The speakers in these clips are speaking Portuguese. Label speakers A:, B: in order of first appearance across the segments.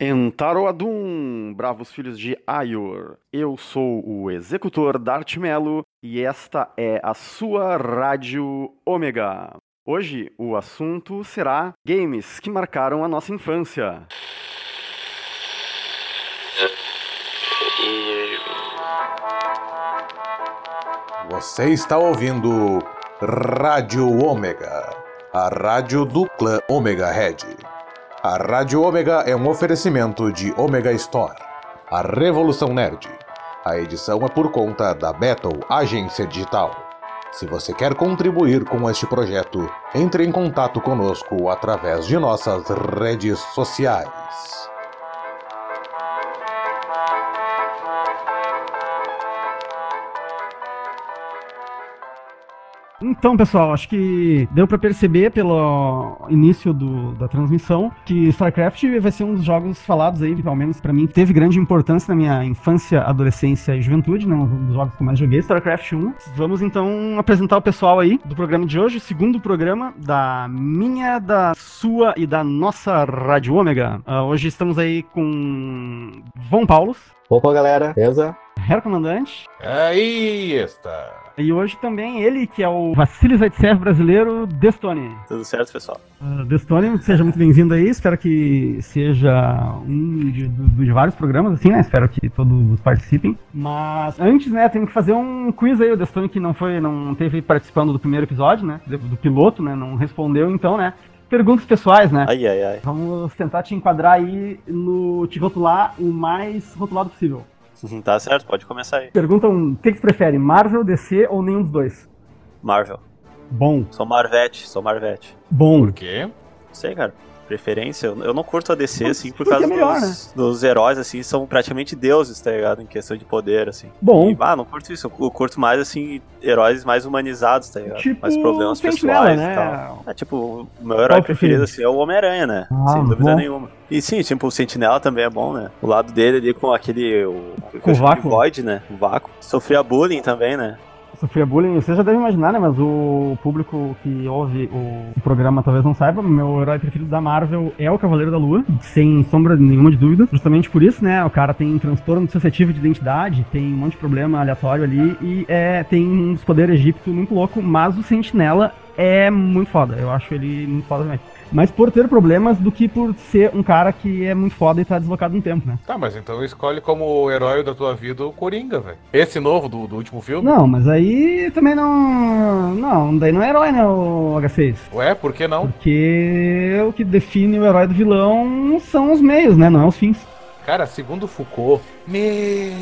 A: Entaroadum, Um bravos filhos de Aior. Eu sou o executor Dart Melo e esta é a sua Rádio Ômega. Hoje o assunto será games que marcaram a nossa infância.
B: Você está ouvindo Rádio Ômega, a rádio do clã Ômega Red. A Rádio Ômega é um oferecimento de Omega Store, a Revolução Nerd. A edição é por conta da Battle Agência Digital. Se você quer contribuir com este projeto, entre em contato conosco através de nossas redes sociais.
C: Então, pessoal, acho que deu pra perceber pelo início do- da transmissão que StarCraft vai ser um dos jogos falados aí, pelo menos pra mim, teve grande importância na minha infância, adolescência e juventude, né? Um dos jogos que eu mais joguei, StarCraft 1. Vamos então apresentar o pessoal aí do programa de hoje, segundo programa da minha, da sua e da nossa Rádio Ômega. Ah, hoje estamos aí com Von Paulos,
D: Opa, galera, beleza?
C: Her Comandante,
B: Aí está.
C: e hoje também ele, que é o Vassilis Zaitsev brasileiro, Destone.
E: Tudo certo, pessoal?
C: Ah, Destone, seja muito bem-vindo aí. Espero que seja um de, do- de vários programas, assim, né? Espero que todos participem. Mas antes, né, tenho que fazer um quiz aí. O Destone que não foi, não teve participando do primeiro episódio, né? Do, do piloto, né? Não respondeu, então, né? Perguntas pessoais, né?
E: Ai, ai, ai.
C: Vamos tentar te enquadrar aí no te rotular o mais rotulado possível.
E: tá certo, pode começar aí.
C: Perguntam o que, que tu prefere, Marvel, DC ou nenhum dos dois?
E: Marvel.
C: Bom,
E: Sou Marvete, sou Marvete.
C: bom.
B: quê?
E: Não sei, cara. Preferência, eu eu não curto a DC,
C: Mas
E: assim, por
C: porque
E: causa
C: é melhor,
E: dos, dos heróis, assim, são praticamente deuses, tá ligado? Em questão de poder, assim.
C: Bom.
E: E, ah, não curto isso, eu curto mais, assim, heróis mais humanizados, tá ligado?
C: Tipo,
E: mais problemas
C: Sentinela,
E: pessoais
C: né?
E: e tal. É, tipo, o meu herói
C: Qual preferido?
E: preferido, assim, é o Homem-Aranha, né?
C: Ah,
E: Sem dúvida
C: bom.
E: nenhuma. E sim, tipo, o Sentinela também é bom, né? O lado dele ali com aquele... O,
C: Com o
E: eu chamo de
C: vácuo.
E: Void, né? O vácuo. Sofria bullying também, né?
C: Sofria bullying, você já deve imaginar, né? Mas o público que ouve o programa talvez não saiba. Meu herói preferido da Marvel é o Cavaleiro da Lua, sem sombra nenhuma de dúvida. Justamente por isso, né? O cara tem transtorno dissociativo de identidade, tem um monte de problema aleatório ali e é, tem uns poderes egípcio muito louco, mas o Sentinela é muito foda. Eu acho ele muito foda também. Mas por ter problemas do que por ser um cara que é muito foda e tá deslocado no tempo, né?
F: Tá, mas então escolhe como herói da tua vida o Coringa, velho. Esse novo do, do último filme?
C: Não, mas aí também não. Não, daí não é herói, né, o H6?
F: Ué, por que não?
C: Porque o que define o herói do vilão são os meios, né? Não é os fins.
F: Cara, segundo Foucault. Me...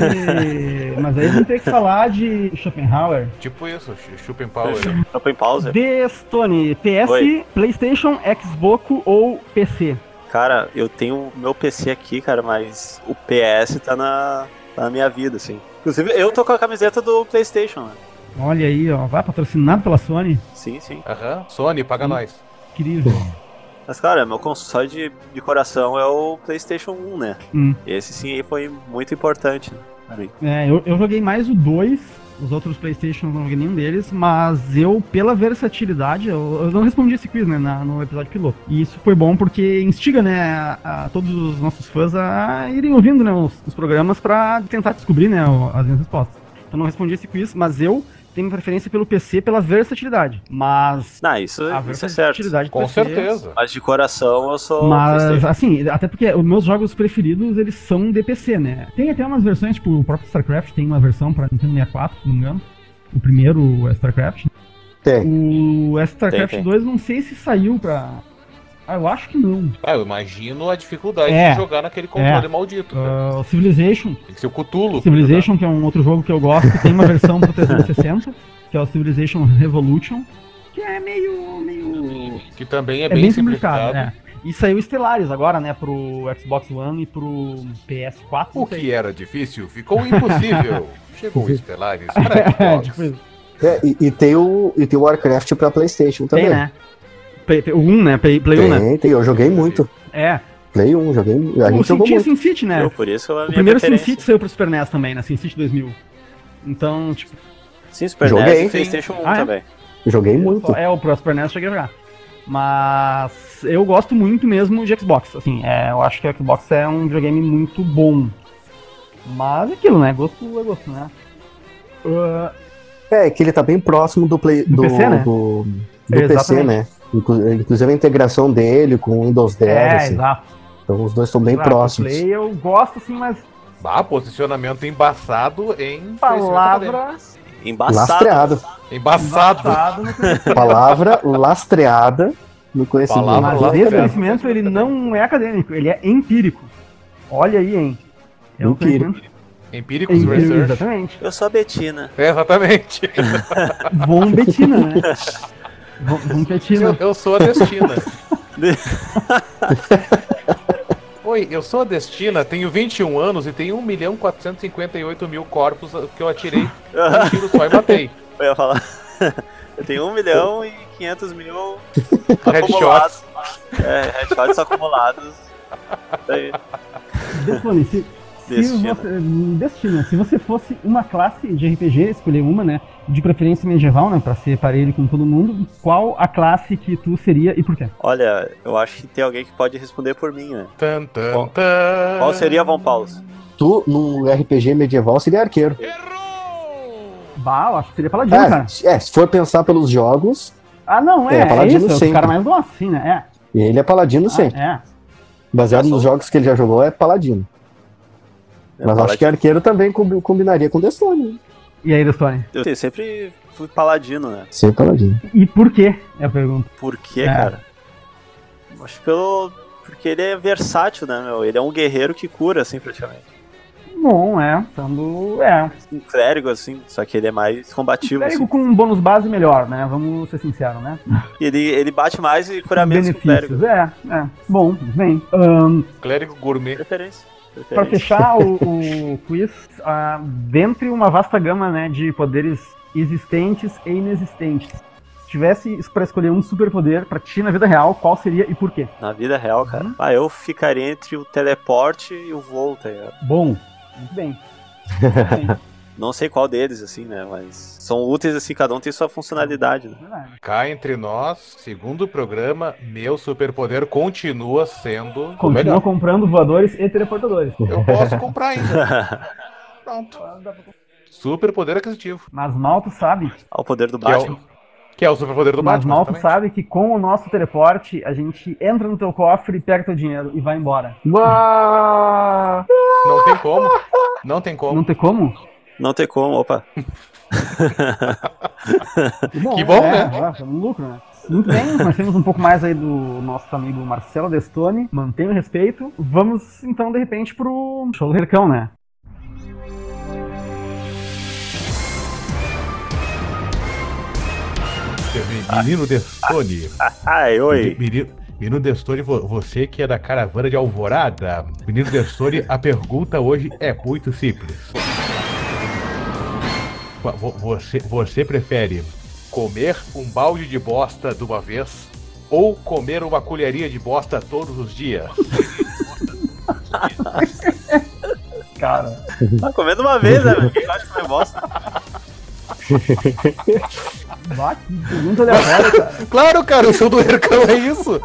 C: E- Mas aí vamos ter que falar de Schopenhauer.
F: Tipo isso, Chupen Power.
E: Open Pauser.
C: Destone, PS,
E: é. Oi.
C: Playstation, Xbox ou PC?
E: Cara, eu tenho o meu PC aqui, cara, mas o PS tá na, tá na minha vida, assim. Inclusive, eu tô com a camiseta do PlayStation, né?
C: Olha aí, ó. Vai patrocinado pela Sony.
E: Sim, sim.
F: Aham. Sony, paga nós.
C: Incrível.
E: Mas, cara, meu console de, de coração é o PlayStation 1, né?
C: Hum.
E: Esse sim aí foi muito importante né, pra mim.
C: É, eu, eu joguei mais o 2. Os outros Playstation eu não joguei nenhum deles, mas eu, pela versatilidade, eu, eu não respondi esse quiz, né, na- no episódio piloto. E isso foi bom porque instiga, né, a, a todos os nossos fãs a irem ouvindo, né, os, os programas pra tentar descobrir, né, o- as minhas respostas. Então, Eu não respondi esse quiz, mas eu tenho preferência pelo PC pela versatilidade. Mas
E: Não, isso,
C: a
E: isso é certo.
C: versatilidade do
F: Com
C: PC
F: certeza.
E: Mas de coração eu sou
C: mas,
E: PlayStation.
C: assim, até porque os meus jogos preferidos, eles são de PC, né? Tem até umas versões, tipo, o próprio StarCraft tem uma versão pra Nintendo 64, se não me engano. O primeiro é StarCraft.
D: Tem.
C: O StarCraft
E: Tem, tem.
C: 2, não sei se saiu pra... Ah, eu acho que não.
F: Ah, eu imagino a dificuldade
C: É.
F: de jogar naquele controle maldito. cara.
C: Ah, o Civilization,
F: Tem que ser o Cutulo.
C: Civilization, que é um outro jogo que eu gosto, tem uma versão pro 360, que é o Civilization Revolution, que é meio... meio...
F: Que também é,
C: É
F: bem,
C: bem,
F: simplificado.
C: simplificado, né? E saiu Stellaris agora, né, pro Xbox One e pro PS4. não
F: O
C: sei.
F: que era difícil ficou impossível. Chegou o Stellaris
C: É,
F: para
C: tipo isso.
F: Xbox.
D: É, e, e tem o, e tem o Warcraft pra Playstation também.
C: Tem, né? Play, Play- o 1, né? Play, Play 1, né?
D: Tem, tem, eu joguei muito.
C: É.
D: Play 1, joguei. A
C: O
D: gente
C: Sin
D: jogou
C: City,
D: muito.
C: Sin City, né?
E: Eu, por isso, é a
C: O
E: minha
C: primeiro Sin
E: preferência.
C: City saiu pro Super NES também, né? Sin City 2000. Então, tipo,
E: Sim, Super
D: Joguei,
E: NES e
D: hein?
E: PlayStation 1
C: Ah, é?
E: também.
D: Joguei muito.
C: é o pro Super NES eu cheguei a jogar. Mas eu gosto muito mesmo de Xbox. Assim, é, eu acho que o Xbox é um videogame muito bom. Mas é aquilo, né? Gosto é gosto, né? Ah,
D: É, que ele tá bem próximo do Play.
C: Do
D: Do,
C: PC, né?
D: do- do
C: Exatamente.
D: PC, né? Inclu- Inclusive a integração dele com o Windows 10.
C: é,
D: assim.
C: exato.
D: Então os dois estão bem
C: Exato.
D: próximos.
C: Play eu gosto, assim, mas
B: Bah, posicionamento embaçado em. conhecimento
C: palavra
E: Embaçado.
D: Lastreado.
B: acadêmico. Embaçado.
C: embaçada no
D: Palavra lastreada no conhecimento.
B: Palavra
C: Mas
B: lá,
C: esse
B: cara.
C: conhecimento ele não é acadêmico, ele é empírico. Olha aí, hein? É um
D: Empírico.
C: conhecimento
B: Empíricos
C: empírico,
B: Research.
C: exatamente.
E: Eu sou a Betina.
B: É, exatamente.
C: Bombetina, né? Vom-
B: Eu,
C: Bombetina.
B: eu sou a Destina. Oi, eu sou a Destina, tenho 21 anos e tenho 1 milhão 458 mil corpos uh, que eu atirei um tiro só e matei.
E: Eu ia falar. Eu tenho 1 milhão e 500 mil
B: Headshots.
E: acumulados. É, headshots acumulados. Daí,
C: Defone, se, se
E: Destino.
C: você, destino. Se você fosse uma classe de RPG, escolher uma, né? De preferência medieval, né? Pra ser parelho com todo mundo, qual a classe que tu seria e por quê?
E: Olha, eu acho que tem alguém que pode responder por mim, né?
B: Tan, tan,
E: Qual-
B: tan.
E: Qual seria Von Paulo?
D: Tu, num RPG medieval, seria arqueiro.
C: Bah, eu acho que seria paladino, cara.
D: Ah, se- é, se for pensar pelos jogos,
C: Ah, não, é,
D: É,
C: é,
D: paladino
C: isso.
D: sempre.
C: O cara mais gosta, assim, né? É.
D: ele é paladino sempre.
C: Ah, é.
D: Baseado
E: Eu sou-
D: nos jogos que ele já jogou, é paladino. Mas acho que arqueiro também combi- combinaria com Destiny. né?
C: E aí, Destone?
E: Eu sempre fui paladino, né?
D: Sempre paladino.
C: E por quê? É a pergunta.
E: Por quê,
C: É.
E: cara? Acho que pelo. Porque ele é versátil, né, meu? Ele é um guerreiro que cura, assim, praticamente.
C: Bom, é. Sendo. É.
E: Um clérigo, assim, só que ele é mais combativo,
C: Clérigo
E: assim.
C: com um bônus base melhor, né? Vamos ser sinceros, né?
E: E assim. Ele, ele bate mais e cura menos que o clérigo.
C: Benefícios. É, é. Bom, bem. Ahn,
B: Clérigo gourmet.
E: Preferência. preferência.
C: pra fechar o, o quiz, ah, dentre uma vasta gama né, de poderes existentes e inexistentes, se tivesse es- pra escolher um superpoder pra ti na vida real, qual seria e por quê?
E: Na vida real, cara.
C: Uhum.
E: Ah, eu ficaria entre o teleporte e o voo, tá ligado?
C: Bom. Muito bem. Muito bem,
E: Não sei qual deles, assim, né? Mas são úteis, assim, cada um tem sua funcionalidade, né?
C: verdade.
B: Cá entre nós, segundo programa, meu superpoder continua sendo. o
C: Continua
B: melhor.
C: comprando voadores e teleportadores.
B: Eu posso comprar ainda. Pronto. Superpoder aquisitivo.
C: Mas mal tu sabe
E: Ao poder do
B: Que é,
E: Batman.
B: o, que é o superpoder do
C: Mas
B: Batman.
C: mal tu
B: exatamente.
C: sabe que com o nosso teleporte, a gente entra no teu cofre, pega teu dinheiro e vai embora.
B: Não tem como. Não tem como.
C: Não tem como?
E: Não tem como, opa.
C: bom,
B: Que bom, né?
C: É, é um lucro, né? Muito bem, conhecemos um pouco mais aí do nosso amigo Marcelo Destone. Mantenha o respeito. Vamos, então, de repente, pro show do Hercão, né?
B: Menino Destone.
E: Ai, oi.
B: Menino, menino Destone, vo- você que é da caravana de Alvorada. Menino Destone, a pergunta hoje é muito simples. Vo- vo- Você, você prefere comer um balde de bosta de uma vez ou comer uma colherinha de bosta todos os dias?
C: Cara,
E: Tá comendo uma vez, né? velho? Eu acho que foi bosta.
C: bah, que pergunta aleatória, cara.
B: Claro, cara, o show do Ercão é isso.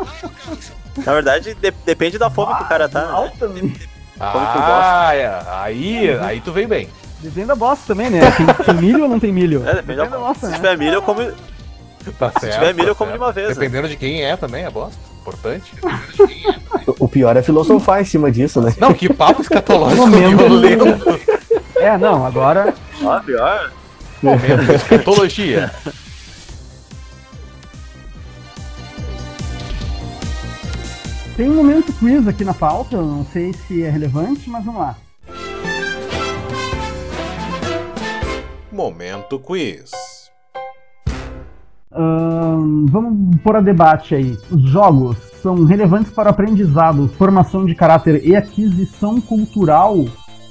E: Na verdade, de- depende da fome que o cara tá. Né?
C: Alta, né?
B: Ah, é. aí, aí tu vem bem.
C: Depende da bosta também, né? Tem, tem milho ou não tem milho?
E: É, depende da fome.
C: bosta,
E: Se
C: né?
E: tiver milho, eu como.
B: Tá certo.
E: Se tiver milho,
B: tá
E: eu como de
B: certo.
E: uma vez, né?
B: Dependendo de quem é também, é bosta. Importante.
D: O pior é filosofar em cima disso, né?
B: Não, que papo escatológico
C: Momento.
B: violento.
C: É, não, agora.
E: Ó, pior.
B: Momento de escatologia.
C: Tem um momento quiz aqui na pauta, eu não sei se é relevante, mas vamos lá.
G: Momento quiz.
C: Ahn, vamos pôr a debate aí. Os jogos são relevantes para o aprendizado, formação de caráter e aquisição cultural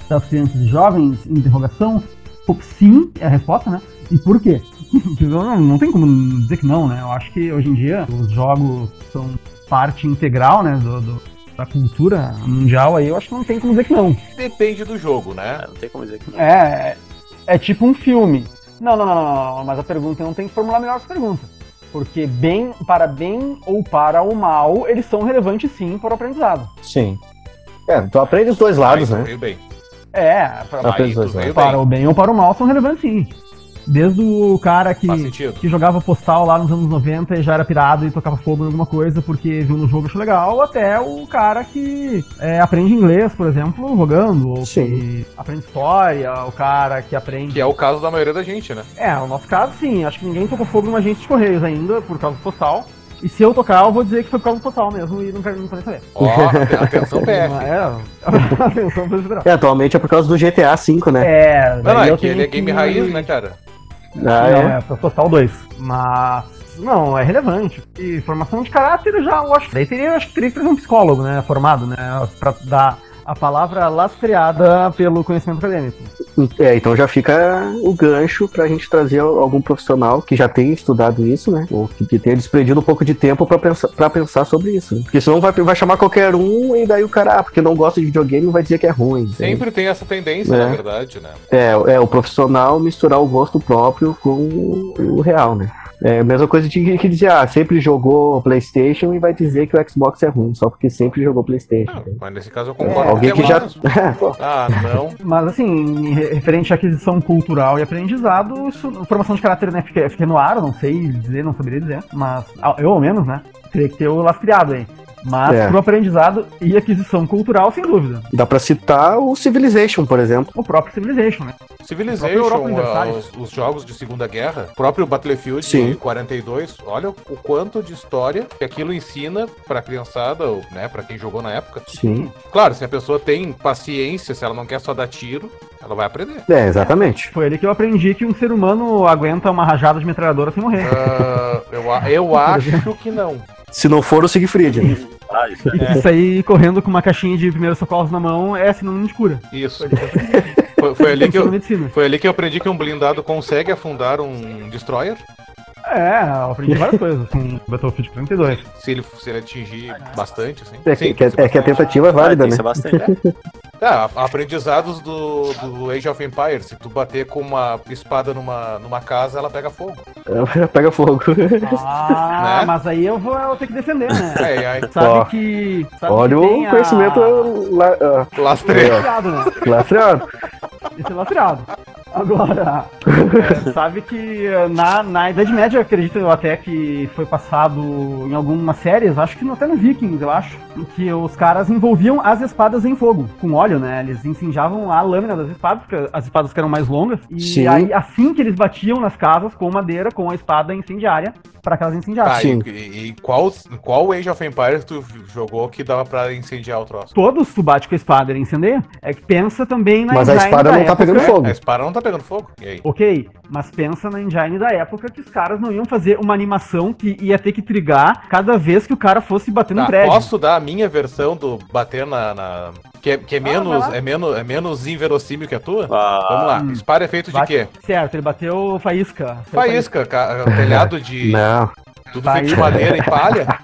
C: das crianças e jovens? Interrogação. Pô, Sim, é a resposta, né? E por quê? não, não tem como dizer que não, né? Eu acho que hoje em dia os jogos são parte integral, né, do- do- da cultura mundial aí, eu acho que não tem como dizer que não.
B: Depende do jogo,
E: Ah,
B: né?
E: Não tem como dizer que não.
C: É, é tipo um filme. Não, não, não, não, não, não, mas a pergunta não tem que formular melhor essa pergunta. Porque bem, para bem ou para o mal, eles são relevantes sim para o aprendizado.
D: Sim. É, tu aprende os dois lados,
B: Aí tu
D: né?
B: Então, veio bem.
C: É, para,
D: Aprende
B: Aí
D: os
B: tu
D: dois
B: veio
D: lados.
C: para
B: bem.
C: o bem ou para o mal são relevantes sim. Desde o cara que,
B: Faz sentido.
C: que jogava postal lá nos anos 90 e já era pirado e tocava fogo em alguma coisa porque viu no jogo e achou legal, até o cara que é, aprende inglês, por exemplo, jogando, ou
D: Sim.
C: que aprende história, o cara que aprende.
B: Que é o caso da maioria da gente, né?
C: É, no nosso caso, sim. Acho que ninguém tocou fogo numa agente de correios ainda, por causa do postal. E se eu tocar, eu vou dizer que foi por causa do postal mesmo e não quero, não quero nem saber.
B: Ó, atenção PF.
C: É, é, atenção pra geral.
D: É, atualmente é por causa do GTA V, né?
C: É,
B: Não, não,
C: daí
B: é
C: eu
B: que ele
C: tenho
B: é game raiz, né, cara?
D: Ah,
C: não,
D: é.
C: é, pra Postal 2. Mas, não, é relevante. E formação de caráter, eu já eu acho. Daí teria, eu acho que teria que trazer um psicólogo, né, formado, né, pra dar a palavra lastreada pelo conhecimento acadêmico.
D: É, então já fica o gancho pra gente trazer al- algum profissional que já tenha estudado isso, né? Ou que, que tenha desprendido um pouco de tempo pra pensar, pra pensar sobre isso. Né? Porque senão vai, vai chamar qualquer um e daí o cara, ah, porque não gosta de videogame, vai dizer que é ruim. entende?
B: Sempre tem essa tendência,
D: É.
B: na verdade, né?
D: É, é, o profissional misturar o gosto próprio com o- o real, né? É a mesma coisa de que dizer, ah, sempre jogou PlayStation e vai dizer que o Xbox é ruim, só porque sempre jogou PlayStation.
B: Ah, Mas nesse caso eu concordo.
D: alguém
B: até
D: que já-
B: mais. Ah, não.
C: Mas, assim, re- referente à aquisição cultural e aprendizado, isso, formação de caráter, né, fica, fica no ar, eu não sei dizer, não saberia dizer, mas ao- eu, ao menos, né, teria que ter o lastreado aí. Mas
D: É.
C: pro aprendizado e aquisição cultural, sem dúvida.
D: Dá pra citar o Civilization, por exemplo.
C: O próprio Civilization, né? O próprio
B: Civilization,
C: Europa
B: ah,
C: Universalis.
B: os, os jogos de Segunda Guerra, o próprio Battlefield
D: Sim.
B: 42, olha o quanto de história que aquilo ensina pra criançada, ou, né, pra quem jogou na época.
D: Sim.
B: Claro, se a pessoa tem paciência, se ela não quer só dar tiro, ela vai aprender.
D: É, exatamente.
C: Foi ali que eu aprendi que um ser humano aguenta uma rajada de metralhadora sem morrer.
B: Ah, eu, a- eu acho que não.
D: Se não for o Siegfried, né?
E: Ah, isso é.
C: E que sair correndo com uma caixinha de primeiros socorros na mão é sinônimo de cura.
B: Isso. Foi, foi ali é que
C: Pensando
B: eu,
C: na medicina.
B: foi ali que eu aprendi que um blindado consegue afundar um destroyer
C: É, eu aprendi várias coisas com Battlefield 42.
B: se ele, se ele atingir bastante, assim.
D: É,
B: Sim,
D: que, é que a tentativa é válida,
E: Ah, tem
D: né?
E: Sebastião.
B: Ah, a- aprendizados do, do Age of Empires. Se tu bater com uma espada numa, numa casa, ela pega fogo.
D: Pega fogo.
C: Ah,
B: Né?
C: mas aí eu vou, eu vou ter que defender, né?
B: É, é,
C: Sabe
D: Ó.
C: que. Sabe
D: Olha
C: que tem
D: o conhecimento
C: A...
D: la- ah,
B: é. Lastreia.
C: Lastreado, né?
D: lastreado.
C: Esse é lastreado. Agora, é, sabe que eh, na, na Idade Média, eu acredito eu até que foi passado em algumas séries, acho que no- até no Vikings, eu acho, que os caras envolviam as espadas em fogo, com óleo, né? Eles incendiavam a lâmina das espadas, porque as espadas ficaram mais longas, e
D: Sim.
C: aí assim que eles batiam nas casas com madeira, com a espada incendiária, para que elas incendiassem.
B: Tá,
D: Sim.
B: e, e- e qual, qual Age of Empires tu jogou que dava pra incendiar o troço?
C: Todos tu bate com a espada, ele incendeia. É que pensa também na
D: Mas a
C: engine
D: espada
C: da
D: não tá
C: época.
D: pegando fogo.
B: A espada não tá pegando fogo? E aí?
C: Ok, mas pensa na engine da época que os caras não iam fazer uma animação que ia ter que trigar cada vez que o cara fosse bater no
B: Tá,
C: prédio.
B: posso dar a minha versão do bater na. na- que é, que é menos,
C: Ah, vai lá.
B: é menos é menos inverossímil que a tua?
E: Ah,
B: Vamos lá.
C: Hum.
B: Espada é feito de
C: Bate-
B: quê?
C: Certo, ele bateu faísca.
B: Faísca, ca- telhado de.
D: Não,
B: Tudo feito de
C: Faísca.
B: madeira e palha?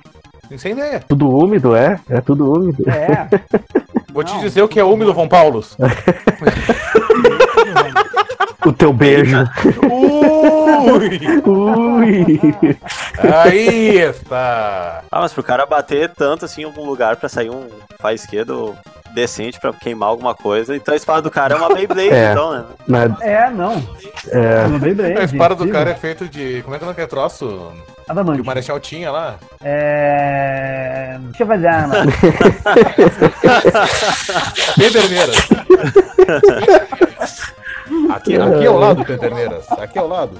B: Incendeia.
D: tudo úmido, é? É tudo úmido.
C: É.
B: Vou te
C: Não.
B: dizer o que é úmido, Von Paulos.
D: O teu beijo.
B: Ui!
D: Ui.
B: Aí está!
E: Ah, mas pro cara bater tanto assim em algum lugar pra sair um faisqueiro decente pra queimar alguma coisa, então a espada do cara é uma Beyblade,
D: É.
E: então, né?
D: Na-
C: É, não.
D: é,
C: Não bem bem.
B: A espada do cara é feita de. Como é que é o nome que é troço? Que o
C: Adamante.
B: Marechal tinha lá?
C: É. Deixa eu fazer a arma.
B: Pederneiras! Aqui, aqui é o lado, Pederneiras. Aqui é o lado.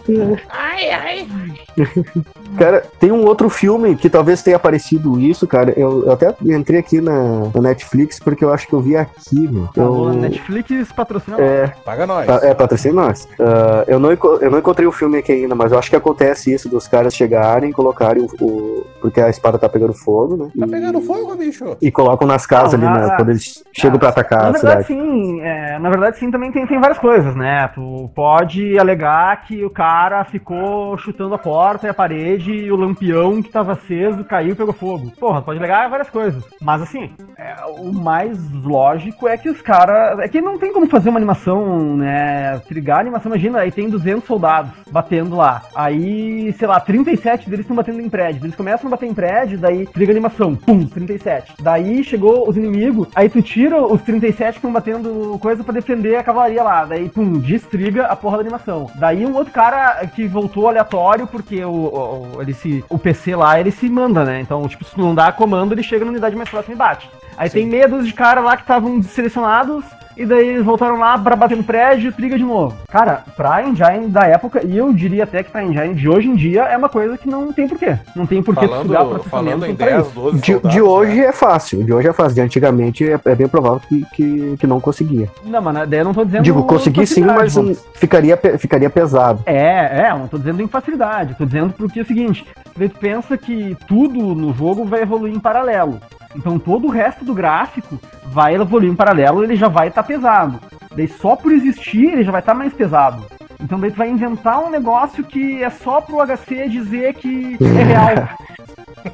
D: Cara, tem um outro filme que talvez tenha aparecido isso, cara. Eu, eu até entrei aqui na, na Netflix porque eu acho que eu vi aqui, meu.
C: Alô,
D: Eu-
C: Tá Netflix patrocina.
D: É,
B: Paga nós.
D: pa- é patrocínio nós. Ah, eu, não, enco- eu não encontrei o filme aqui ainda, mas eu acho que acontece isso dos caras chegarem e colocarem o, o- porque a espada tá pegando fogo, né?
H: Tá
D: E-
H: pegando fogo, bicho.
D: E colocam nas casas
C: Não,
D: ali,
C: na-
D: né? Quando eles chegam
C: Ah,
D: pra atacar
C: Na
D: a
C: verdade,
D: cidade.
C: sim. é, na verdade, sim, também tem, tem várias coisas, né? Tu pode alegar que o cara ficou chutando a porta e a parede e o lampião que tava aceso caiu e pegou fogo. Porra, tu pode alegar várias coisas. Mas, assim, é, o mais lógico é que os caras... É que não tem como fazer uma animação, né? Trigar a animação, imagina, aí tem 200 soldados batendo lá. Aí, sei lá, 37 deles estão batendo em prédio. Eles começam a bater em prédio, daí triga a animação. Pum, 37. Daí chegou os inimigos, aí tu tira os 37 que estão batendo coisa pra defender a cavalaria lá. Daí, pum, destriga a porra da animação. Daí um outro cara que voltou aleatório, porque o, o, o- ele se, o PC lá, ele se manda, né? Então, tipo, se tu não dá comando, ele chega na unidade mais próxima e bate. Aí tem meia dúzia de cara lá que estavam selecionados. E daí eles voltaram lá pra bater no prédio e triga de novo. Cara, pra engine da época, e eu diria até que pra engine de hoje em dia, é uma coisa que não tem porquê. Não tem porquê tu sugar
B: Falando,
C: processamento
B: falando em
C: pra
B: 10,
C: isso.
B: 12
D: De,
B: soldados,
D: de hoje
B: né?
D: é fácil, de hoje é fácil. De antigamente é, é bem provável que, que, que não conseguia.
C: Não, mano, daí eu não tô dizendo.
D: Digo, consegui sim, mas
C: facilidade,
D: hum, ficaria, pe- ficaria pesado.
C: É, é, eu não tô dizendo em facilidade, eu tô dizendo porque é o seguinte, tu pensa que tudo no jogo vai evoluir em paralelo. Então todo o resto do gráfico vai evoluir em paralelo, ele já vai estar pesado. Daí só por existir ele já vai estar mais pesado. Então daí tu vai inventar um negócio que é só pro HC dizer que é real.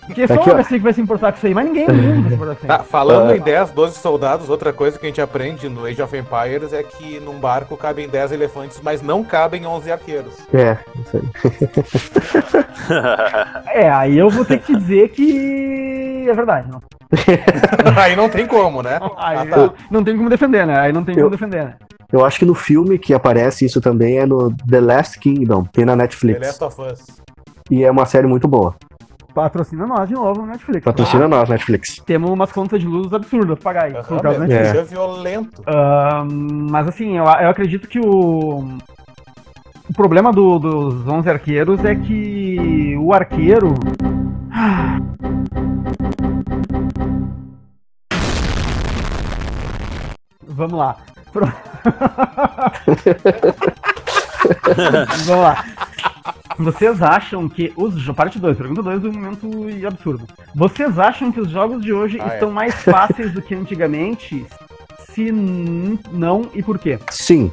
C: Porque é só
D: Aqui,
C: o
D: ó.
C: HC que vai se importar com isso aí, mas ninguém no mundo vai se importar com isso aí.
B: Tá, falando
D: É.
B: em 10, 12 soldados, outra coisa que a gente aprende no Age of Empires é que num barco cabem 10 elefantes, mas não cabem 11 arqueiros.
D: É, isso aí.
C: É, aí eu vou ter que te dizer que é verdade, não.
B: Aí não tem como, né?
C: Aí eu- não tem como defender, né? Aí não tem como
D: Eu-
C: defender, né?
D: Eu acho que no filme que aparece isso também é no The Last Kingdom, tem na
B: The
D: Netflix.
B: Last of Us.
D: E é uma série muito boa.
C: Patrocina nós de novo no Netflix.
B: Ah.
C: Tá?
D: Patrocina nós, Netflix.
C: Temos umas contas de luz absurdas pra pagar aí. por causa do
B: Aham,
C: Netflix.
B: bicho, é violento.
C: Ahn, mas assim, eu, eu acredito que o. O problema do- dos 11 arqueiros é que o arqueiro. Vamos lá. Pro- Vamos lá. Vocês acham que os jo- parte 2, pergunta 2 do momento e absurdo. Vocês acham que os jogos de hoje
B: Ah, é.
C: estão mais fáceis do que antigamente? Se n- não e por quê?
D: Sim.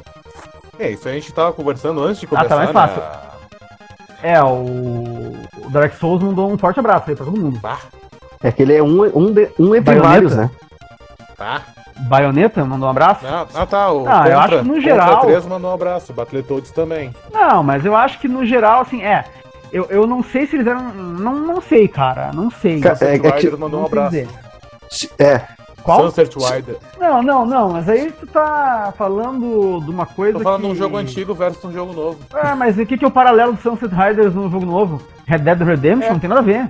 B: É, isso a gente tava conversando antes de começar.
C: tá mais
B: né?
C: É, o, o Dark Souls mandou um forte abraço aí pra todo mundo.
D: É que ele é um, um, de- um entre
C: Baioneta?
D: vários, né?
B: Tá.
C: Baioneta mandou um abraço?
B: Ah, ah, tá. O
C: Ah, eu acho que no
B: Contra
C: geral-
B: 3 mandou um abraço. Battletoads também.
C: Não, mas eu acho que no geral, assim, é. Eu, eu não sei se eles eram. Não, não sei, cara. Não sei.
D: Cara,
B: Sunset
D: é que-
B: Riders mandou um
C: Não sei
B: abraço.
C: dizer.
D: Se- É,
C: Qual? tipo
B: Sunset Rider.
C: Não, não, não, mas aí tu tá falando de uma coisa.
B: Tô falando
C: que...
B: de um jogo antigo versus um jogo novo.
C: Ah, mas o que, que é o paralelo do Sunset Riders no jogo novo? Red Dead Redemption? Não tem nada a ver.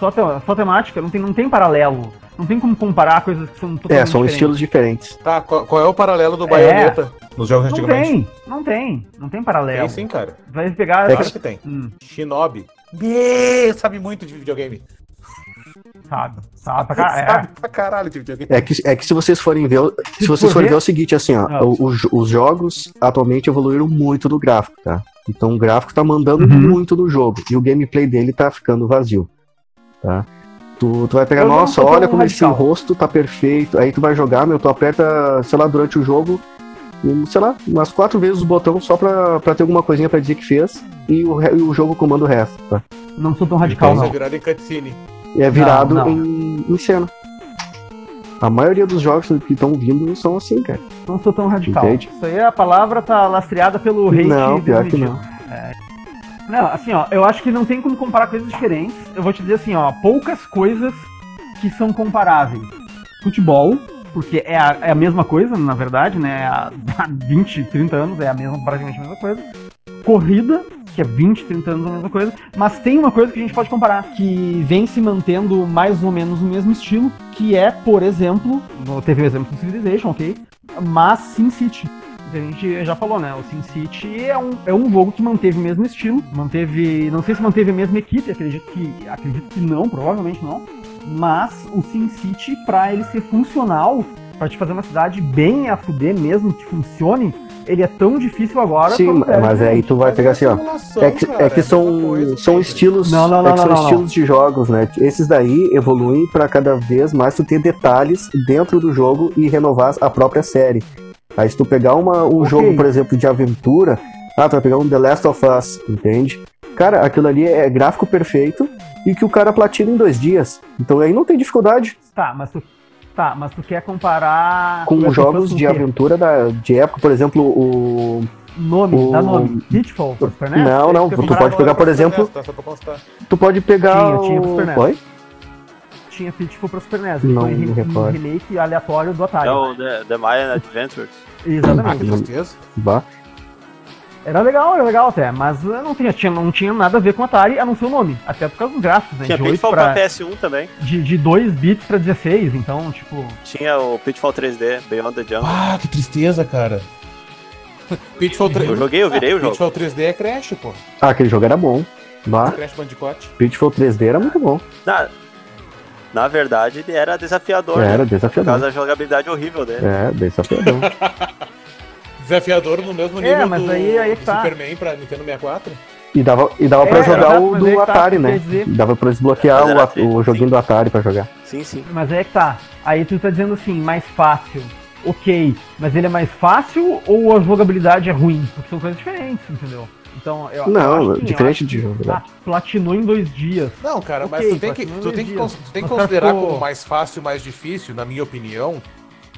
C: Só, te, só temática, não tem, não tem paralelo. Não tem como comparar coisas que são totalmente
D: é, são
C: diferentes.
D: estilos diferentes.
B: Tá, qual, qual é o paralelo do Bayonetta nos jogos
C: Não
B: antigamente?
C: tem, não tem, não tem paralelo.
B: Tem sim, cara.
C: Vai pegar.
D: É
B: Claro que tem.
C: Hum,
B: Shinobi. Bê, sabe muito de videogame.
C: sabe, sabe pra cá.
B: sabe pra caralho de videogame.
D: É que, é que se vocês forem ver, o- se vocês
C: for
D: forem
C: ver-
D: ver é o seguinte, assim, ó,
C: Ah.
D: o- os, os jogos atualmente evoluíram muito no gráfico, tá? Então o gráfico tá mandando
C: Uhum.
D: muito no jogo e o gameplay dele tá ficando vazio, tá? Tu, tu vai pegar,
C: Eu não
D: nossa,
C: sou tão
D: olha como esse
C: radical."
D: rosto tá perfeito. Aí tu vai jogar, meu, tu aperta, sei lá, durante o jogo, um, sei lá, umas quatro vezes o botão só pra, pra ter alguma coisinha pra dizer que fez e o, re- e o jogo comanda o resto, tá?
C: É. Não sou tão radical,
B: Pausa
C: não.
B: virada em cutscene.
D: E é virado
C: não.
D: Em, em cena. A maioria dos jogos que estão vindo são assim, cara.
C: Não sou tão radical.
D: Entende?
C: Isso aí a palavra tá lastreada pelo hate.
D: não, pior que
C: desmedido.
D: não.
C: Não, assim, ó, eu acho que não tem como comparar coisas diferentes. Eu vou te dizer assim, ó, poucas coisas que são comparáveis. Futebol, porque é a, é a mesma coisa, na verdade, né? Há 20, 30 anos é a mesma, praticamente a mesma coisa. Corrida, que é 20, 30 anos é a mesma coisa. Mas tem uma coisa que a gente pode comparar, que vem se mantendo mais ou menos no mesmo estilo, que é, por exemplo, no- teve o exemplo do Civilization, ok? Mas Sin City. A gente já falou, né? O Sin City é um, é um jogo que manteve o mesmo estilo, manteve. Não sei se manteve a mesma equipe, acredito que. Acredito que não, provavelmente não. Mas o Sin City, pra ele ser funcional, pra te fazer uma cidade bem a fuder mesmo, que funcione, ele é tão difícil agora.
D: Sim,
C: quanto é. era
D: mas aí tu vai pegar assim, ó. É que, é que são, são estilos,
C: Não, não,
D: é
C: não,
D: que são
C: não, não.
D: estilos de jogos, né? Esses daí evoluem pra cada vez mais tu ter detalhes dentro do jogo e renovar a própria série. Aí se tu pegar uma, um
C: Ok.
D: jogo, por exemplo, de aventura, ah, tu vai pegar um The Last of Us, entende? Cara, aquilo ali é gráfico perfeito e que o cara platina em dois dias. Então aí não tem dificuldade
C: Tá, mas tu. Tá, mas tu quer comparar.
D: com
C: Last of Us
D: jogos
C: com
D: de
C: o quê?
D: aventura da, de época, por exemplo, o
C: Nome,
D: o-
C: dá nome. Pitfall, pro Super NES?
D: Não, não,
C: Porque
D: tu
C: comparado
D: pode pegar, por exemplo,
B: tá?
D: tu pode pegar
C: Tinha, tinha pro Super NES.
D: o... Oi?
C: Tinha Pitfall pro Super NES.
D: Não
C: foi
D: me
C: então re- um
D: recordo.
C: remake aleatório do Atari.
E: É o The, The Mayan Adventures.
D: Ah, que
C: Exatamente.
B: tristeza.
D: Bah.
C: Era legal, era legal até, mas eh, não tinha, tinha- não tinha nada a ver com Atari, a não ser o nome. Até por causa dos gráficos, né?
E: Tinha
C: de, oito
E: Pitfall pra
C: pra,
E: PS1 também.
C: de, de 2 bits pra 16, então, tipo.
E: Tinha o Pitfall 3D, Beyond the Jungle.
B: Ah, que tristeza, cara. Pitfall 3.
E: Eu joguei, eu virei o jogo.
B: Pitfall 3D é Crash, pô.
D: Ah, aquele jogo era bom. Bah,
B: Crash Bandicoot.
D: Pitfall 3D era muito bom.
E: Na, na verdade, ele era desafiador. né?
D: Era
E: Por
D: desafiador.
E: causa da jogabilidade horrível dele.
D: É, desafiador.
B: Desafiador no mesmo
C: É,
B: nível
C: mas
B: do,
C: aí- aí
B: do
C: tá.
B: Superman pra Nintendo 64.
D: E dava, e dava
C: É,
D: pra jogar
C: exato,
D: o
C: mas
D: do
C: aí que tá,
D: Atari,
C: quer
D: né?
C: dizer-
D: Dava pra desbloquear
E: Mas
D: o,
E: era
D: a- o
E: triste,
D: joguinho do Atari pra jogar.
E: Sim, sim.
C: Mas é que tá. Aí tu tá dizendo assim, mais fácil. Ok, mas ele é mais fácil ou a jogabilidade é ruim? Porque são coisas diferentes, entendeu? Então, eu,
D: Não,
C: eu acho que,
D: diferente
C: eu acho
D: de né?
C: que,
D: jogabilidade.
C: Ah, platinou em dois dias.
B: Não, cara, mas
C: Ok,
B: tu tem que,
C: mas
B: tu tem que,
C: não
B: cons- tu tem que
C: Mas
B: considerar
C: ficou-
B: como mais fácil, mais difícil, na minha opinião,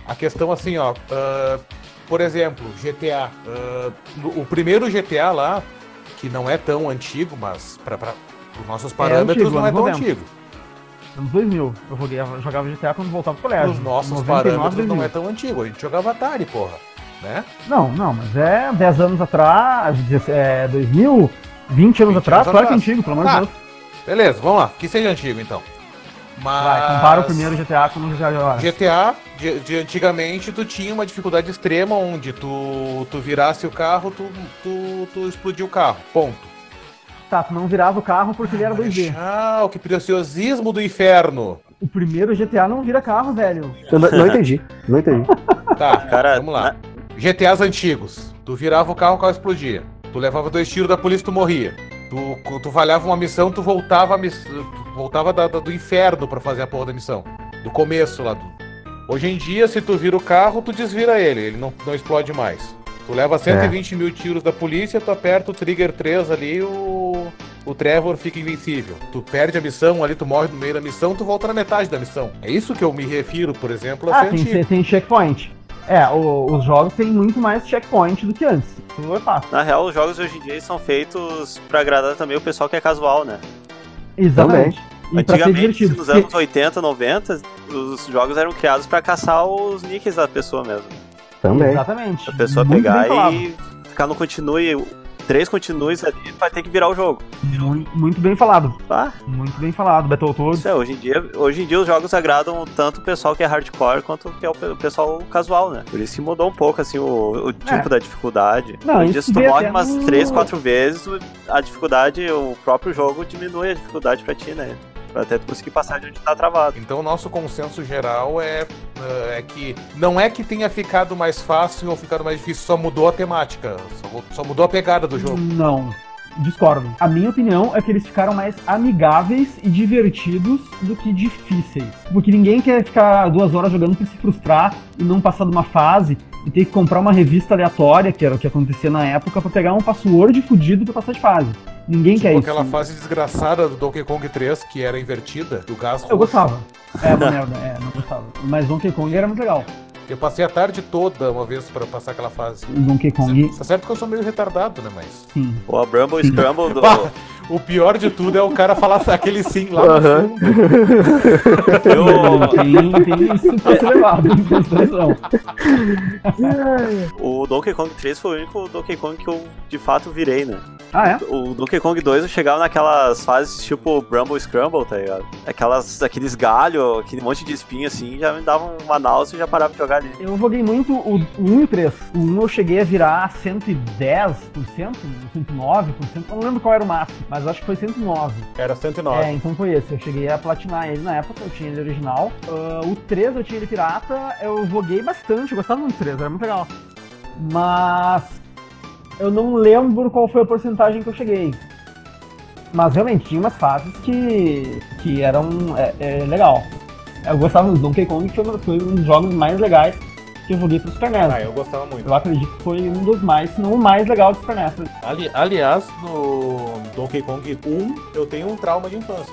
B: a questão assim, ó. ah, por exemplo, GTA. ah, no- o primeiro GTA lá, que não é tão antigo, mas para os nossos parâmetros
C: antigo,
B: não é
C: não
B: tão
C: podemos.
B: antigo.
C: Anos 2000. Eu joguei, eu jogava GTA quando voltava pro colégio.
B: Nos nossos
C: 99,
B: parâmetros não
C: 2000.
B: é tão antigo. A gente jogava Atari, porra. Né?
C: Não, não, mas é 10 anos atrás, 10, é, 2000, 20 anos
B: 20
C: atrás,
B: anos
C: claro que
B: atrás.
C: é antigo, pelo amor de
B: Ah,
C: Deus.
B: Beleza, vamos lá. Que seja antigo então. Mas.
C: Vai, compara o primeiro GTA com o GTA de agora.
B: GTA, de, de antigamente, tu tinha uma dificuldade extrema onde tu, tu virasse o carro, tu, tu, tu explodiu o carro. Ponto.
C: Tá, tu não virava o carro porque ele era 2D.
B: Marechal, que preciosismo do inferno.
C: O primeiro GTA não vira carro, velho.
D: Eu não, não entendi. Não entendi.
B: Tá,
E: Cara,
B: vamos lá. GTAs antigos. Tu virava o carro, o carro explodia. Tu levava dois tiros da polícia, tu morria. Tu, tu falhava uma missão, tu voltava a miss... tu voltava da- da- do inferno pra fazer a porra da missão. Do começo lá do. Hoje em dia, se tu vira o carro, tu desvira ele, ele não, não explode mais. Tu leva 120 mil tiros da polícia, tu aperta o trigger 3 ali o. O Trevor fica invencível. Tu perde a missão ali, tu morre no meio da missão, tu volta na metade da missão. É isso que eu me refiro, por exemplo, a
C: Ah,
B: ser
C: tem,
B: é antigo.
C: tem, tem checkpoint. É, o- os jogos têm muito mais checkpoint do que antes. Isso é fácil.
E: Na real, os jogos hoje em dia são feitos pra agradar também o pessoal que é casual, né?
C: Exatamente. E pra ser
E: Antigamente,
C: divertido.
E: nos
C: porque-
E: anos 80, 90, os jogos eram criados pra caçar os nicks da pessoa mesmo.
D: Também.
C: Exatamente.
E: A pessoa
C: Muito bem
E: pegar
C: falado.
E: e ficar no continue, três continues ali, vai ter que virar o jogo.
C: Muito, muito bem falado.
E: Ah,
C: Muito bem falado. Battletoads.
E: isso é, hoje em dia, hoje em dia os jogos agradam tanto o pessoal que é hardcore quanto que é o pe- o pessoal casual, né? Por isso que mudou um pouco assim o, o tipo da dificuldade.
C: É. Não,
E: hoje em
C: isso
E: dia, se tu
C: devia
E: morre
C: ter um-
E: umas
C: no-
E: três, quatro vezes, o- a dificuldade, o próprio jogo diminui a dificuldade pra ti, né? Pra até tu conseguir passar de onde tá travado.
B: Então, o nosso consenso geral é, ah, é que não é que tenha ficado mais fácil ou ficado mais difícil, só mudou a temática, só, mu- só mudou a pegada do jogo.
C: Não. Discordo. A minha opinião é que eles ficaram mais amigáveis e divertidos do que difíceis. Porque ninguém quer ficar duas horas jogando pra se frustrar e não passar de uma fase e ter que comprar uma revista aleatória, que era o que acontecia na época, pra pegar um password fudido pra passar de fase. Ninguém quer
B: Tipo
C: isso.
B: aquela fase desgraçada do Donkey Kong 3, que era invertida, do gás
C: Eu
B: roxo.
C: gostava. É uma merda, é, não gostava. Mas Donkey Kong era muito legal.
B: Eu passei a tarde toda uma vez pra passar aquela fase.
C: O Donkey Kong,
B: Tá certo que eu sou meio retardado, né, mas...
C: sim.
E: Ou a Brumble
C: Sim.
E: Scramble do.
B: Bah, o pior de tudo é o cara falar aquele sim lá no
D: Aham.
B: fundo.
E: Eu-
C: Tem, tem isso pra ser levado em consideração.
E: O Donkey Kong 3 foi o único Donkey Kong que eu de fato virei, né?
C: Ah, é?
E: O Donkey Kong 2 eu chegava naquelas fases tipo Brumble Scramble, tá ligado? Aquelas, aqueles galhos, aquele monte de espinho assim, já me dava uma náusea e já parava de jogar ali.
C: Eu joguei muito o 1 e o 3. O 1 eu cheguei a virar 110%, 109%, eu não lembro qual era o máximo, mas eu acho que foi 109.
B: Era 109.
C: É, então foi esse. Eu cheguei a platinar ele na época, eu tinha ele original. Ah, o 3 eu tinha ele pirata, eu joguei bastante, eu gostava muito do 3, era muito legal.
I: Mas eu não lembro qual foi a porcentagem que eu cheguei. Mas realmente tinha umas fases que, que eram é, é, legal. Eu gostava do Donkey Kong, que foi, uma- foi um dos jogos mais legais que eu joguei pro Super NES.
B: Ah, eu gostava muito.
I: Eu acredito que foi um dos mais, se não o mais legal do Super NES.
B: Ali- aliás, no Donkey Kong 1, eu tenho um trauma de infância.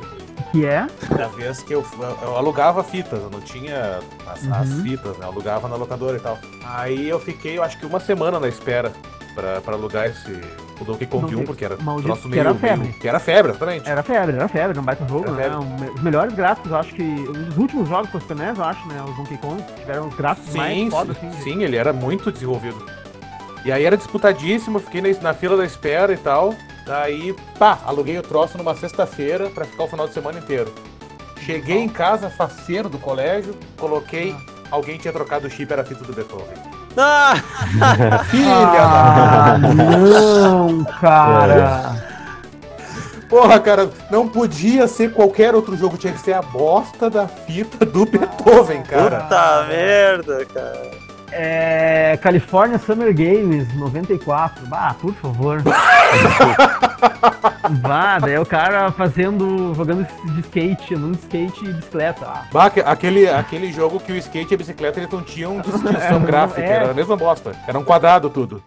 C: Que é?
B: Da vez que eu, eu alugava fitas, eu não tinha as, as
C: Uhum.
B: fitas, né? Eu alugava na locadora e tal. Aí eu fiquei, eu acho que uma semana na espera pra, pra alugar esse o Donkey Kong
C: Donkey-
B: 1, porque era
C: maldito,
B: troço
C: que
B: meio,
C: era
B: meio-
C: febre.
B: Que era febre, exatamente.
C: Era febre, era febre, era um baita jogo,
B: Era
C: né?
B: febre.
C: Um me- os melhores gráficos, eu acho que. Um dos últimos jogos que eu Super NES, eu acho, né? Os Donkey Kong tiveram os gráficos
B: Sim,
C: mais foda,
B: sim,
C: assim. de-
B: sim, ele era muito desenvolvido. E aí era disputadíssimo, eu fiquei na, na fila da espera e tal. Daí, pá, aluguei o troço numa sexta-feira pra ficar o final de semana inteiro. Cheguei em casa, faceiro do colégio, coloquei.
C: Ah.
B: Alguém tinha trocado o chip, era a fita do Beethoven.
E: Ah!
B: Filha
C: Ah, não, cara!
B: da. Porra, cara, não podia ser qualquer outro jogo, tinha que ser a bosta da fita
C: Ah.
B: do Beethoven, cara.
J: Ah.
E: Puta merda, cara.
C: É. California Summer Games 94. Bah, por favor. Bah, daí o cara fazendo. jogando de skate, andando de skate e bicicleta. Ah,
B: Bah, aque- aquele, aquele jogo que o skate e a bicicleta eles não tinham distinção gráfica,
C: é.
B: era a mesma bosta. Era um quadrado tudo.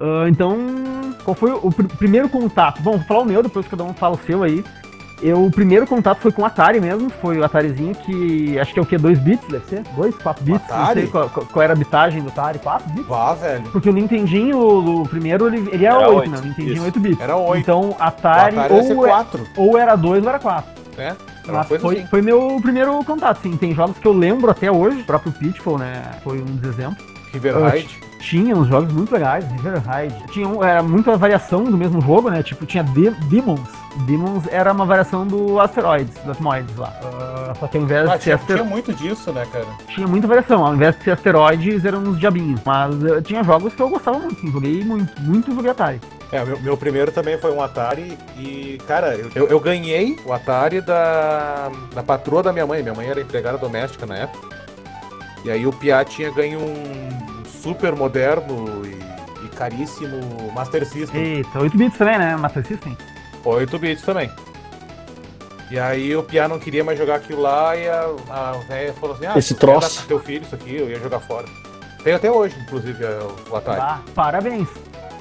C: Ah, então, qual foi o pr- primeiro contato? Bom, vou falar o meu, depois cada um fala o seu aí. Eu, o primeiro contato foi com o Atari mesmo, foi o Atarizinho que acho que é o quê? 2 bits, deve ser? 2, 4 bits,
B: Atari?
C: não sei qual, qual- qual era a bitagem do Atari, 4 bits?
B: Vá, velho.
C: Porque o Nintendinho, o, o primeiro, ele, ele era,
E: Era
C: 8,
E: oito,
C: né? O Nintendinho
E: isso.
C: 8 bits.
B: Era oito.
C: Então,
B: O
C: Atari,
B: Atari ia ser
C: ou, é-
B: 4.
C: ou era 2 ou era 4.
B: Era uma
C: Mas
B: coisa
C: foi,
B: assim.
C: foi meu primeiro contato, sim. Tem jogos que eu lembro até hoje, o próprio Pitfall, né? Foi um dos exemplos.
B: River
C: Eu
B: Raid.
C: Tinha uns jogos muito legais, River Ride. Tinha um- era muita variação do mesmo jogo, né? Tipo, tinha De- Demons. Demons era uma variação do Asteroids, do Atmoids lá. Ah, só que ao invés
B: Ah,
C: de ser
B: tinha,
C: aster...
B: tinha
C: tinha...
B: muito disso, né, cara?
C: muita variação. Ao invés de ser asteroides, eram uns diabinhos. Mas eh, tinha jogos que eu gostava muito, sim. Joguei muito, muito joguei Atari.
B: É, meu, meu primeiro também foi um Atari e, cara, eu, eu- eu ganhei o Atari da, da patroa da minha mãe. Minha mãe era empregada doméstica na época. E aí o Piá tinha ganho um super moderno e, e caríssimo Master System.
C: Eita, 8 bits também, né? Master System.
B: 8 bits também. E aí o Piá não queria mais jogar aquilo lá e a, a véia falou assim: Ah,
D: Esse
B: tu quer dar
D: troço.
B: pro teu filho isso aqui, eu ia jogar fora. Tem até hoje, inclusive, é, o Atari.
C: Bah, Ah, parabéns.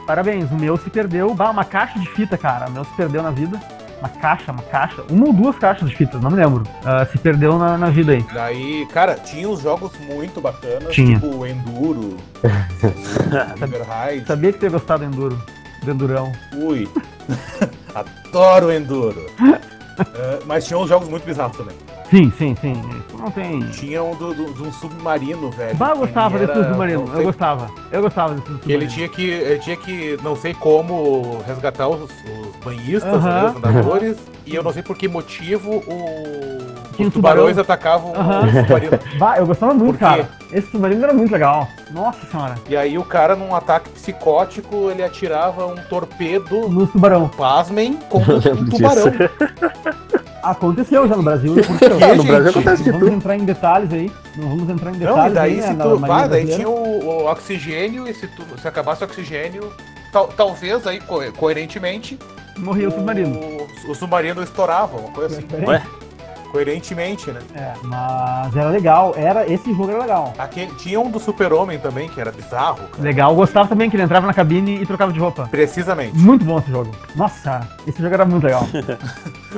C: Parabéns. O meu se perdeu. Bah, uma caixa de fita, cara. O meu se perdeu na vida. Uma caixa, uma caixa. Uma ou duas caixas de fitas, não me lembro. Ah, se perdeu na, na vida aí.
B: Daí, cara, tinha uns jogos muito bacanas,
C: Tinha.
B: tipo o Enduro, o River Raid.
C: Sabia que teria gostado do Enduro. Do Endurão.
B: Ui, adoro o Enduro. É, mas tinha uns jogos muito bizarros também.
C: Sim, sim, sim. Isso não tem.
B: Tinha um do- do- de um submarino, velho.
C: É, Bah, eu gostava
B: que um
C: desse do submarino.
B: não
C: Eu
B: sei
C: gostava. Eu gostava desse do
B: Que ele
C: submarino.
B: tinha que, ele tinha que, não sei como, resgatar os, os banhistas,
C: Aham.
B: né, os nadadores, e eu não sei por que motivo o- os
C: Tinha um tubarão.
B: tubarões atacavam
C: Aham.
B: o submarino.
C: Bah, eu gostava muito,
B: Por quê?
C: cara. Esse submarino era muito legal. Nossa senhora.
B: E aí o cara, num ataque psicótico, ele atirava um torpedo,
C: No tubarão.
B: pasmem, contra
D: Eu
B: um
D: lembro
B: tubarão.
C: Aconteceu já no Brasil. Aconteceu.
B: Que,
D: no Brasil
B: gente?
D: acontece de
C: Não vamos
D: tudo.
C: entrar em detalhes aí. Não vamos entrar em detalhes.
B: Não, e daí
C: aí,
B: se
C: né,
B: tu.
C: na
B: Bah,
C: Marinha
B: daí
C: Brasileira.
B: tinha o, o oxigênio, e se, tu, se acabasse o oxigênio, tal- talvez aí, co- coerentemente,
C: Morreu o submarino.
B: o submarino estourava, uma coisa assim.
C: Diferente.
E: Ué?
B: Coerentemente, né?
C: É, mas era legal, era, esse jogo era legal.
B: Aquele, tinha um do Super-Homem também, que era bizarro. cara.
C: Legal, gostava também que ele entrava na cabine e trocava de roupa.
B: Precisamente.
C: Muito bom esse jogo. Nossa, esse jogo era muito legal.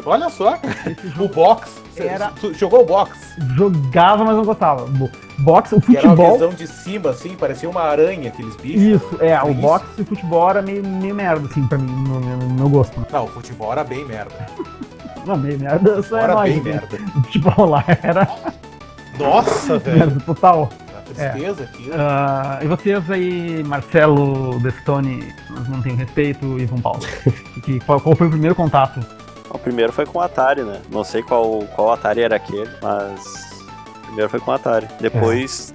B: Olha só, cara. o box. Cê-
C: Era-
B: Tu jogou o box?
C: Jogava, mas não gostava. Bo- Boxe, o
B: Que era uma
C: futebol.
B: visão de cima, assim, parecia uma aranha, aqueles bichos.
C: Isso, é, o
B: Isso.
C: boxe e o futebol era meio, meio merda, assim, pra mim, no, no- no meu gosto. né?
B: Não, o futebol era bem merda.
C: Não, meio merda, só é
B: Era bem
C: nóis. né?
B: merda.
C: O futebol lá era
B: Nossa, velho.
C: merda total.
B: A tristeza aqui. né?
C: Ah, e vocês aí, Marcelo, Destone, não tenho respeito, e Vão Paulo. que, qual, qual foi o primeiro contato?
E: O primeiro foi com o Atari, né? Não sei qual, qual Atari era aquele, mas. O primeiro foi com o Atari. Depois,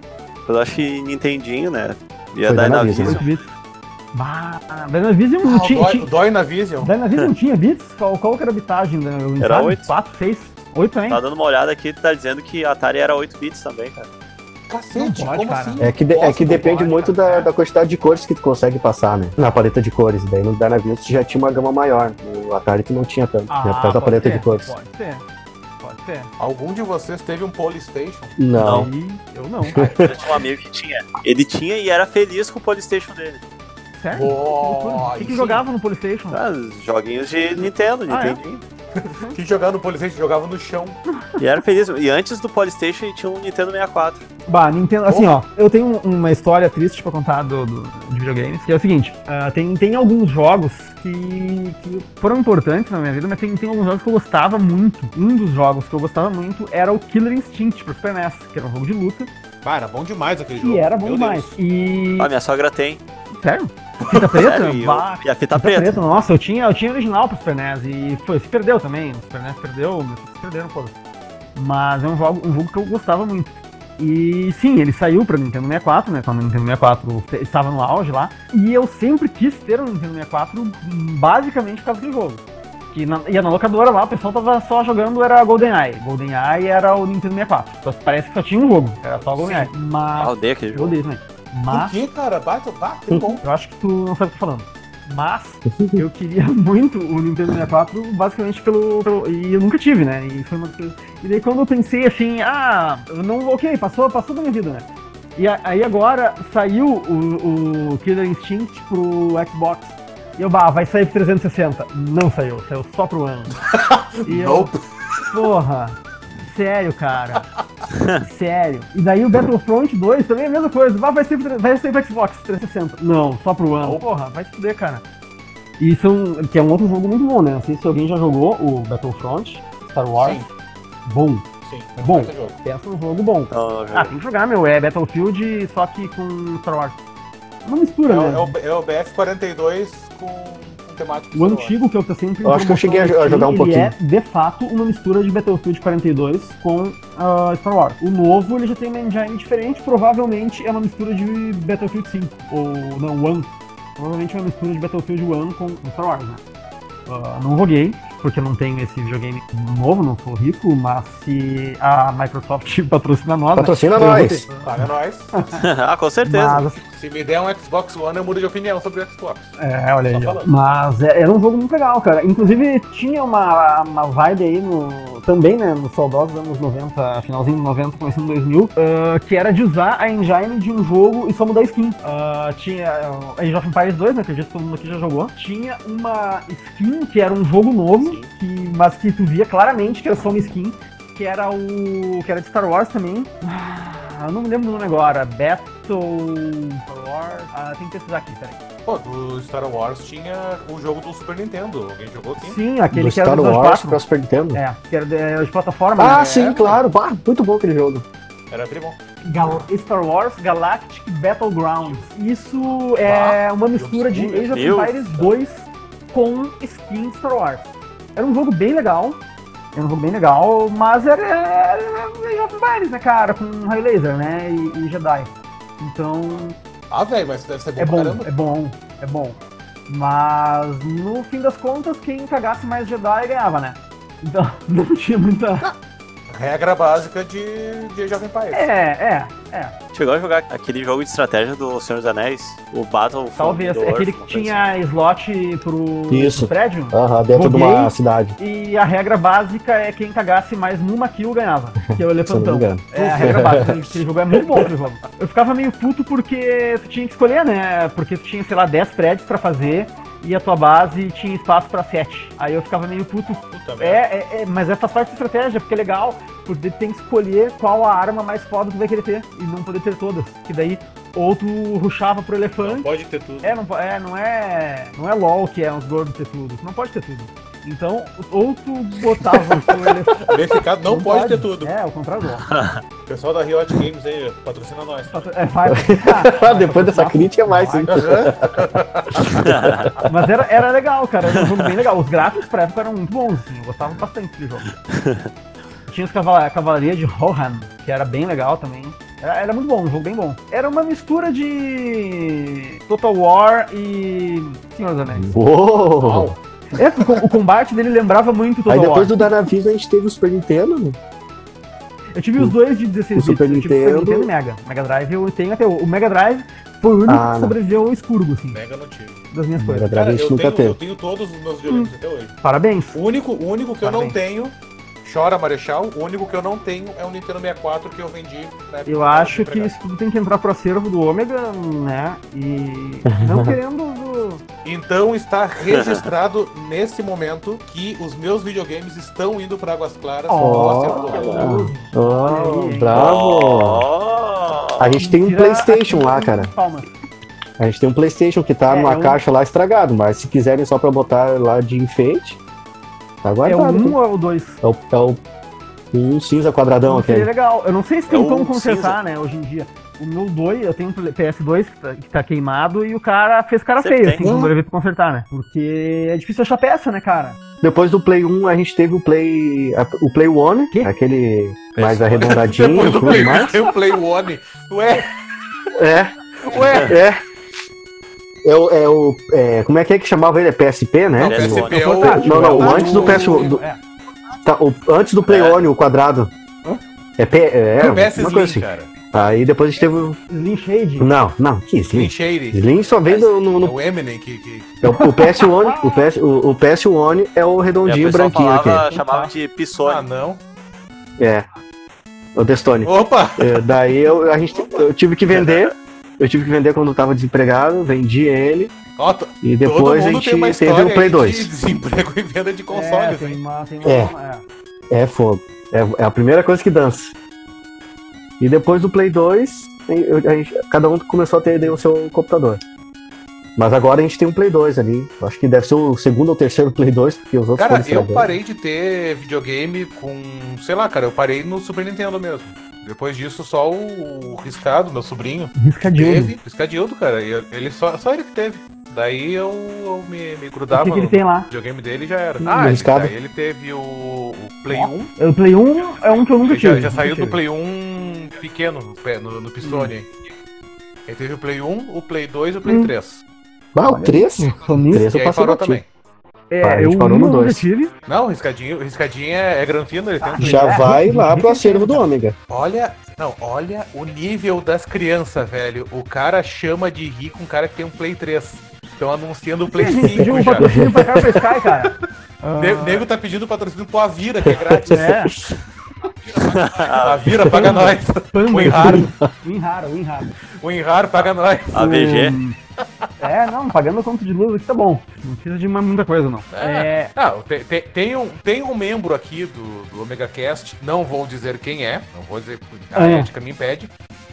J: É.
E: eu acho que Nintendinho, né? Ia
D: Foi
E: dar
D: da
E: na
D: Navision.
E: Vision.
C: 8 bits. Bah, Dynavision
B: Ah,
C: não
B: o
C: tinha.
B: dói,
C: tinha
B: o dói na Vision.
C: um Dynavision tinha bits? Qual, qual que era a bitagem? da- eu
E: Era
C: sabe?
E: oito.
C: Quatro, seis?
J: Oito também?
E: Tá dando uma olhada aqui, tá dizendo que a Atari era 8 bits também, cara.
B: Cacete,
C: Não pode,
B: como
C: cara.
B: assim?
D: É que, de- é
B: Nossa,
D: que
B: não
D: depende
B: pode,
D: muito da,
B: cara.
D: da quantidade de cores que tu consegue passar, né? Na paleta de cores. Daí no Dynavius já tinha uma gama maior. No Atari tu não tinha tanto, né? Por causa da
C: Ah, pode
D: paleta
C: ser,
D: de cores.
C: Pode ser. Pode ser.
B: Algum de vocês teve um Polystation?
D: Não.
J: Ih, Eu não.
E: Eu tinha um amigo que tinha. Ele tinha e era feliz com o Polystation dele.
J: Sério?
B: Oh,
J: O que,
B: aí
J: que
B: sim.
J: jogava no Polystation?
E: Ah, os joguinhos de Nintendo,
J: Ah, é?
E: Nintendinho.
C: né?
B: Que jogava no Polystation, jogava no chão.
E: E era feliz. E antes do Polystation ele tinha um Nintendo 64.
C: Bah, Nintendo, assim, ó, eu tenho um- uma história triste pra contar do, do- de videogames, que é o seguinte, ah, tem, tem alguns jogos que, que foram importantes na minha vida, mas tem, tem alguns jogos que eu gostava muito. Um dos jogos que eu gostava muito era o Killer Instinct pro Super NES, que era um jogo de luta,
B: Cara, bom demais aquele jogo.
C: que era bom
B: Meu
C: demais.
B: Deus.
C: E...
E: Ah, minha sogra tem.
C: Sério? Fita preta?
E: Sério, e, eu-
C: bah,
E: e a fita
C: Fita preta. Tá
E: preta.
C: Nossa, eu tinha, eu tinha original pro Super NES e foi, se perdeu também. O Super NES perdeu, meus filhos perderam, foda Mas é um jogo, um jogo que eu gostava muito. E sim, ele saiu pra Nintendo 64, né? Quando o Nintendo 64 te- estava no auge lá. E eu sempre quis ter um Nintendo 64 hum, basicamente por causa do jogo. Que na, ia na locadora lá, o pessoal tava só jogando, era GoldenEye. GoldenEye era o Nintendo 64. Só- parece que só tinha um jogo, era só o GoldenEye.
E: Ah,
C: Mas.
E: odeio aquele
C: Eu
E: jogo.
C: odeio também.
B: Por
C: Mas.
B: que, cara? Bate, bate, bom.
C: Eu acho que tu não sabe o que eu tô falando. Mas eu queria muito o Nintendo 64, basicamente pelo, pelo- E eu nunca tive, né? E foi uma das coisas. E daí quando eu pensei assim, ah, eu não. Ok, passou, passou da minha vida, né? E a- aí agora saiu o, o Killer Instinct pro Xbox. E eu, bah, vai sair pro 360. Não saiu, saiu só pro ano. E eu,
B: Nope.
C: Porra, sério, cara. sério. E daí o Battlefront 2 também é a mesma coisa. Vai, vai, ser, pro- vai ser pro Xbox 360. Não, só pro One. Porra, vai se fuder, cara. E isso é um, que é um outro jogo muito bom, né? Não sei se alguém já jogou o Battlefront, Star Wars.
B: Sim.
C: Bom,
B: Sim,
C: Bom.
B: outro jogo.
C: pensa um jogo bom.
E: Então, eu
C: Ah, tem que jogar, meu. É Battlefield, só que com Star Wars. Uma mistura,
B: É, o-
C: né?
B: é o, é o BF-42 com, com temática.
C: O antigo que eu tô sempre.
D: Eu acho que eu cheguei a jo- a jogar um
C: ele é, de fato, uma mistura de Battlefield 42 com ah, Star Wars. O novo, ele já tem uma engine diferente, provavelmente é uma mistura de Battlefield 5, ou não, One. Provavelmente é uma mistura de Battlefield 1 com com Star Wars, né? Ah, não joguei, porque não tenho esse videogame novo, não sou rico, mas se a Microsoft patrocina nós, né?
D: Patrocina
C: Eu vou
D: nós.
C: ter.
B: Paga nós.
E: ah, com certeza.
B: Tá,
C: Mas,
B: é
C: assim,
B: Se me der um Xbox One, eu mudo de opinião sobre o Xbox.
C: É, olha
B: Só
C: aí. ó.
B: falando.
C: Mas é- era um jogo muito legal, cara. Inclusive tinha uma, uma vibe aí no. Também, né, nos saudosos anos 90, finalzinho de 90, começando 2000, ah, que era de usar a engine de um jogo e só mudar a skin. Ah, tinha ah, Age of Empires 2, né, que eu acredito que todo mundo aqui já jogou. Tinha uma skin que era um jogo novo, que, mas que tu via claramente que era só uma skin, que era o. que era de Star Wars também. Ah, eu não me lembro do nome agora. Battle. Star Wars. Ah, tem que pesquisar aqui, peraí.
B: Pô, do Star Wars tinha o jogo do Super Nintendo. Alguém jogou aqui?
C: Sim, aquele
D: Do
C: que é era
D: Star
C: do
D: Wars
C: 4.
D: pra Super Nintendo.
C: É, que era de, de plataforma.
D: Ah,
C: né?
D: sim, claro. Bah, muito bom aquele jogo.
B: Era bem bom.
C: Gal- Star Wars Galactic Battlegrounds. Isso é uma mistura de Age of
E: Meu
C: Empires 2 com skin Star Wars. Era um jogo bem legal. Era um jogo bem legal, mas era, era Age of Empires, né, cara? Com Ray Laser, né? E, e Jedi. Então,
B: Ah, velho, mas deve ser bom,
C: É
B: pra
C: bom,
B: caramba.
C: é bom, é bom. Mas no fim das contas, quem cagasse mais Jedi ganhava, né? Então não tinha muita.
B: Regra básica de, de Age of Empires.
C: É, é, é.
E: Chegou a jogar aquele jogo de estratégia do Senhor dos Anéis? O Battle
C: Talvez.
E: for Middle
C: É aquele
E: Earth,
C: que
E: uma coisa
C: tinha slot pro,
D: Isso.
C: pro prédio.
D: Aham, dentro de
C: Joguei.
D: uma cidade,
C: E a regra básica é quem cagasse mais numa kill ganhava. Que é o
D: se eu não me
C: elefantão.
D: engano.
C: É, a regra básica. Aquele jogo é muito bom, aquele jogo. Eu ficava meio puto porque tu tinha que escolher, né? Porque tu tinha, sei lá, 10 prédios pra fazer e a tua base tinha espaço pra 7. Aí eu ficava meio puto.
B: Puta merda.
C: É, é, é, mas essa parte da estratégia, porque é legal, porque tu tem que escolher qual a arma mais foda tu vai querer ter e não poder ter todas. Que daí, ou tu ruxava pro elefante.
B: Pode ter tudo.
C: É, não, po- é, não é. Não é LOL que é uns gordos ter tudo. Tu não pode ter tudo. Então, ou tu botava o teu elefante.
B: Verificado não, pode, ter tudo.
C: É, ao contrário do LOL.
B: Pessoal da Riot Games aí, patrocina nós.
C: É, vai-
D: Ah, depois dessa crítica é mais, hein?
E: assim.
C: Mas era, era legal, cara. Era um jogo bem legal. Os gráficos pra época eram muito bons, assim. Eu gostava bastante do jogo. Tinha os cavala- a Cavalaria de Rohan, que era bem legal também. Era, era muito bom, um jogo bem bom. Era uma mistura de Total War e Senhor dos Anéis.
D: Uou!
C: É, o, com- o combate dele lembrava muito todo
D: Uhum. Aí depois
C: War.
D: do Danavision a gente teve o Super Nintendo, né?
C: Eu tive os dois de 16
D: o Super
C: bits, eu tive
D: Nintendo.
C: o Super Nintendo e Mega. Mega Drive eu tenho até o, o Mega Drive foi o único
D: Ah,
C: que
D: não.
C: sobreviveu ao escurgo, assim,
B: Mega não tive.
C: das minhas coisas.
D: Mega Drive a
B: eu,
D: gente
B: tenho,
D: nunca
B: eu
D: teve.
B: tenho todos os meus videogames até hoje.
C: Parabéns.
B: O único, o único que eu não
C: Parabéns.
B: tenho, chora Marechal, o único que eu não tenho é o Nintendo 64 que eu vendi. né? na época
C: Eu
B: tava
C: acho que
B: desempregado.
C: isso tudo tem que entrar pro acervo do Ômega, né? E não querendo o-
B: Então está registrado nesse momento que os meus videogames estão indo para Águas Claras.
C: Ó,
B: Nossa, eu tô doido.
C: um
D: Oh,
C: aí, hein?
D: bravo!
E: Oh!
D: A gente tem um
C: Tira
D: Playstation
C: a-
D: lá, cara.
C: Palmas.
D: A gente tem um Playstation que tá
C: É,
D: numa
C: é um-
D: caixa lá estragado, mas se quiserem só pra botar lá de enfeite, tá
C: É
D: guardado.
C: o 1 ou é o 2?
D: É o, é o- um cinza quadradão
C: Seria
D: aquele.
C: legal. Eu não sei se
E: É
C: tem
E: um
C: como consertar, né, hoje em dia. O meu 2, eu tenho um PS2 que tá, que tá queimado e o cara fez cara
E: Sempre
C: feia,
E: tem.
C: assim, quando eu levei pra consertar, né? Porque é difícil achar peça, né, cara?
D: Depois do Play 1 a gente teve o Play. a- o Play One,
C: Quê?
D: aquele
B: Play
D: mais
B: One.
D: arredondadinho
B: Depois
D: e
B: do
D: tudo
B: Play, um?
D: mais.
B: tem o Play One. Ué,
D: É,
B: ué.
D: é. É o. É o é, como é que é que chamava ele? É PSP, né?
E: Não,
D: O-
E: PSP.
B: é o-
C: portátil,
D: Não, não,
C: portátil,
D: antes do PS do-
C: Tipo, É.
D: tá, o- antes do Play
E: É.
D: One, o quadrado. É, P, é,
B: o PS
D: uma coisa
B: Slim,
D: assim.
B: cara.
D: Aí depois a gente teve. o-
C: Slim Shade.
D: Não, não, que Slim.
B: Slim Shady.
D: Slim só vem do, no, no
B: É o Eminem que... que...
D: É o, o PS1, o PS, o, o PS1 é
C: um
D: o
E: E a
D: redondinho
E: pessoa
D: branquinho
E: falava, chamava
C: Tá.
E: de
B: Ah,
E: Pissone.
B: não.
D: aqui. É. O Destone.
B: Opa!
D: É, daí eu, a gente, eu tive que vender. Eu tive que vender quando eu tava desempregado, vendi ele.
B: Ó, t-
D: E
B: todo
D: depois a
B: mundo
D: gente
B: tem uma
D: teve
B: história
D: o Play
B: aí
D: 2.
B: de desemprego e venda de
C: É,
B: consoles,
C: tem
B: hein?
C: uma, tem uma,
D: É.
C: é.
D: É fogo. É, é a primeira coisa que dança. E depois do Play 2, tem- eu- a gente- cada um começou a ter daí, o seu computador. Mas agora a gente tem um Play 2 ali. Eu Acho que deve ser o segundo ou terceiro Play 2, porque os outros
B: Cara,
D: foram
B: eu
D: estragados.
B: parei de ter videogame com. Sei lá, cara, eu parei no Super Nintendo mesmo. Depois disso, só o, o Riscado, meu sobrinho,
C: Riscadildo.
B: teve. Riscadildo, cara. e Ele só, só ele que teve. Daí eu, eu me, me
C: O
B: grudava
C: que, que ele
B: no
C: tem lá?
B: videogame dele e já era.
D: Hum,
B: Ah, ele,
D: Riscado.
B: daí ele teve o, o Play 1.
C: O Play 1 é um que eu nunca
B: Ele
C: tive.
B: já, já saiu
C: nunca
B: do
C: tive.
B: Play 1 pequeno, no, pé- no, no Pistone. hein? Ele teve o Play 1, o Play 2 e o Play
C: Hum.
B: 3.
D: Ah, o 3?
C: Falando nisso,
D: Três
B: E
D: eu
B: aí
D: passei
B: parou
D: batido.
B: também.
D: Ah, a
C: É,
D: gente
C: eu
D: parou no
C: um nunca
D: dois.
C: tive.
B: Não, o Riscadinho, o Riscadinho é, é granfino,
C: Tá.
B: ele tem um Play
C: É.
D: Já vai lá pro acervo do Ômega.
B: Olha, não, olha o nível das crianças, velho. O cara chama de rico um cara que tem um Play 3. Estão anunciando o Play
C: Pediu
B: 5
C: um
B: já.
C: patrocínio pra cá pra Sky, cara. Ah,
B: Ne- Nego tá pedindo patrocínio pro Avira, que é grátis.
C: É,
B: Avira, paga nós. O Inhar,
C: Winrar, Winrar.
B: o Inhar, paga nós.
C: Ah,
E: AVG.
C: É, não, pagando o conto de luz aqui tá bom. Não precisa de mais muita coisa, não. É,
B: Não, Ah, te- te- tem, um, tem um membro aqui do, do OmegaCast, não vou dizer quem é, não vou dizer, a
C: Ah, é.
B: ética me impede,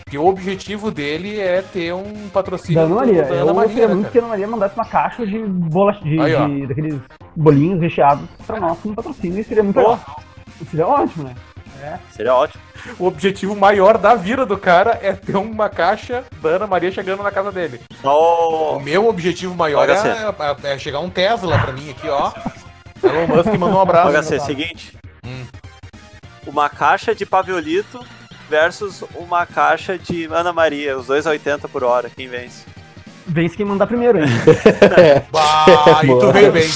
B: que o objetivo dele é ter um patrocínio
C: da Ana Maria. é
B: do- da
C: Eu
B: Ana Maria,
C: queria
B: né,
C: muito
B: cara?
C: que a Ana Maria mandasse uma caixa de bolas, de,
B: Aí, ó.
C: de- daqueles bolinhos recheados pra nós com patrocínio. Isso seria muito
E: Pô.
C: legal. Isso seria ótimo, né?
E: Seria ótimo.
B: O objetivo maior da vida do cara é ter uma caixa da Ana Maria chegando na casa dele. O
E: Oh,
B: meu objetivo maior
E: Olha
B: é,
E: só.
B: é- é chegar um Tesla pra mim aqui, ó. Elon Musk mandou um
C: Tá,
B: abraço.
E: olha assim, é o seguinte.
B: Hum.
E: Uma caixa de paviolito versus uma caixa de Ana Maria, os dois a 80 por hora, quem vence?
C: Vence quem mandar primeiro, hein?
B: Bah, e tu
D: Boa.
B: veio bem.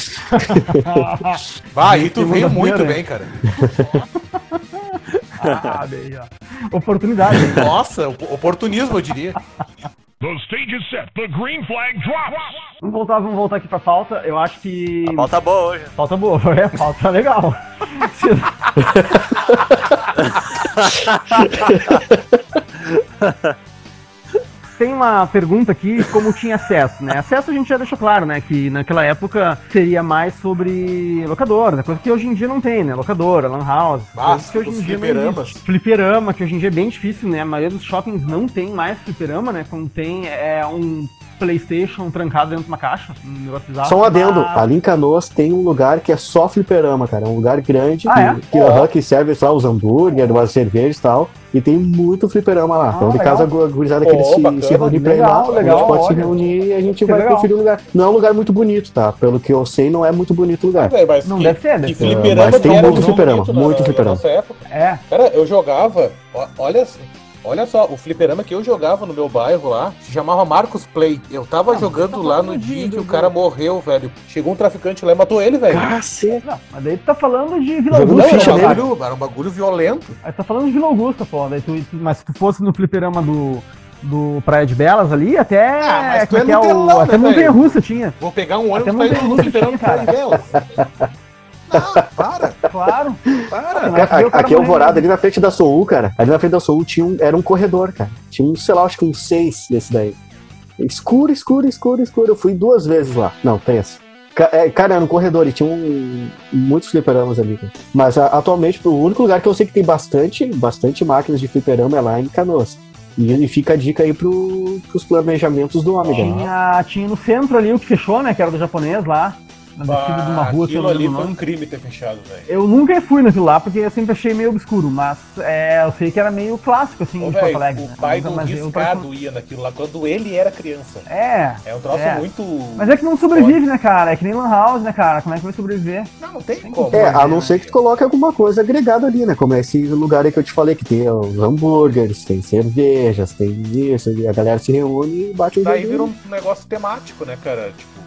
B: Bah, e tu
C: Quem
B: veio
C: manda
B: muito
C: primeiro,
B: bem, cara.
C: ah, bem, ó. Oportunidade.
B: Nossa, op- oportunismo, eu diria.
K: The stage is set. The green flag drops.
C: Vamos voltar, vamos voltar aqui pra pauta. Eu acho que.
E: A pauta é boa hoje.
C: Falta boa, é, falta legal. Tem uma pergunta aqui, como tinha acesso, né? Acesso a gente já deixou claro, né? Que naquela época seria mais sobre locadora, né? Coisa que hoje em dia não tem, né? Locadora, lan house.
B: Bah,
C: coisas que hoje
B: os
C: em dia não
B: fliperamas.
C: Fliperama, que hoje em dia é bem difícil, né? A maioria dos shoppings não tem mais fliperama, né? Quando tem, é um Playstation trancado dentro de uma caixa. Um negócio bizarro. Ah,
D: Só um adendo,
C: Mas-
D: ali em Canoas tem um lugar que é só fliperama, cara. É um lugar grande
C: Ah,
D: que,
C: é?
D: que, aham, que serve lá os hambúrguer, umas cervejas e tal. E tem muito fliperama lá.
C: Ah,
D: então, de
C: legal.
D: casa, a gurizada que
B: Ó,
D: eles se,
B: bacana,
D: se reunir pra ir
C: legal,
D: lá, a
C: legal,
D: gente pode se
C: olha.
D: reunir e a gente
C: Que
D: vai
C: legal.
D: conferir o lugar. Não é um lugar muito bonito, tá? Pelo que eu sei, não é muito bonito o lugar.
B: mas
C: Não deve ser, deve
B: que
C: ser.
B: fliperama
D: né? mas tem
B: não era
D: muito
B: tão
D: fliperama,
B: bonito na-
D: muito
B: na
D: fliperama.
B: nossa época.
C: É.
B: Cara, eu jogava, ó- olha assim, Olha só, o fliperama que eu jogava no meu bairro lá se chamava Marcos Play. Eu tava jogando
C: tá
B: lá
C: falando
B: no
C: de-
B: dia
C: do-
B: que o cara morreu, velho. Chegou um traficante lá e matou ele, velho.
D: Cacete.
C: Não, mas daí tu tá falando de Vila
D: Jogou
B: Não,
C: Augusta,
B: era,
D: ficha
B: um
C: cara.
D: nele.
B: bagulho, era um bagulho violento.
C: Aí tá falando de Vila Augusta, pô. Daí tu, tu- mas se tu fosse no fliperama do, do Praia de Belas ali, até.
B: Ah, mas tu
C: como
B: é
C: que o-
B: Nutelão, né,
C: Até Montanha
B: velho?
C: Russa tinha.
B: Vou pegar um ônibus
C: Até
B: pra ir
C: mandei
B: no
C: no
B: fliperama
C: Twitter, cara.
B: pra Deus. Não, para,
C: Claro.
B: para.
C: Mas daí o cara
D: Aqui
C: morreu.
D: é Alvorada, ali na frente da Soul, cara. Ali na frente da Soul tinha um, era um corredor, cara. Tinha um, sei lá, acho que um seis desse daí. Escuro, escuro, escuro, escuro. Eu fui duas vezes lá. Não, três. Ca- é, Cara, era um corredor e tinha um- muitos fliperamas ali. cara. Mas a- atualmente, o único lugar que eu sei que tem bastante, bastante máquinas de fliperama é lá em Canoas. E, e fica a dica aí pro, pros planejamentos do
C: Ah,
D: homem, cara.
C: Tinha, tinha no centro ali o que fechou, né? Que era do japonês lá. Na descida de uma rua, sei
B: aquilo
C: lá,
B: ali
C: do
B: foi
C: nome.
B: um crime ter fechado, velho.
C: Eu nunca fui naquilo lá, porque eu sempre achei meio obscuro, mas é, eu sei que era meio clássico, assim,
B: Ô,
C: de Porto
B: velho,
C: Alegre. né?
B: o pai um
C: Mas-
B: do
C: mas eu-
B: riscado ia naquilo lá quando ele era criança.
C: É,
B: É um troço
C: É.
B: muito.
C: mas é que não sobrevive, né, cara? É que nem Lan House, né, cara? Como é que vai sobreviver?
B: Não, não tem como. né?
D: É, a não ser que tu coloque alguma coisa agregada ali, né? Como é esse lugar aí que eu te falei, que tem os hambúrgueres, tem cervejas, tem isso, e a galera se reúne e bate um
B: Daí
D: joguinho.
B: vira um negócio temático, né, cara? Tipo,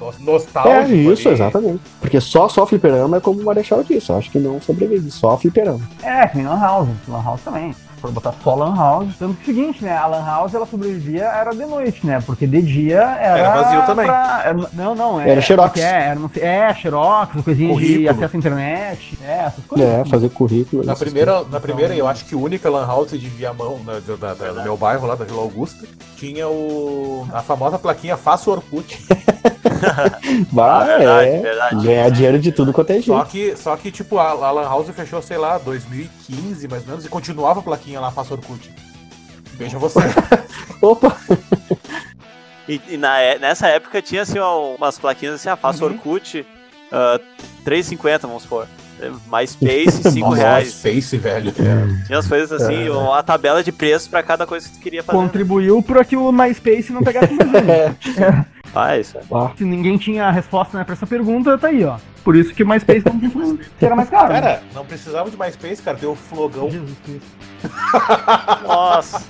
B: nos-
D: É,
B: nostálgico.
D: isso,
B: ali.
D: exatamente. Porque só só fliperama é como o Marechal disse, eu acho que não sobrevive, só fliperama.
C: É, que nem Lan House. Lan House também. Se for botar só Lan House. Tanto que é o seguinte, né? A Lan House, ela sobrevivia, era de noite, né? Porque de dia era...
B: Era vazio também.
C: pra- era- não, não.
D: Era xerox.
C: É, era, não sei- é, xerox, coisinha de
B: Currículo.
C: acesso à internet. É, essas coisas.
D: É, fazer currículo.
B: Na
D: essas
B: primeira, na primeira, eu acho que única lan house de Viamão, na, da, da- da- do meu bairro lá, da Vila Augusta, tinha o a famosa plaquinha Faça Orkut.
D: coisas. Bah,
B: Ah,
E: verdade,
D: é,
E: verdade.
D: ganhar dinheiro de tudo quanto é
B: Só
D: jeito.
B: que, só que tipo, a, a lan house fechou, sei lá, 2015, mais ou menos, e continuava a plaquinha lá Faça Orkut. Veja você.
D: Opa,
E: E, e na é- nessa época tinha assim ó, umas plaquinhas assim, ah, faça
B: Uhum.
E: Orkut, ah, 3,50, vamos supor. Eh, MySpace, 5 reais.
B: Space, velho.
D: É.
E: Tinha as coisas assim, uma tabela de preço pra cada coisa que tu queria fazer.
C: Contribuiu pra que o MySpace não pegasse mais um.
E: Ah, isso. é.
C: Se ninguém tinha a resposta né, pra essa pergunta, tá aí, ó. Por isso que o MySpace não tinha funcionado, que era mais caro. né?
B: Cara, não precisava de mais Space, cara, deu o flogão.
C: Jesus Cristo.
E: Nossa.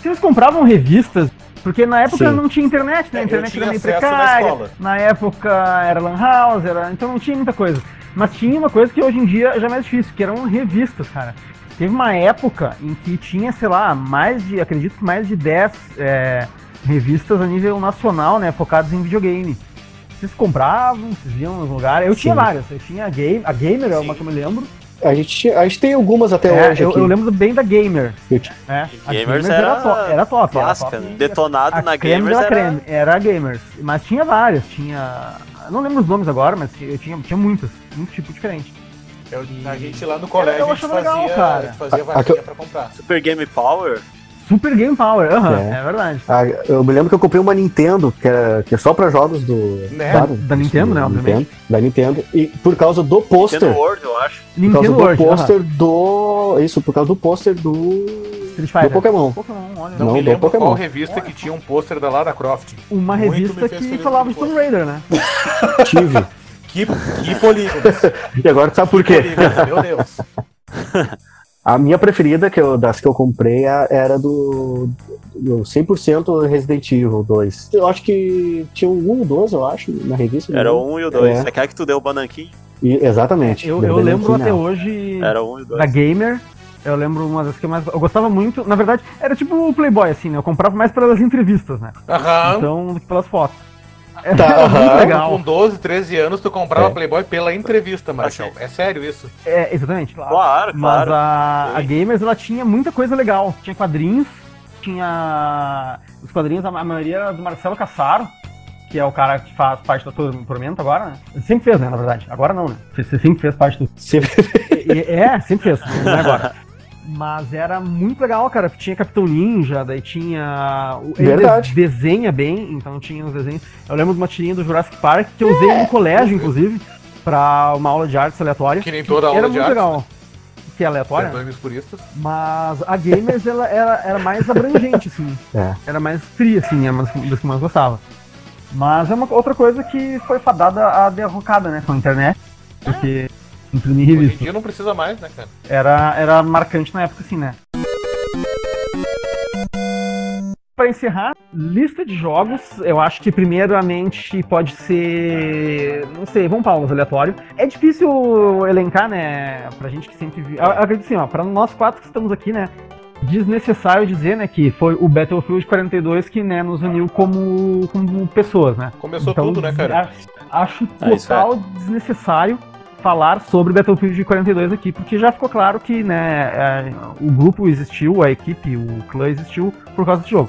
C: Vocês compravam revistas? Porque na época
D: Sim.
C: não tinha internet, né?
B: É,
C: A
B: Eu
C: internet
B: tinha
C: era meio
B: acesso na
C: precária.
B: escola.
C: Na, época era Lan House, era... então não tinha muita coisa. Mas tinha uma coisa que hoje em dia já é mais difícil, que eram revistas, cara. Teve uma época em que tinha, sei lá, mais de, acredito que mais de 10 é, revistas a nível nacional, né? Focadas em videogame. Vocês compravam, vocês iam nos lugares. Eu tinha
D: Sim.
C: várias. Eu tinha a, game, a Gamer, é uma
E: Sim.
C: que eu me lembro.
D: a gente, tinha- a gente tem algumas até
C: É,
D: hoje
C: eu,
D: aqui.
C: eu lembro bem da Gamer.
D: Eu ti-
C: É, a
E: Gamers
C: Gamers
E: era
C: era top. Era top.
E: Clássica, né?
C: era top.
E: detonado
C: A
E: na
C: creme
E: Gamers
C: da
E: era...
C: creme, era a Gamers. Mas tinha várias, tinha. eu Não lembro os nomes agora, mas eu tinha, tinha muitas, muito tipo diferente.
B: Eu, a gente lá no colégio,
C: Eu
B: a gente
C: achava legal,
B: fazia,
C: cara.
B: a gente fazia
D: A- a que
B: vaquinha pra comprar.
E: Super Game Power?
C: Super Game Power, aham,
D: É.
C: é. verdade.
D: Ah, eu me lembro que eu comprei uma Nintendo, que, era, que é só pra jogos do.
B: Né?
C: Da Nintendo, né, obviamente.
D: Nintendo, da Nintendo. E por causa do
E: Nintendo
D: pôster.
E: World, eu acho.
D: Por causa
C: Nintendo
D: do
C: World, aham.
D: pôster do. Isso, por causa do pôster do.
C: Street
D: do
C: Fighter.
D: Pokémon.
C: Pokémon, olha.
B: Não,
D: Não,
B: me
D: do
B: lembro
D: Pokémon.
B: qual revista que tinha um pôster da Lara Croft.
C: Uma
B: Muito me
C: revista
B: fez
C: que
B: feliz
C: falava de
B: quando
C: Tomb Raider, né?
D: Tive.
B: Que, que polígonos.
D: E agora tu sabe por quê?
B: polígonos, meu Deus.
D: A minha preferida que eu- das que eu comprei a- era do, do 100% Resident Evil 2. Eu acho que tinha um ou dois, eu acho, na revista.
E: Era um.
D: né?
E: o 1 e o 2.
D: É.
E: Aquela que tu deu o bananquinho?
D: E- exatamente.
C: Eu,
D: da
C: eu
D: Belém
C: lembro até
D: Final.
C: hoje
E: Era o 1 e o
C: da
E: 2.
C: Gamer. Eu lembro uma das que eu mais. Eu gostava muito. Na verdade, era tipo o Playboy, assim, né? Eu comprava mais pelas entrevistas, né?
B: Aham.
C: Então, do que pelas fotos.
D: Tá,
C: era muito
D: aham.
C: legal.
B: Com 12, 13 anos, tu comprava
D: É.
B: Playboy pela entrevista, Marshall. É sério isso?
C: É, exatamente. Claro.
E: Claro,
C: Mas
E: claro.
C: a, a
E: Sim.
C: Gamers ela tinha muita coisa legal. Tinha quadrinhos, tinha. Os quadrinhos, a ma- a maioria era do Marcelo Cassaro, que é o cara que faz parte da Turma do Tormento agora, né? Ele sempre fez, né, na verdade. Agora não, né? Você você sempre fez parte do.
D: Sempre-
C: E- e- é, sempre fez, não é agora. Mas era muito legal, cara. porque Tinha Capitão Ninja, daí tinha. o- Ele
D: Verdade.
C: des- desenha bem, então tinha os desenhos. Eu lembro de uma tirinha do Jurassic Park que eu usei
D: É,
C: no colégio, inclusive, pra uma aula de artes aleatória.
B: Que nem toda
C: Era
B: aula de
C: muito
B: arte.
C: legal. Que é aleatória.
B: Perdoe-me os puristas.
C: Mas a Gamers ela era, era mais abrangente, assim.
D: É.
C: Era mais fria, assim, era uma das das que eu mais gostava. Mas é uma outra coisa que foi fadada a derrocada, né, com a internet. Porque imprimir
B: Hoje em
C: revista
B: dia não precisa mais, né, cara?
C: era, era marcante na época, assim, né? pra encerrar, lista de jogos, eu acho que primeiramente pode ser. Não sei, vamos para os aleatório. É difícil elencar, né? Pra gente que sempre. vi- Eu, eu acredito assim, ó, pra nós quatro que estamos aqui, né? Desnecessário dizer, né, que foi o Battlefield 42 que né, nos uniu como, como pessoas, né?
B: Começou tudo, né, cara?
C: a- Acho
E: Ah, isso é.
C: total desnecessário falar sobre Battlefield 42 aqui, porque já ficou claro que né, é, o grupo existiu, a equipe, o clã existiu por causa do jogo.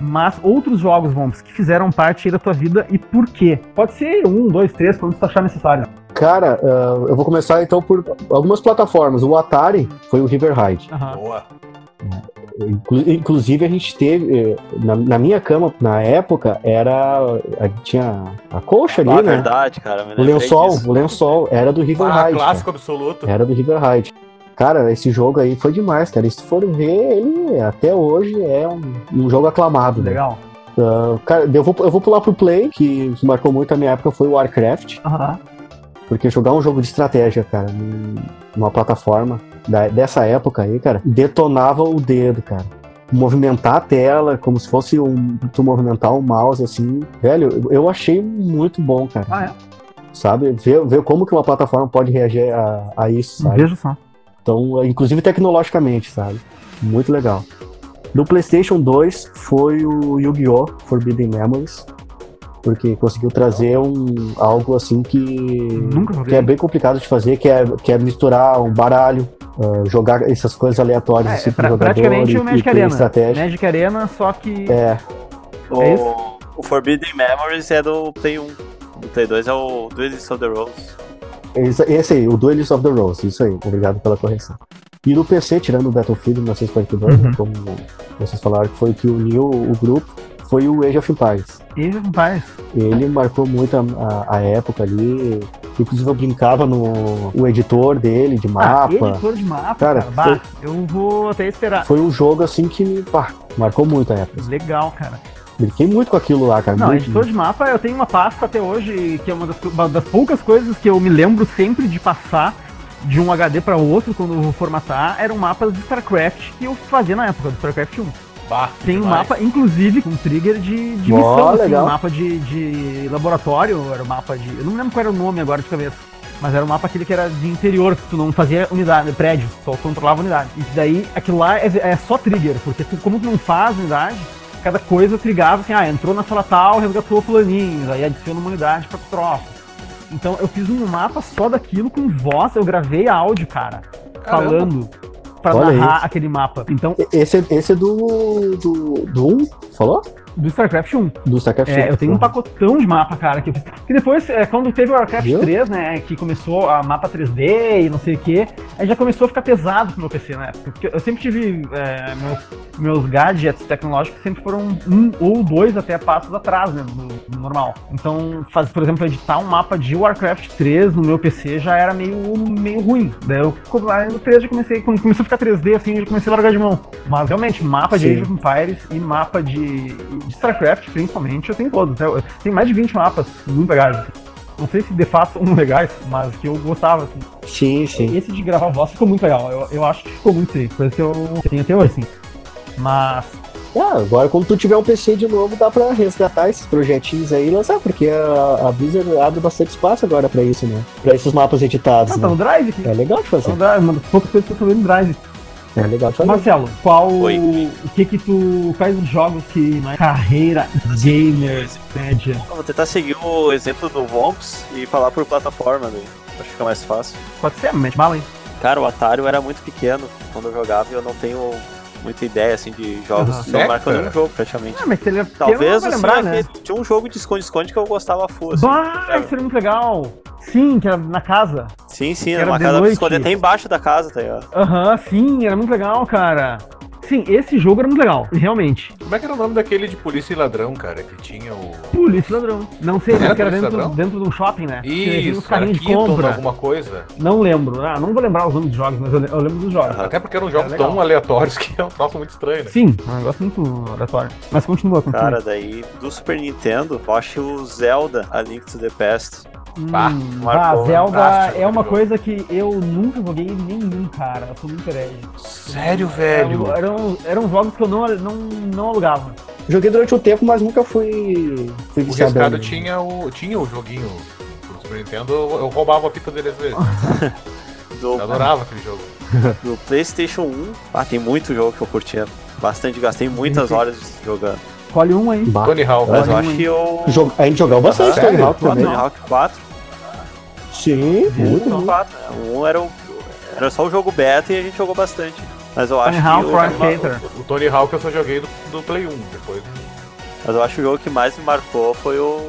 C: Mas outros jogos, Vomps, que fizeram parte aí da tua vida e por quê? Pode ser um, dois, três, quando tu achar necessário.
D: Cara, ah, eu vou começar então por algumas plataformas. O Atari foi o River Ride.
C: é.
B: Boa.
D: Inclu- Inclusive, a gente teve. eh, Na, na minha cama, na época, era. a- tinha a colcha ali,
E: Ah,
D: né?
E: verdade, cara. me
D: O
E: lembrei
D: lençol,
E: disso.
D: o lençol, era do River
B: Ah,
D: Ride. cara.
B: clássico absoluto.
D: Era do River Ride. Cara, esse jogo aí foi demais, cara. E se for ver, ele até hoje é um, um jogo aclamado. né?
C: Legal.
D: Cara, eu vou, eu vou pular pro Play, que marcou muito a minha época, foi o Warcraft.
C: Aham.
D: Porque jogar um jogo de estratégia, cara, num- numa plataforma da- dessa época aí, cara, detonava o dedo, cara. Movimentar a tela, como se fosse um, tu movimentar o mouse, assim. Velho, eu- eu achei muito bom, cara.
C: Ah, é?
D: Sabe? Ver, ver como que uma plataforma pode reagir a, a isso, sabe?
C: Veja Um só.
D: Então, inclusive tecnologicamente, sabe? Muito legal. No PlayStation 2 foi o Yu-Gi-Oh! Forbidden Memories, porque conseguiu trazer um, algo assim que,
C: Nunca
D: que
C: joguei.
D: é bem complicado de fazer, que é, que é misturar um baralho, ah, jogar essas coisas aleatórias
C: É,
D: assim, pro
C: pra-
D: jogador
C: praticamente um né?
D: e,
C: o Magic
D: e criar
C: Arena.
D: estratégia.
C: Magic Arena, só que.
D: É,
E: O,
C: É
E: o Forbidden Memories é do Play 1. O Play 2 é o Duelist of the Rose.
D: esse, esse aí, o Duelist of the Rose, isso aí, obrigado pela correção. E no PC, tirando o Battlefield 1942, né,
C: Uhum.
D: como vocês falaram, que foi o que uniu o grupo, foi o Age of Empires.
C: Teve um paz.
D: Ele marcou muito a, a- a época ali. Inclusive eu brincava no o editor dele de
C: Ah,
D: mapa.
C: editor de mapa, cara.
D: Cara,
C: Bah, eu vou até esperar.
D: Foi um jogo assim que pá, marcou muito a época.
C: Legal, cara.
D: Brinquei muito com aquilo lá, cara.
C: Não,
D: muito,
C: editor de mapa, eu tenho uma pasta até hoje, que é uma das, uma das poucas coisas que eu me lembro sempre de passar de um HD pra outro quando eu vou formatar, eram mapas de StarCraft que eu fazia na época, do StarCraft 1.
B: Bah,
C: Tem um
B: demais.
C: mapa, inclusive, com trigger de, de
D: Ó,
C: missão, assim,
D: legal.
C: um mapa de, de laboratório, era um mapa de... Eu não me lembro qual era o nome agora de cabeça. Mas era um mapa aquele que era de interior, que tu não fazia unidade, prédio, só controlava unidade. E daí, aquilo lá é, é só trigger, porque tu, como tu não faz unidade, cada coisa trigava assim, ah, entrou na sala tal, resgatou fulaninho, aí adiciona uma unidade pra tropa. Então eu fiz um mapa só daquilo com voz, eu gravei áudio, cara,
B: Caramba.
C: falando, pra
D: Olha
C: narrar
D: isso.
C: aquele mapa. Então,
D: E- Esse, esse é do. do. do 1? Falou?
C: do StarCraft 1.
D: Do StarCraft
C: É, eu tenho um
D: Uhum.
C: pacotão de mapa, cara, que eu fiz. Que depois, é, quando teve o Warcraft
D: Viu?
C: 3, né, que começou a mapa 3D e não sei o quê, aí já começou a ficar pesado pro meu PC, né? Porque eu sempre tive. é, meus, meus gadgets tecnológicos sempre foram um ou dois até passos atrás, né, do, do normal. Então, faz, por exemplo, editar um mapa de Warcraft 3 no meu PC já era meio, meio ruim. Daí eu, co- aí no 3 já comecei, quando começou a ficar 3D assim, eu já comecei a largar de mão. Mas realmente, mapa de
D: Sim.
C: Age of Empires e mapa de, de StarCraft, principalmente, eu tenho todos. né? Eu tenho mais de 20 mapas muito legais. assim. Não sei se de fato são legais, mas que eu gostava. Assim.
D: Sim, sim.
C: Esse de gravar voz ficou muito legal. Eu, eu acho que ficou muito sim. Coisa que eu tenho até hoje, assim. Mas.
D: Ah, agora quando tu tiver um PC de novo, dá pra resgatar esses projetinhos aí e lançar, porque a, a Blizzard abre bastante espaço agora pra isso, né? Pra esses mapas editados.
C: Ah, tá no
D: né?
C: Drive aqui.
D: É legal de
C: Tá no
D: fazer.
C: Drive, uma das poucas coisas que eu tô vendo no Drive. Então,
D: É legal de fazer.
C: Marcelo, qual.
E: Oi.
C: O que que tu. Quais os jogos que mais. Carreira gamer média.
E: Eu vou tentar seguir o exemplo do Vomps e falar por plataforma, né? Acho que fica mais fácil.
C: Pode ser, mete bala, hein?
E: Cara, o Atari eu era muito pequeno quando eu jogava e eu não tenho muita ideia, assim, de jogos.
C: Aham.
E: Não
B: É,
E: marco nenhum
B: cara?
E: um jogo, praticamente.
C: Ah, mas se ele é pequeno, não
E: Talvez,
C: vai
E: assim,
C: lembrar, né?
E: aquele- tinha um jogo de esconde-esconde que eu gostava full, assim.
C: Bah, isso era muito legal. Sim, que era na casa.
E: Sim, sim,
C: Era
E: era uma
C: de
E: casa pra
C: noite.
E: esconder até embaixo da casa, tá ligado?
C: Aham, sim, era muito legal, cara. Sim, esse jogo era muito legal, realmente.
B: Como é que era o nome daquele de polícia e ladrão, cara? Que tinha o.
C: Polícia e ladrão. Não sei,
B: Era
C: mas que era
B: polícia e
C: dentro,
B: ladrão?
C: dentro de um shopping, né? Que tinha uns
B: Isso, era
C: carrinhos de
B: Keaton,
C: compra.
B: alguma coisa.
C: Não lembro, ah, não vou lembrar os nomes dos jogos, mas eu, le- eu lembro dos jogos.
E: Aham.
B: Até porque eram
C: Era
B: jogos
C: legal.
B: tão aleatórios que é um troço muito estranho, né?
C: Sim, é um negócio muito aleatório. Mas continua, continua.
E: Cara, daí do Super Nintendo, eu acho o Zelda A Link to the Past.
C: Hum,
B: pá,
C: ah,
B: marcou,
C: Zelda
B: fantástico
C: é uma
B: jogo.
C: coisa que eu nunca joguei nenhum, cara. Eu sou muito herege.
B: Sério,
C: Eu- Eram, eram jogos que eu não, não, não alugava.
D: Joguei durante um tempo, mas nunca fui, fui né?
B: O
D: viciado.
B: Riscado
D: nele.
B: tinha o, tinha o joguinho do Super Nintendo, eu eu roubava a fita dele às vezes.
E: Do,
B: Eu adorava aquele jogo.
E: do PlayStation 1, ah, tem muito jogo que eu curtia. Bastante, gastei muitas horas jogando.
C: Escolhe um aí.
D: Bah.
B: Tony Hawk.
E: Mas eu
C: Olha,
E: acho que eu.
D: Jog- A gente jogava bastante
B: Ah, Sério?
D: Tony Hawk também.
E: Tony Hawk 4.
D: Sim,
C: Uhum.
D: muito.
E: São quatro, né? Um era, o, era só o jogo beta e a gente jogou bastante. Mas eu acho
C: Tony Hawk
E: que.
C: Pro
E: O,
C: Skater.
B: O Tony Hawk eu só joguei do, do Play 1 depois.
E: mas eu acho que o jogo que mais me marcou foi o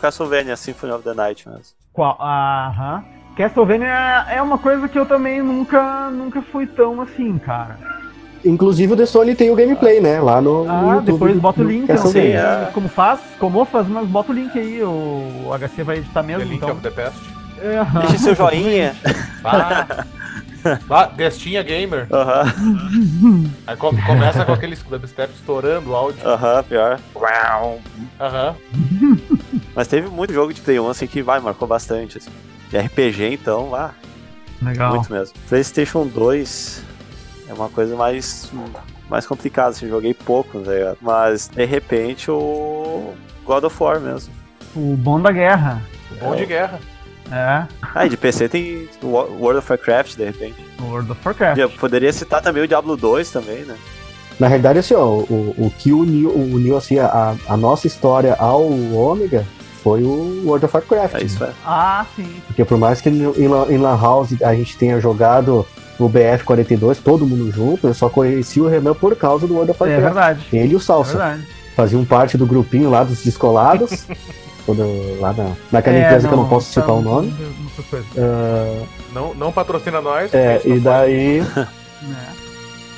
E: Castlevania Symphony of the Night mesmo.
C: Qual? Aham. Castlevania é uma coisa que eu também nunca, nunca fui tão assim, cara.
D: Inclusive o The Sony tem o gameplay, né? Lá no. no
C: Ah,
D: YouTube.
C: depois bota o link.
D: Quer
C: eu não
E: sim,
C: sei
D: saber?
E: é.
C: Como faz, como faz, mas bota o link aí, o HC vai editar
B: The
C: mesmo,
B: Link
C: então.
B: of the Past.
C: É, aham.
E: Deixa seu joinha.
B: Ah, ah Destinha Gamer.
E: Aham,
B: Aí come- começa com aqueles dubstep estourando o áudio.
E: aham, pior.
B: Aham.
E: Mas teve muito jogo de Play 1 assim que vai, marcou bastante. Assim. De RPG então, ah,
C: Legal.
E: muito mesmo. PlayStation 2 é uma coisa mais, mais complicada, assim, joguei pouco, tá ligado? Mas de repente o God of War mesmo.
C: O bom da guerra.
B: Bom de guerra.
C: É,
E: Ah, e de PC tem o World of Warcraft, de repente.
C: o World of Warcraft.
E: Eu poderia citar também o Diablo 2 também, né?
D: Na realidade, assim, ó, o, o que uniu, uniu assim, a, a nossa história ao Ômega foi o World of Warcraft. né?
E: É isso, é.
C: Ah, sim.
D: Porque por mais que no- em La, em Lan House a gente tenha jogado o BF-42, todo mundo junto, eu só conheci o Renan por causa do World of
C: É
D: Warcraft.
C: verdade.
D: Ele e o
C: É
D: Salsa
C: verdade.
D: faziam parte do grupinho lá dos descolados, quando, lá na, naquela
C: É,
D: empresa que eu não posso citar
C: tá então
D: o nome.
C: muitas coisas.
B: Não, não patrocina nós.
D: É,
B: porque
D: e
B: isso
D: daí.
C: É.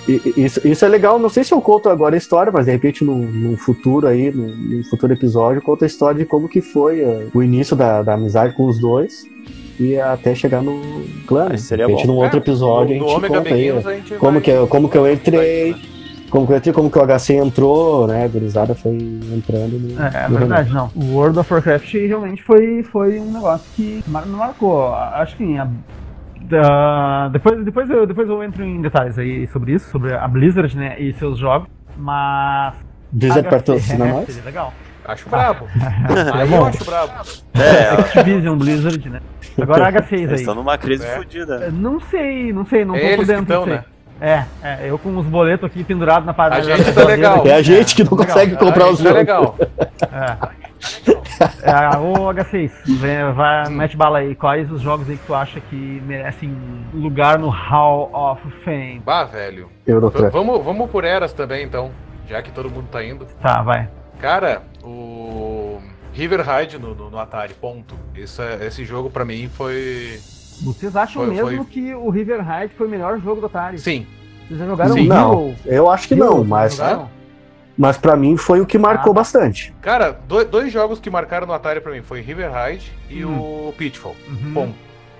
D: E- e- Isso, isso é legal, não sei se eu conto agora a história, mas de repente no, no futuro aí, no, no futuro episódio, eu conto a história de como que foi eh, o início da, da amizade com os dois e até chegar no clã.
E: Ah,
D: né?
E: isso seria
D: de repente
E: bom.
D: num
B: É,
D: outro episódio
B: no,
D: a
B: no
D: gente
B: Omega
D: conta aí,
B: Beginners
D: né?
B: a gente
D: como
B: vai- né?
D: que eu- como que eu entrei,
B: vai-
D: como que eu entrei, como que o HC entrou, né? A gurizada foi entrando no.
C: É, é
D: no
C: verdade, não. O World of Warcraft realmente foi, foi um negócio que mar me marcou. Acho que a- da- depois, depois, eu, depois eu entro em detalhes aí sobre isso, sobre a Blizzard né, e seus jogos. Mas. HC,
D: Blizzard patrocina
C: é,
D: nós.
C: seria Legal.
B: Acho brabo. Aí eu acho brabo.
E: É,
C: Activision, Blizzard, né?
D: Então,
C: Agora H6
E: eles estão
C: aí.
E: numa crise
B: É.
E: fodida.
C: É, Não sei, não sei, não tô
B: É eles
C: por
B: que
C: dentro.
B: estão,
C: não sei.
B: né?
C: É, é, eu com os boletos aqui pendurados na parada.
B: A gente
C: na
B: tá
C: geladeira
B: legal.
C: aqui.
D: É a gente que não
C: Legal.
D: consegue comprar
B: Ah,
D: os
B: isso é
D: jogos.
B: legal.
C: É. É, ô H6, vem, vai, mete bala aí. Quais os jogos aí que tu acha que merecem lugar no Hall of Fame?
B: Bah, velho.
D: Eu não
B: V-
D: tra-
B: Vamos, vamos por eras também, então. Já que todo mundo tá indo.
C: Tá, vai.
B: Cara, o. River Raid no, no, no Atari, ponto. Isso é- esse jogo pra mim foi.
C: Vocês acham
B: Foi-
C: mesmo que o River Raid foi o melhor jogo do Atari?
B: Sim.
C: Vocês já jogaram
B: Sim.
C: o
D: Não.
C: Hero?
D: Eu acho que
C: Hero,
D: não,
C: vocês
D: mas, né?
C: jogaram?
D: mas pra mim foi o que marcou
C: Ah.
D: bastante.
B: Cara, do- dois jogos que marcaram no Atari pra mim foi River Raid e o Pitfall.
C: Uhum.
B: Bom,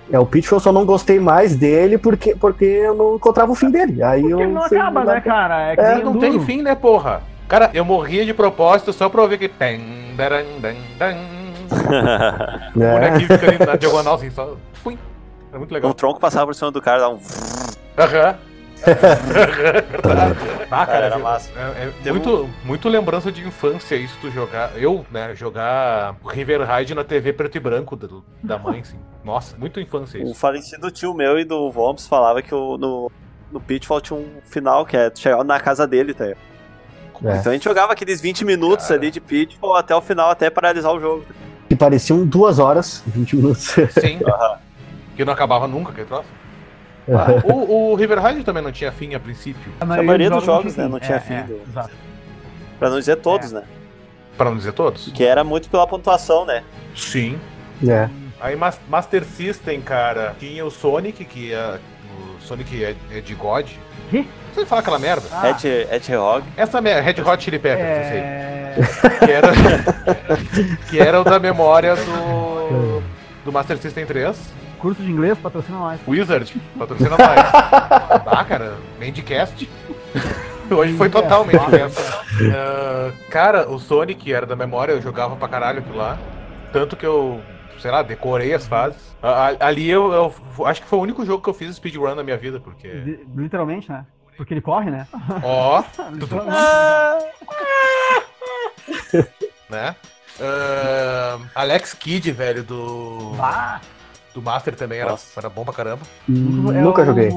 D: É, o Pitfall eu só não gostei mais dele porque, porque eu não encontrava o fim dele. Aí
C: Porque
D: eu
C: não
D: sei
C: acaba,
D: lá.
C: né, cara? É que
D: É,
C: nem
B: não
C: Enduro.
B: tem fim, né, porra? Cara, eu morria de propósito só pra ouvir que. Tem, daran, dan, dan. O
D: É,
B: bonequinho fica ali na diagonal assim, só. Fui. É muito
E: O
B: legal.
E: Um tronco passava por cima do cara, dava um.
B: Aham. ah,
E: Cara,
B: cara,
E: era
B: eu-
E: massa.
B: É, é
E: Tem um-
B: muito, muito lembrança de infância isso, tu jogar. Eu, né, jogar River Raid na TV preto e branco do- da mãe, assim. Nossa, muito infância
E: O
B: É isso.
E: falecido tio meu e do Vomps falava que o, no, no Pitfall tinha um final que é tu chegar na casa dele, tá? ligado?
D: É.
E: Então a gente jogava aqueles 20 minutos
B: Cara.
E: ali de Pitfall até o final, até paralisar o jogo.
D: que pareciam duas horas, 20 minutos.
B: Sim. que não acabava nunca, que troço. Ah, o, o River Raid também não tinha fim a princípio.
E: A maioria dos jogos, né,
C: não
E: não
C: tinha fim. É,
E: tinha fim do-
C: é, exato.
E: Pra não dizer todos, né?
B: Pra não dizer todos.
E: Que era muito pela pontuação, né?
B: Sim.
D: É.
B: Aí Mas- Master System, cara, tinha o Sonic, que é. O Sonic é, é de God.
C: Quê?
B: Você fala aquela merda?
C: Ah,
E: Ed Hedgehog.
B: Essa merda, Red Hot Chili Peppers, eu sei.
C: é...
B: que era, que era o da memória do, do Master System 3.
C: Curso de inglês patrocina nós.
B: Wizard, patrocina mais. Ah, cara, Mandcast. Hoje foi total Mandcast. Ah, cara, o Sonic era da memória, eu jogava pra caralho aquilo lá. Tanto que eu, sei lá, decorei as fases. A- a- Ali eu, eu acho que foi o único jogo que eu fiz speedrun na minha vida, porque.
C: Li- Literalmente, né? Porque ele corre, né?
B: Ó,
C: Literalmente.
B: né? Ah, Alex Kidd, velho, do,
C: Ah,
B: do Master também era,
E: Nossa.
B: era bom pra caramba.
C: eu-
D: Nunca joguei.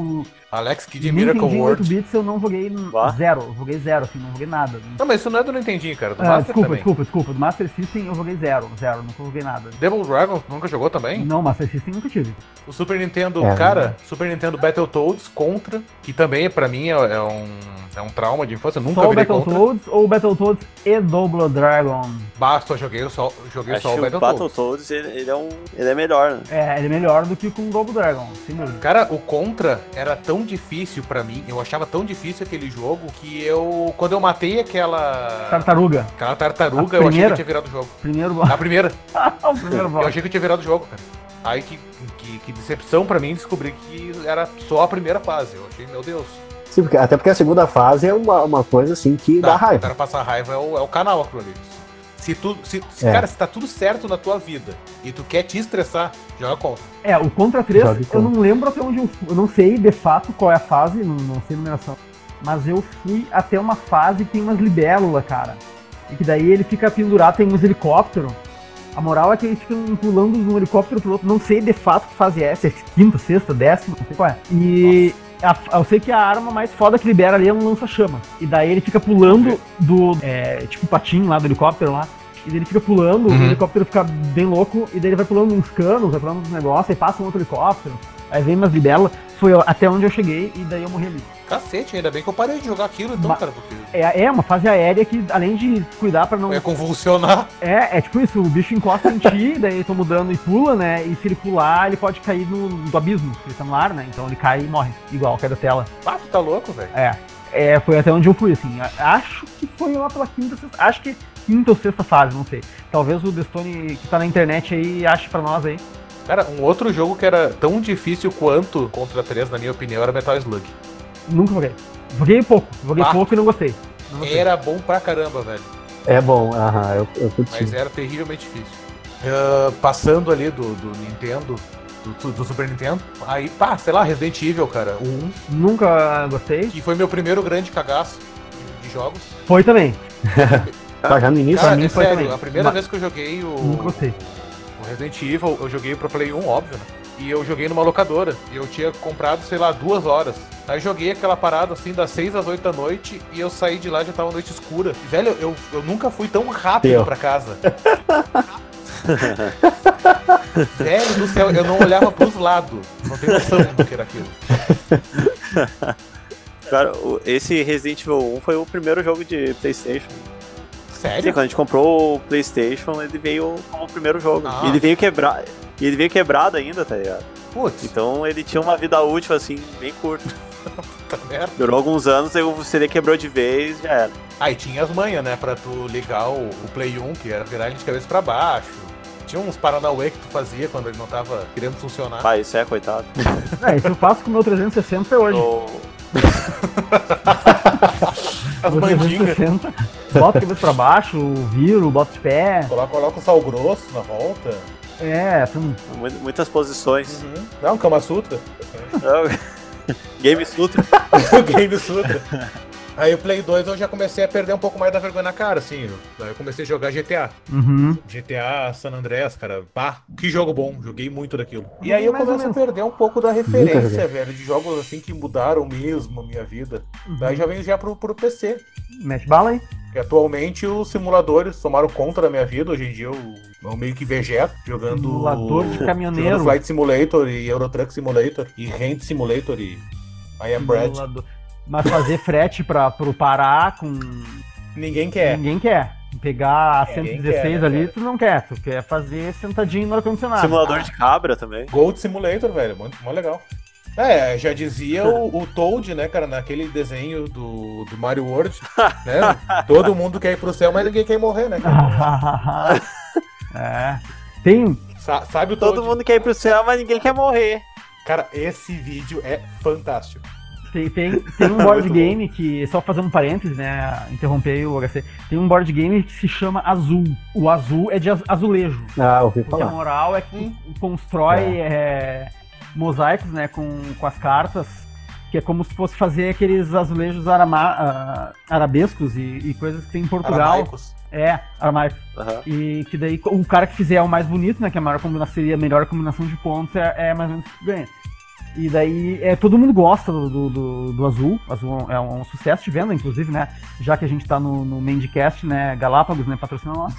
B: Alex Kidd e
C: Nintendo
B: Miracle
C: em 8
B: World.
C: bits eu não joguei
E: Vá.
C: zero. Eu joguei zero, assim, não joguei nada.
B: Não, mas isso não é do Nintendinho, cara, do
C: Ah,
B: Master
C: desculpa,
B: também.
C: desculpa, desculpa. Do Master System eu joguei zero, zero, nunca joguei nada.
B: Devil Dragon nunca jogou também?
C: Não, Master System nunca tive.
B: O Super Nintendo,
D: É.
B: cara, Super Nintendo Battletoads contra, que também pra mim é, é um, é um trauma de infância, eu nunca
C: só o
B: virei contra.
C: Battletoads ou o Battletoads e Double Dragon?
B: Bah, só joguei, só, joguei
E: Acho
B: só
E: que
B: o
E: o
B: Battletoads.
E: Battletoads, ele, ele é um, ele é melhor, né?
C: É, ele é melhor do que com o Double Dragon, sem dúvida.
B: Cara, o Contra era tão difícil pra mim, eu achava tão difícil aquele jogo que eu, quando eu matei aquela
C: Tartaruga,
B: aquela tartaruga, eu achei
C: A
B: que
C: primeira?
B: eu tinha virado o jogo.
C: primeiro boss.
B: Na primeira,
C: o primeiro
B: eu
C: boss.
B: achei que eu tinha virado o jogo, cara. Aí que, que, que decepção pra mim descobrir que era só a primeira fase. Eu achei, meu Deus.
D: Sim, porque- até porque a segunda fase é uma, uma coisa assim que dá
B: Tá,
D: raiva.
B: Para passar raiva é o, é o canal aquilo ali. Se tu, se, se-
D: É.
B: Cara, se tá tudo certo na tua vida e tu quer te estressar, joga contra.
C: É, o Contra 3,
D: Jogue
C: eu
D: Contra.
C: não lembro até onde eu fui. Eu não sei de fato qual é a fase, não, não sei a numeração. Mas eu fui até uma fase que tem umas libélulas, cara. E que daí ele fica pendurado, tem uns helicópteros. A moral é que eles ficam pulando de um helicóptero pro outro. Não sei de fato que fase é, se é quinta, sexta, décima, não sei qual é. E a- eu sei que a arma mais foda que libera ali é um lança-chama. E daí ele fica pulando do. É, tipo o patinho lá do helicóptero lá. E daí ele fica pulando,
B: Uhum.
C: o helicóptero fica bem louco, e daí ele vai pulando uns canos, vai pulando uns negócios, aí passa um outro helicóptero, aí vem umas libelas. Foi até onde eu cheguei e daí eu morri ali.
B: Cacete, ainda bem que eu parei de jogar aquilo então,
C: Ma-
B: cara, porque
C: É, é uma fase aérea que, além de cuidar pra não.
B: eu ia convulsionar.
C: É, é tipo isso, o bicho encosta em ti, daí tô mudando e pula, né? E se ele pular, ele pode cair no, do abismo, porque ele tá no ar, né? Então ele cai e morre, igual, cai da tela.
B: Ah, tu tá louco, velho.
C: É. É, foi até onde eu fui, assim. A- Acho que foi lá pela quinta, sexta, acho que quinta ou sexta fase, não sei. Talvez o Destone que tá na internet aí ache pra nós aí.
B: Cara, um outro jogo que era tão difícil quanto Contra 3, na minha opinião, era Metal Slug.
C: Nunca joguei. Joguei pouco, joguei
B: Ah.
C: pouco e não gostei. Não gostei.
B: Era bom pra caramba, velho.
D: É bom, aham, eu, eu curti.
B: tá. Mas é, era terrivelmente difícil. Ah, passando ali do, do Nintendo, do, do Super Nintendo, aí, pá, sei lá, Resident Evil, cara, o 1,
C: Nunca gostei.
B: que foi meu primeiro grande cagaço de- de jogos.
C: Foi também.
D: Tá já no início,
B: Cara,
C: mim
B: é
C: foi
B: sério,
C: também.
B: a primeira
C: Mas-
B: vez que eu joguei o,
C: Nunca gostei.
B: o Resident Evil, eu joguei pro Play 1, óbvio, né? E eu joguei numa locadora. E eu tinha comprado, sei lá, duas horas. Aí joguei aquela parada assim das 6 às 8 da noite e eu saí de lá já tava noite escura. E, velho, eu, eu nunca fui tão rápido
D: Teu.
B: pra casa. velho do céu, eu não olhava pros lados. Não tenho noção do que era aquilo.
E: Cara, o- esse Resident Evil 1 foi o primeiro jogo de Playstation. Sim,
B: Sério?
E: quando a gente comprou o Playstation, ele veio como o primeiro jogo.
B: Ah.
E: E ele veio quebrado. E ele veio quebrado ainda, tá ligado?
B: Putz,
E: Então ele tinha uma vida útil, assim, bem curta.
B: tá merda.
E: Durou alguns anos, aí o CD quebrou de vez, já era.
B: Aí tinha as manhas, né? Pra tu ligar o, o Play 1, que era virar ele de cabeça pra baixo. Tinha uns Paranauê que tu fazia quando ele não tava querendo funcionar.
E: Ah, isso é, coitado. Então,
C: É, isso eu faço com o meu 360 até hoje.
E: Eu-
B: As
C: Meu
B: mandingas.
C: 360. Bota a cabeça pra baixo, viro, bota de pé.
B: Coloca, coloca o sal grosso na volta.
C: É, assim,
E: mu- Muitas posições.
B: Não, é um Kama Sutra.
E: Eu- Game Sutra.
B: Game Sutra. Aí o Play 2 eu já comecei a perder um pouco mais da vergonha na cara, assim. Eu- Daí eu comecei a jogar GTA.
C: uhum.
B: GTA San Andreas, cara. Pá, que jogo bom. Joguei muito daquilo. E aí eu
C: Mais ou
B: começo a
C: menos.
B: perder um pouco da
D: Nunca
B: referência,
D: joguei.
B: velho, de jogos assim que mudaram mesmo a minha vida. Daí já venho já pro, pro PC.
C: Mete bala aí.
B: E atualmente os simuladores tomaram conta da minha vida. Hoje em dia eu, eu meio que vegeto jogando.
C: Simulador de caminhoneiro.
B: Jogando Flight Simulator e Euro Truck Simulator e Hand Simulator e I Am Bread.
C: Simulador. Mas fazer frete pra, pro Pará com.
B: Ninguém quer.
C: Ninguém quer. Pegar a
B: É. Ninguém
C: 116
B: quer, né,
C: ali,
B: cara?
C: tu não quer. Tu quer fazer sentadinho no
B: Ah, tá.
C: ar-condicionado.
E: Simulador de cabra também.
B: Gold Simulator, velho, muito, mó legal. É, já dizia o, o Toad, né, cara, naquele desenho do, do Mario World, né? Todo mundo quer ir pro céu, mas ninguém quer morrer, né? cara?
C: é. Tem.
B: Sa- sabe o Toad?
E: Todo mundo quer ir pro céu, mas ninguém quer morrer.
B: Cara, esse vídeo é fantástico.
C: Tem, tem, tem um board game que, só fazer um parênteses, né? Interromper o HC. Tem um board game que se chama Azul. O azul é de az- azulejo.
D: Ah, ouvi
C: Porque a
D: falar.
C: moral
B: É.
C: é que tu constrói é, mosaicos, né? Com, com as cartas que é como se fosse fazer aqueles azulejos arama- ah, arabescos e, e coisas que tem em Portugal.
B: Aramaicos.
C: É, aramaico.
E: Aham.
C: E que daí o cara que fizer o mais bonito, né? Que a maior combinação seria a melhor combinação de pontos, é, é mais ou menos que ganha. E daí é, todo mundo gosta do, do, do- do azul. O azul é um sucesso de venda, inclusive, né? Já que a gente tá no, no Mendcast, né? Galápagos, né? Patrocina nós.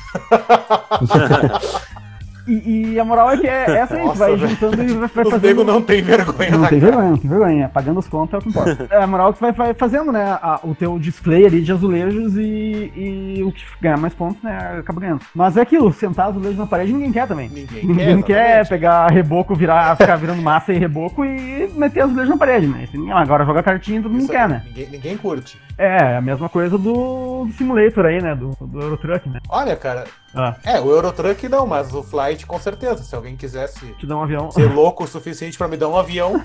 C: e, e a moral é que é essa aí, tu
B: Nossa,
C: vai
B: velho.
C: juntando e vai, vai um-
B: Os nego
C: fazendo.
B: não tem vergonha
C: Não
B: na
C: tem vergonha, não tem vergonha. Pagando as contas é o que importa. É a moral que tu vai, vai fazendo, né? a- o teu display ali de azulejos e, e o que ganhar mais pontos, né? Acaba ganhando. Mas é aquilo, sentar azulejo na parede ninguém quer também.
B: Ninguém,
C: Ninguém quer né?
B: exatamente.
C: pegar reboco, virar, ficar virando massa e reboco e meter azulejo na parede, né? Isso ninguém- Agora joga cartinha e todo mundo
B: Isso aí,
C: quer, né?
B: Ninguém, ninguém curte.
C: É, a mesma coisa do, do simulator aí, né? Do, do Eurotruck, né?
B: Olha, cara.
C: Ah.
B: É, o Eurotruck não, mas o Flight com certeza. Se alguém quisesse
C: Te dá um avião.
B: ser louco o suficiente pra me dar um avião,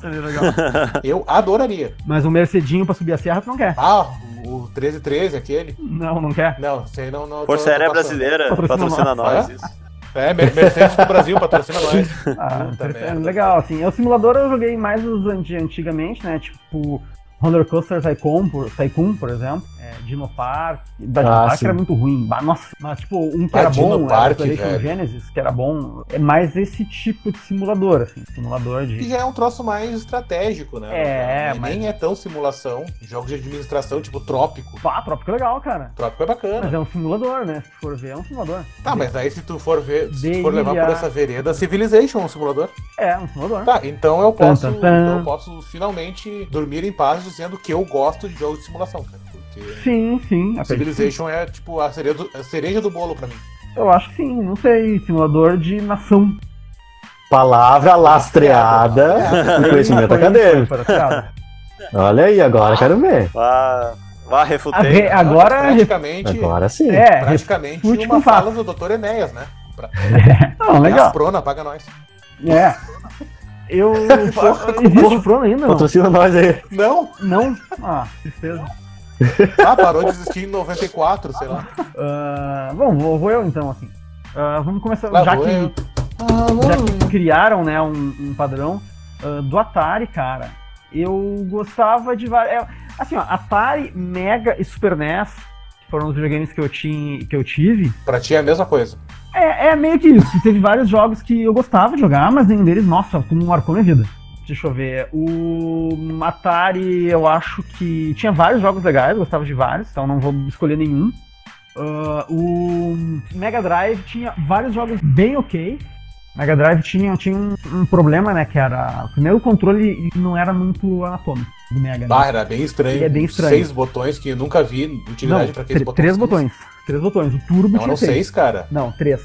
C: Seria legal.
B: eu adoraria.
C: Mas um Mercedinho pra subir a serra tu não quer.
B: Ah, o 1313, aquele.
C: Não, não quer.
B: Não, sei não. não tô-
E: Força
B: tô
E: Aérea
B: passando.
E: Brasileira,
C: Patrocina
E: patrocina
B: nós.
E: nós. isso.
B: É, Mer- Mercedes do Brasil, patrocina nós.
C: Ah,
B: Puta
C: prefere-
B: merda.
C: legal, assim. O simulador eu joguei mais os anti- antigamente, né? Tipo Roller Coaster Tycoon, por, Tycoon, por exemplo. É, Dino Park. Da Dino Park
D: Ah, sim.
C: era muito ruim. Bah, nossa, mas tipo, um que
B: Ah,
C: era
B: Dino
C: bom,
B: Park,
C: era o Exploration
B: velho.
C: Genesis, que era bom. É mais esse tipo de simulador, assim. Simulador
B: Que
C: de.
B: já é um troço mais estratégico, né?
C: É,
B: nem,
C: mas-
B: nem é tão simulação. Jogo de administração, tipo Trópico.
C: Pá, trópico é legal, cara.
B: Trópico é bacana.
C: Mas é um simulador, né? Se tu for ver, é um simulador.
B: Tá, mas aí se tu for ver, se tu for
C: Delícia.
B: levar por essa vereda, Civilization é um simulador.
C: É, um simulador.
B: Tá, então eu posso,
C: Tan, tan, tan.
B: então eu posso finalmente dormir em paz dizendo que eu gosto de jogos de simulação, cara. Porque
C: Sim, sim. acredito.
B: Civilization é tipo a cereja do, a cereja do bolo pra mim.
C: Eu acho que sim, não sei. Simulador de nação.
D: Palavra lastreada do conhecimento
C: É. Foi- foi
D: acadêmico.
C: para piada.
D: Olha aí, agora
B: Ah,
D: quero ver.
E: Vá, vá,
C: A
E: refutei.
C: re- Agora,
B: tá? praticamente,
D: Agora sim.
C: é,
B: praticamente
C: refute
B: uma
C: com fato.
B: fala do Dr. Enéas, né? Pra,
C: não, legal.
B: Asprona, paga nós.
C: É. Eu. Existe Prono ainda? Não?
D: Patrocina nós aí.
B: Não,
C: não? Ah, tristeza.
B: ah, parou de existir em 94, sei lá.
C: Ah, bom, vou, vou eu então, assim. Ah, vamos começar.
B: Lá
C: já,
B: vou eu.
C: que, já que criaram né, um, um padrão ah, do Atari, cara, eu gostava de várias. Assim, ó, Atari, Mega e Super NES foram os videogames que eu, tinha, que eu tive.
B: Pra ti é a mesma coisa.
C: É, é meio que isso. Teve vários jogos que eu gostava de jogar, mas nenhum deles, nossa, como marcou minha vida. Deixa eu ver. O Atari, eu acho que tinha vários jogos legais, gostava de vários, então não vou escolher nenhum. Ah, o Mega Drive tinha vários jogos bem ok. Mega Drive tinha, tinha um, um problema, né? Que era. O primeiro controle não era muito anatômico do Mega. Né?
B: Bah, era bem estranho.
C: Ele é bem estranho.
B: Seis botões que eu nunca vi utilidade
C: Não,
B: pra aqueles
C: tre-
B: botões.
C: três botões. Três botões. O Turbo
B: Não,
C: tinha
B: eram
C: seis.
B: seis, cara.
C: Não, três.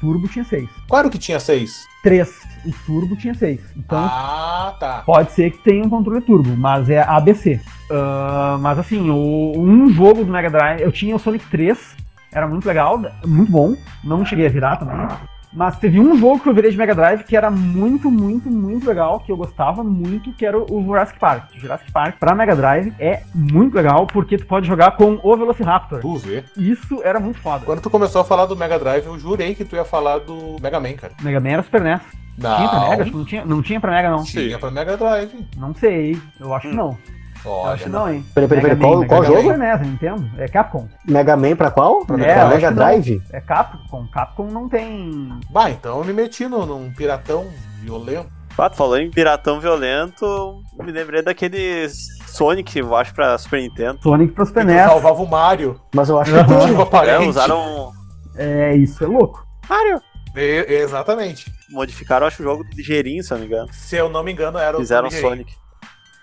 C: Turbo tinha seis.
B: Claro que tinha seis.
C: 3. O turbo tinha 6. Então
B: Ah, tá.
C: pode ser que tenha um controle turbo, mas é ABC. Ah, mas assim, o, um jogo do Mega Drive, eu tinha o Sonic 3, era muito legal, muito bom. Não cheguei a virar também. Mas teve um jogo que eu virei de Mega Drive que era muito, muito, muito legal, que eu gostava muito, que era o Jurassic Park. O Jurassic Park pra Mega Drive é muito legal, porque tu pode jogar com o Velociraptor.
B: Tu vê.
C: Isso era muito foda.
B: Quando tu começou a falar do Mega Drive, eu jurei que tu ia falar do Mega Man, cara.
C: Mega Man era Super NES. Tinha pra Mega?
B: Não.
C: Acho que Não tinha, não tinha pra Mega, não.
B: Tinha pra Mega Drive.
C: Não sei, eu
B: Hum.
C: acho que não. Eu acho
B: Olha.
C: que não, hein?
D: Peraí, peraí,
C: Mega
D: peraí, qual-
C: Man,
D: qual
C: Mega Man
B: jogo?
C: É NES, Nintendo. É Capcom.
D: Mega Man pra qual? Pra
C: É, eu
D: Mega
C: acho que não.
D: Drive?
C: É Capcom. Capcom não tem.
B: Bah, então eu me meti no, num piratão violento.
E: Ah, tu falou em piratão violento, me lembrei daquele Sonic, eu acho, pra Super Nintendo.
C: Sonic pro
B: Que
C: Super
B: tu
C: NES.
B: salvava o Mario.
D: Mas eu acho que
C: Aham.
B: Cultivo
E: É,
B: aparente.
E: usaram,
C: É, isso é louco.
B: Mario. E- exatamente.
E: modificaram, acho, o jogo do ligeirinho, se eu não me engano.
B: Se eu não me engano, era o
E: Fizeram
B: Sonic.
E: Sonic.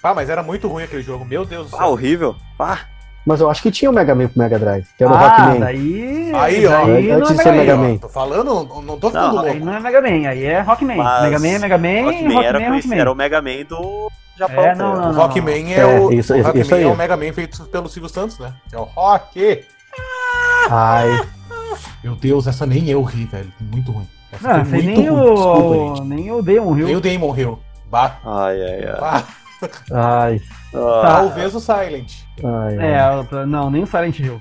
B: Ah, mas era muito ruim aquele jogo. Meu Deus do
E: Ah,
B: céu.
E: horrível. Ah,
D: Mas eu acho que tinha o Mega Man pro Mega Drive, que era o
C: ah,
D: Rockman.
C: daí.
B: Aí, ó.
C: Daí não é
D: é Antes de
C: Mega
D: ser
C: Man.
D: Mega
B: ó,
D: Man.
B: Tô falando, não- não tô ficando
E: Não,
C: Aí
B: louco.
C: não é Mega Man, aí é Rockman.
E: Mas-
C: Mega Man, é Mega Man,
E: Rockman,
C: Rockman,
E: era
C: é Rockman.
E: conhecido,
B: um
E: era o Mega Man do Japão.
C: É, não,
E: né?
C: não,
B: O
C: não.
B: Rockman é,
D: É,
B: o.
D: isso-
B: o
D: isso-
B: Rockman
D: isso aí.
B: é o Mega Man feito pelo Silvio Santos, né? É o Rock!
D: Ai,
B: Meu Deus, essa nem eu ri, velho. Muito ruim. Essa
C: Não,
B: foi
C: sei
B: muito
C: nem
B: ruim. Desculpa,
C: o.
B: gente.
C: Nem o Demon
B: Nem o
C: Hill.
B: Damon riu. Bah.
E: Ai, ai, ai.
B: bah.
D: ai,
E: Ah,
C: Tá.
B: Talvez o Silent.
D: ai.
C: É, outra- não, nem o Silent Hill.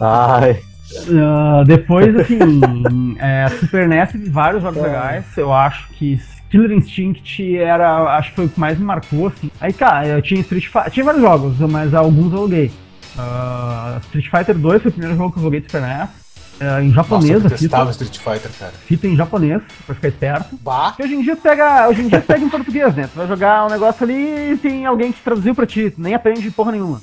D: Ai.
B: É.
C: Ah, depois, assim, é, Super NES teve vários jogos legais. Eu acho que Killer Instinct era, acho que foi o que mais me marcou, assim. Aí, cara, eu tinha Street Fighter, tinha vários jogos, mas alguns eu aluguei. Ah, Street Fighter 2 foi o primeiro jogo que eu joguei de Super NES, ah, em
B: Nossa, eu
C: japonês, a
B: detestava
C: fita,
B: Street Fighter, cara.
C: fita é em japonês, pra ficar esperto.
B: Bah!
C: Porque hoje em dia tu pega, hoje em dia tu pega em português, né? Tu vai jogar um negócio ali e tem alguém que traduziu pra ti, tu nem aprende porra nenhuma.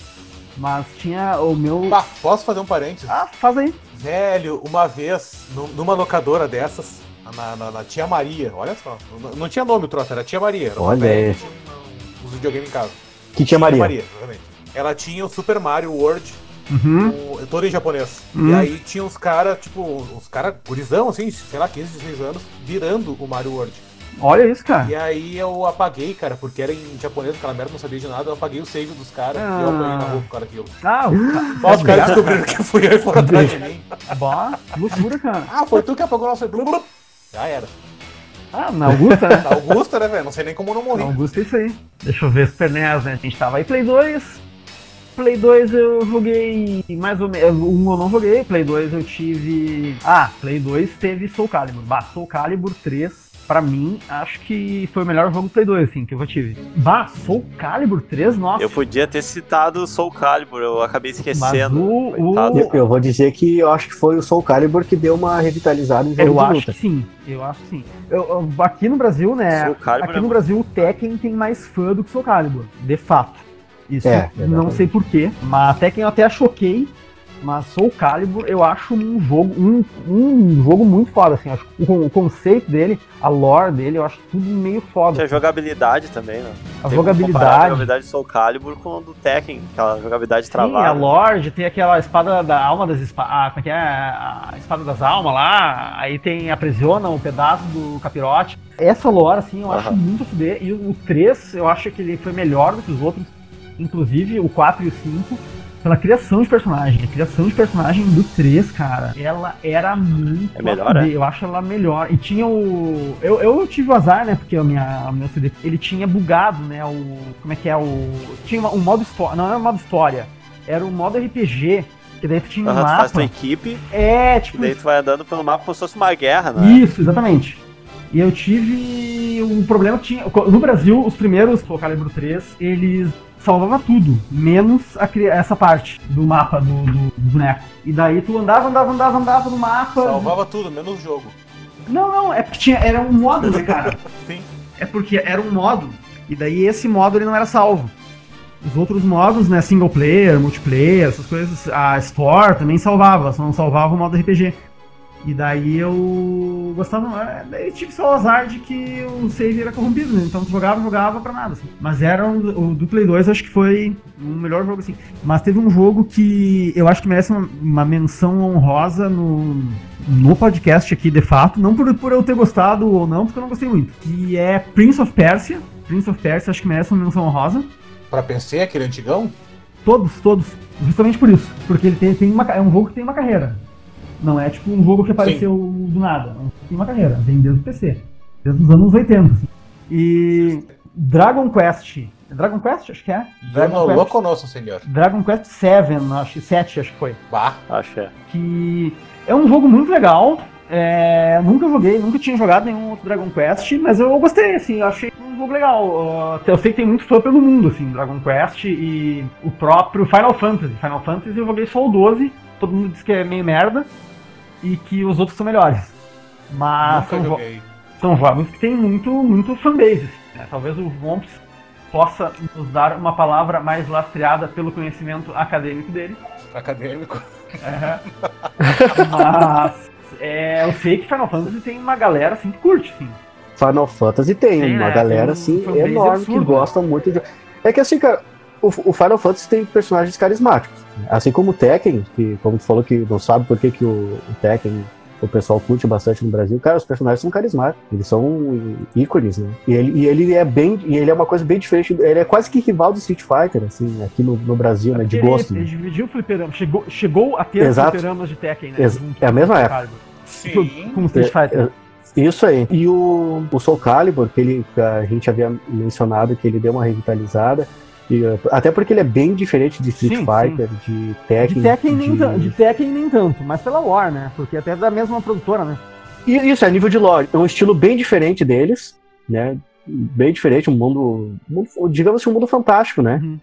C: Mas tinha o meu...
B: Bah, posso fazer um parênteses?
C: Ah, faz aí.
B: Velho, uma vez, nu- numa locadora dessas, na, na- na Tia Maria, olha só. Não, não tinha nome o troço, era Tia Maria. Era uma
D: Olha
B: velha
D: aí.
B: que tinha um- Os videogames em casa.
D: Que tinha Maria.
B: exatamente. Ela tinha o Super Mario World,
C: Uhum.
B: o- todo em japonês. E
C: Hum.
B: aí tinha uns caras, tipo, uns caras gurizão, assim, sei lá, 15, 16 anos, virando o Mario World.
C: Olha isso, cara.
B: E aí eu apaguei, cara, porque era em japonês, aquela merda não sabia de nada, eu apaguei o save dos caras e eu apanhei na rua por causa daquilo.
C: Ah, os ca- é
B: Só os caras descobriram que fui eu e foram atrás de mim.
C: bah, que loucura, cara.
B: Ah, foi tu que apagou nosso. Blum, blum. Já era.
C: Ah, na Augusta, né?
B: Na Augusta, né, velho? Não sei nem como eu não morri.
C: Na Augusta é isso aí. Deixa eu ver Super NES, né? A gente tava aí Play 2. Play 2 eu joguei mais ou menos. Um eu não joguei. Play 2 eu tive. Ah, Play 2 teve Soul Calibur. Bah, Soul Calibur 3. Pra mim, acho que foi o melhor jogo do Play 2, assim, que eu já tive. Bah, Soul Calibur 3, nossa.
E: Eu podia ter citado Soul Calibur, eu acabei
C: mas
E: esquecendo.
C: o,
E: coitado.
D: Eu,
C: o,
D: eu vou dizer que eu acho que foi o Soul Calibur que deu uma revitalizada em jogo
C: Eu
D: de
C: acho
D: luta.
C: que sim, eu acho que sim. Eu- eu- aqui no Brasil, né?
E: Soul Calibur
C: aqui
E: é
C: no
E: bom.
C: Brasil, o Tekken tem mais fã do que Soul Calibur, de fato. Isso
D: É,
C: não
D: exatamente.
C: sei porquê, mas Tekken eu até achoquei, mas Soul Calibur eu acho um jogo, um, um jogo muito foda, assim. Acho o, con- o conceito dele, a lore dele, eu acho tudo meio foda.
E: é Tinha jogabilidade também, né?
C: a
E: Tem como comparar A
C: jogabilidade.
E: jogabilidade do Soul Calibur com a do Tekken, aquela jogabilidade
C: Sim, a
E: travada.
C: Lorde tem aquela espada da alma das espadas. Ah, como é que é? A espada das almas lá. Aí tem aprisiona um pedaço do capirote. Essa lore, assim, eu acho
E: Aham.
C: muito a fuder. E o 3, eu acho que ele foi melhor do que os outros. Inclusive o 4 e o 5. Pela criação de personagem. A criação de personagem do 3, cara. Ela era muito.
E: É
C: a
E: melhor,
C: fuder.
E: é?
C: Eu acho ela melhor. E tinha o. Eu, eu tive o azar, né? Porque o minha, o meu CD. Ele tinha bugado, né? O. Como é que é? O. Tinha um modo história. Não, não era um modo história era o modo RPG, que daí tu tinha um
E: Aham, tu faz tua
C: mapa.
E: equipe
C: É,
E: e
C: tipo.
E: daí tu vai andando pelo mapa como se fosse uma guerra, né?
C: Isso, exatamente. E eu tive um problema que tinha. No Brasil, os primeiros Soul Calibur 3, eles salvavam tudo, menos a cri- essa parte do mapa do, do- do boneco. E daí tu andava, andava, andava, andava no mapa.
B: Salvava tudo, menos o jogo.
C: Não, não, é porque tinha, era um modo, né, cara?
B: Sim.
C: É porque era um modo, e daí esse modo ele não era salvo. Os outros modos, né, single player, multiplayer, essas coisas, a Store também salvava, só não salvava o modo RPG. E daí eu gostava, é, daí tive só o azar de que o save era corrompido, né? Então tu jogava, jogava pra nada, assim. Mas era um, o do Play 2, acho que foi o melhor jogo, assim. Mas teve um jogo que eu acho que merece uma, uma menção honrosa no, no podcast aqui, de fato. Não por, por eu ter gostado ou não, porque eu não gostei muito. Que é Prince of Persia. Prince of Persia, acho que merece uma menção honrosa.
B: Pra PC, aquele antigão?
C: Todos, todos. Justamente por isso. Porque ele tem, tem uma, ca- é um jogo que tem uma carreira. Não é tipo um jogo que apareceu do nada. É um jogo que Tem uma carreira. Vem desde o PC. Desde os anos 80. assim. E Dragon Quest. é Dragon Quest, acho que é?
B: Eu não
C: Dragon Quest,
B: louco nosso senhor.
C: Dragon Quest 7, acho, que- 7, acho que foi
B: Bah.
E: Acho que é.
C: que é um jogo muito legal. É, nunca joguei, nunca tinha jogado nenhum outro Dragon Quest, mas eu gostei, assim, eu achei um jogo legal. Ah, Eu sei que tem muito fã pelo mundo, assim, Dragon Quest e o próprio Final Fantasy. Final Fantasy eu joguei só o 12, todo mundo diz que é meio merda e que os outros são melhores. Mas
B: Nunca
C: são, jo-
B: joguei.
C: são jogos que tem muito, muito fanbase. assim, né? Talvez o Vomps possa nos dar uma palavra mais lastreada pelo conhecimento acadêmico dele.
B: Acadêmico.
C: Mas é, eu sei que Final Fantasy tem uma galera assim que curte, sim.
D: Final Fantasy
C: Tem,
D: tem, uma
C: né? Tem um
D: galera assim
C: fanbase
D: enorme
C: absurdo,
D: que
C: né?
D: gosta muito de. É que assim, cara, o, o Final Fantasy tem personagens carismáticos. Assim como o Tekken, que como tu falou que não sabe por que, que o, o Tekken o pessoal curte bastante no Brasil, cara, os personagens são carismáticos, eles são ícones, né? E ele, e ele é bem, e ele é uma coisa bem diferente, ele é quase que rival do Street Fighter, assim, aqui no, no Brasil, né? De
C: Ele- é
D: gosto.
C: Ele,
D: né?
C: dividiu o fliperama, chegou, chegou a ter
D: Exato.
C: fliperamas de Tekken, né?
D: Ex-
C: junto
D: é a mesma
C: com o
D: época. É,
C: Calibur.
B: Sim.
C: Com o Street Fighter.
D: Isso aí. E o, o Soul Calibur, que, ele, que a gente havia mencionado que ele deu uma revitalizada. e, eh, até porque ele é bem diferente de Street
C: Sim,
D: Fighter, de Tekken.
C: de, Tekken nem
D: é, de-
C: tan- de Tekken nem tanto, mas pela War, né? Porque até é da mesma produtora, né?
D: E Isso, é nível de lore. É um estilo bem diferente deles. né? Bem diferente, um mundo, mundo- digamos assim, um mundo fantástico, né?
J: Uhum.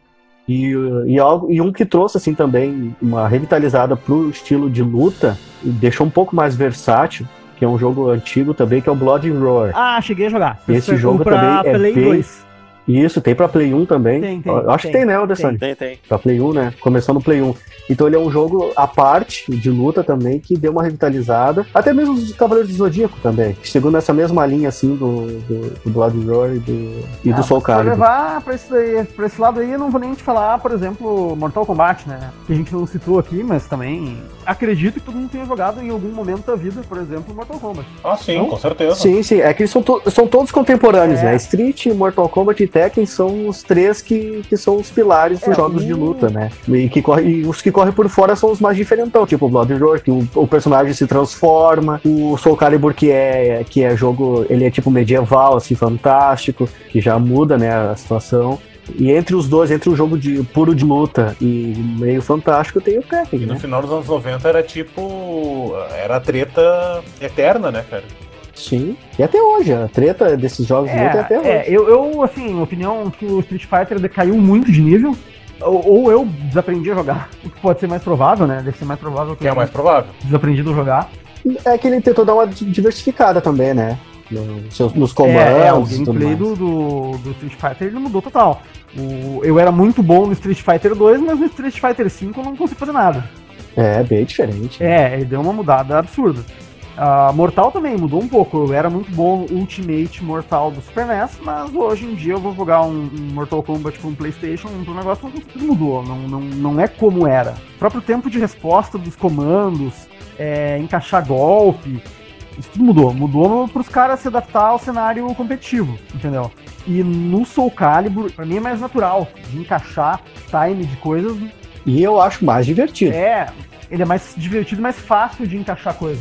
D: E, uh, e, algo, e um que trouxe, assim, também uma revitalizada pro estilo de luta, e deixou um pouco mais versátil, que é um jogo antigo também, que é o Blood and Roar.
J: Ah, cheguei a jogar.
D: Esse
J: Foi
D: jogo
J: pra
D: também é
J: Play
D: bem-
J: 2.
D: E isso, tem pra Play 1 também.
J: Tem, tem,
D: Eu Acho que
J: tem,
D: tem, né, Alessandro?
E: Tem, tem.
D: Pra Play 1, né? Começando no Play 1. Então ele é um jogo à parte de luta também, que deu uma revitalizada. Até mesmo os Cavaleiros do Zodíaco também. Que seguiu nessa mesma linha, assim, do, do, do Blood Roar e do, e
J: Ah,
D: do Soul
C: Pra
D: Calibur.
C: levar pra esse, daí- pra esse lado aí, eu não vou nem te falar, por exemplo, Mortal Kombat, né? Que a gente não citou aqui, mas também acredito que todo mundo tenha jogado em algum momento da vida, por exemplo, Mortal Kombat.
L: Ah, sim, com certeza.
D: Sim, sim. É que eles são, to- são todos contemporâneos,
C: É.
D: né? Street, Mortal Kombat e Tekken são os três que, que são os pilares dos
C: É,
D: jogos de
C: um-
D: luta, né? E, que corre, e os que correm por fora são os mais diferentão, tipo o Blood Roar, que o, o personagem se transforma, o Soul Calibur, que é, que é jogo, ele é tipo medieval, assim, fantástico, que já muda, né, a situação. E entre os dois, entre o jogo de puro de luta e meio fantástico, tem o
L: E
D: Tekken,
L: no
D: né?
L: final dos anos 90 era tipo. Era treta eterna, né, cara?
D: Sim. E até hoje, a treta desses jogos de luta é até hoje.
C: é, eu, eu, assim, opinião que o Street Fighter decaiu muito de nível, ou, ou eu desaprendi a jogar, o que pode ser mais provável, né? Deve ser mais provável que
L: Que é o mais provável.
C: desaprendido a jogar.
D: É que ele tentou dar uma di- diversificada também, né? No- seus- nos comandos
C: é, é, o
D: e tudo
C: gameplay
D: mais.
C: do, do, do Street Fighter ele mudou total. O- eu era muito bom no Street Fighter 2, mas no Street Fighter 5 eu não consigo fazer nada.
D: É, bem diferente.
C: É, ele deu uma mudada absurda. Ah, Mortal também mudou um pouco. Eu era muito bom no Ultimate Mortal do Super NES, mas hoje em dia eu vou jogar um, um Mortal Kombat com um PlayStation, um negócio não tudo mudou, não, não, não é como era. O próprio tempo de resposta dos comandos, é, encaixar golpe, isso tudo mudou. Mudou para os caras se adaptar ao cenário competitivo, entendeu? E no Soul Calibur, pra mim é mais natural de encaixar time de coisas
D: E eu acho mais divertido.
C: é, ele é mais divertido, mais fácil de encaixar coisa.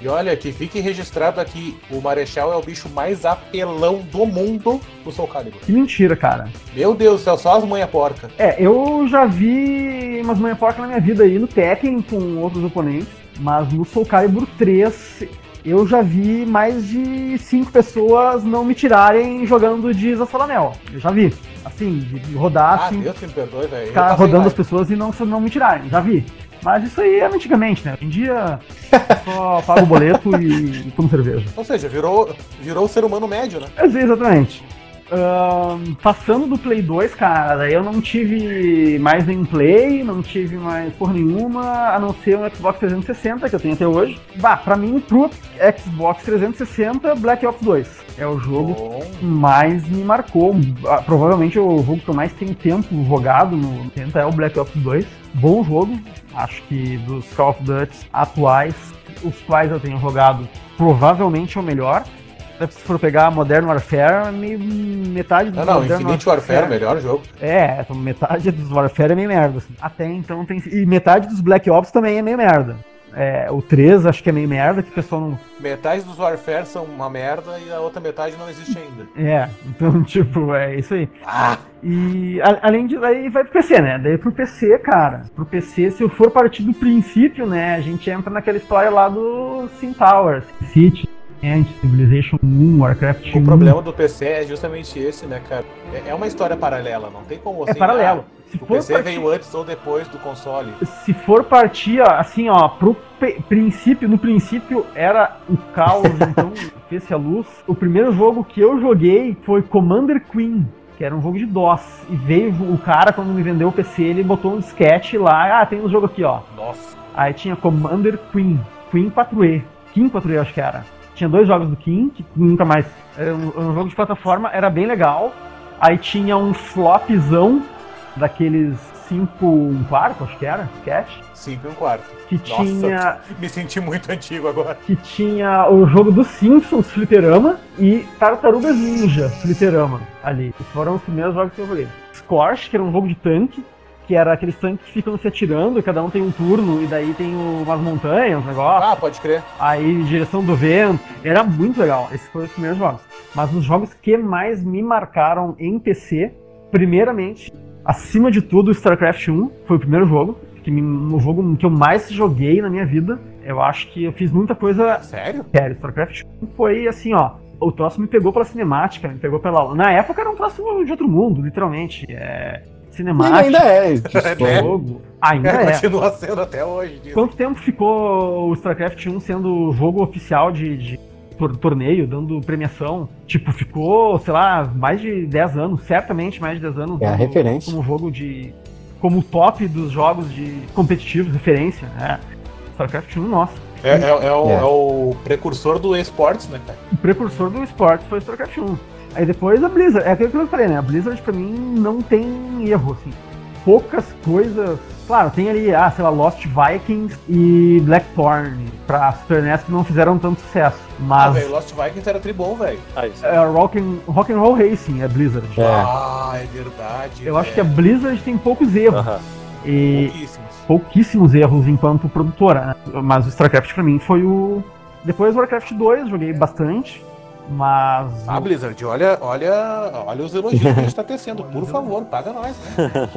B: E olha, que fique registrado aqui, o Marechal é o bicho mais apelão do mundo pro Soul Calibur.
C: Que mentira, cara.
B: Meu Deus do céu, só as manha porca.
C: É, eu já vi umas manha porca na minha vida aí no Tekken com outros oponentes, mas no Soul Calibur 3 eu já vi mais de cinco pessoas não me tirarem jogando de Zassalanel. Eu já vi. Assim, de de rodar
B: Ah,
C: assim,
B: Deus que me perdoe, velho. Eu
C: ficar
B: passei
C: Tá rodando as
B: mais.
C: pessoas e não, não me tirarem. Já vi. Mas isso aí é antigamente, né? Hoje em dia só pago o boleto e tomo cerveja.
B: Ou seja, virou, virou o ser humano médio, né?
C: Mas, é, exatamente. Ahn, passando do Play 2, cara, daí eu não tive mais nem Play, não tive mais por nenhuma, a não ser o Xbox 360 que eu tenho até hoje. Bah, pra mim, pro Xbox 360, Black Ops 2 é o jogo
B: Bom,
C: que mais me marcou. Ah, Provavelmente o jogo que eu mais tenho tempo jogado no 80 é o Black Ops 2. Bom jogo, acho que dos Call of Duty atuais, os quais eu tenho jogado, provavelmente é o melhor. Até Se for pegar Modern Warfare, me- metade dos
B: Ah, não, não,
C: Modern
B: Infinite Warfare, melhor jogo.
C: É, então metade dos Warfare é meio merda. assim. Até então tem. E metade dos Black Ops também é meio merda. É, o 3 acho que é meio merda, que o pessoal não
B: Metade dos Warfare são uma merda e a outra metade não existe ainda. Ah,
C: É, então, tipo, é isso aí. E a- além disso, aí vai pro PC, né? Daí pro PC, cara. Pro PC, se eu for partir do princípio, né? A gente entra naquela história lá do Sim Towers. City, Ant, Civilization 1, Warcraft 1.
B: O problema do PC é justamente esse, né, cara? É, é uma história paralela, não tem como
C: é
B: assim,
C: paralelo.
B: ah,
C: Se
B: o
C: for,
B: PC
C: partir,
B: veio antes ou depois do console.
C: se for partir, ó, assim, ó, pro pe- princípio, no princípio era o caos, então fez-se a luz. O primeiro jogo que eu joguei foi Commander Queen. que era um jogo de DOS. E veio o cara, quando me vendeu o PC, ele botou um disquete lá. Ah, tem um jogo aqui, ó.
B: Nossa.
C: Aí tinha Commander Queen, Queen 4E, King 4E eu acho que era. Tinha dois jogos do King, que nunca mais. Era um, era um jogo de plataforma, era bem legal. Aí tinha um flopzão daqueles 5 um quarto, acho que era, sketch.
B: 5 e um quarto.
C: Que
B: Nossa.
C: tinha,
B: Me senti muito antigo agora.
C: que tinha o jogo dos Simpsons, Fliperama, e Tartarugas Ninja, Fliperama, ali. Esses foram os primeiros jogos que eu joguei. Scorch, que era um jogo de tanque, que era aqueles tanques que ficam se atirando, cada um tem um turno, e daí tem o- umas montanhas, um negócio
B: Ah, pode crer.
C: aí direção do vento, era muito legal. Esses foram os primeiros jogos. Mas os jogos que mais me marcaram em PC, primeiramente, acima de tudo, StarCraft 1 foi o primeiro jogo, que me, o jogo que eu mais joguei na minha vida. Eu acho que eu fiz muita coisa
B: Sério?
C: sério. StarCraft 1 foi assim, ó. o troço me pegou pela cinemática, me pegou pela. Na época era um troço de outro mundo, literalmente. É. Cinemática.
D: ainda
B: né?
D: é.
C: Jogo. Ainda é.
B: Continua sendo até hoje. diz.
C: Quanto tempo ficou o StarCraft 1 sendo jogo oficial de, de tor- torneio, dando premiação? Tipo, ficou, sei lá, mais de 10 anos, certamente mais de 10 anos.
D: É a
C: como-
D: referência.
C: Como jogo de. Como top dos jogos de competitivos, referência, né? StarCraft 1, nossa.
B: É, é- é o,
D: É.
B: é o precursor do esportes, né, cara?
C: O precursor do esporte foi o StarCraft 1. Aí depois a Blizzard. É aquilo que eu falei, né? A Blizzard pra mim não tem erro, assim. Poucas coisas. Claro, tem ali, ah, sei lá, Lost Vikings e Blackthorn pra Super NES que não fizeram tanto sucesso.
B: Ah,
C: Mas
B: velho, Lost Vikings era tribom, velho.
E: Ah, isso.
C: é rock and, rock and Roll Racing é Blizzard.
D: É.
B: Ah, é verdade.
C: Eu acho é que a Blizzard tem poucos erros.
E: Aham.
C: E
B: Pouquíssimos.
C: pouquíssimos erros enquanto produtora. né? Mas o StarCraft pra mim foi o. Depois o Warcraft 2 joguei bastante. Mas.
B: Ah, Blizzard, olha, olha, olha os elogios que a gente tá tecendo. Por favor, paga nós, né?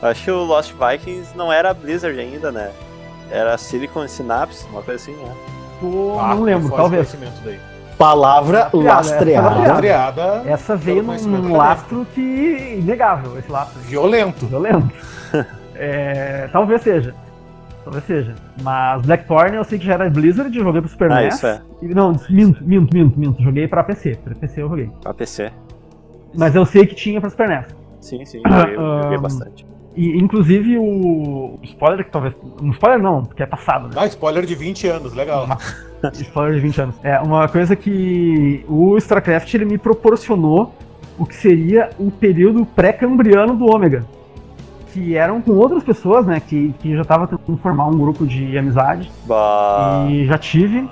E: Acho que o Lost Vikings não era Blizzard ainda, né? Era Silicon Synapse, uma coisa assim, né?
C: eu
B: Ah,
C: não lembro,
B: foge
C: talvez.
B: do conhecimento daí.
D: Palavra
C: é
D: lastreada.
B: Estreada
C: Essa veio
B: Pelo conhecimento
C: num
B: acadêmico.
C: lastro que. inegável, esse lastro.
B: violento.
C: Violento. é, talvez seja. Talvez seja. Mas Blackthorn eu sei que já era Blizzard, joguei pro Super
E: Ah,
C: NES.
E: isso é.
C: E- Não, minto, minto, minto, minto. Joguei pra PC. Pra PC eu joguei.
E: APC.
C: Mas eu sei que tinha pra Super NES.
E: Sim, sim,
C: Ah,
E: joguei, joguei
C: Ahn.
E: bastante.
C: E, inclusive o. o Spoiler que talvez. Um spoiler não, porque é passado, né?
B: Ah, spoiler de 20 anos, legal.
C: Spoiler de 20 anos. É, uma coisa que o StarCraft ele me proporcionou o que seria o período pré-cambriano do Ômega. Que eram com outras pessoas, né? Que, que já tava tentando formar um grupo de amizade.
E: Bah.
C: E já tive.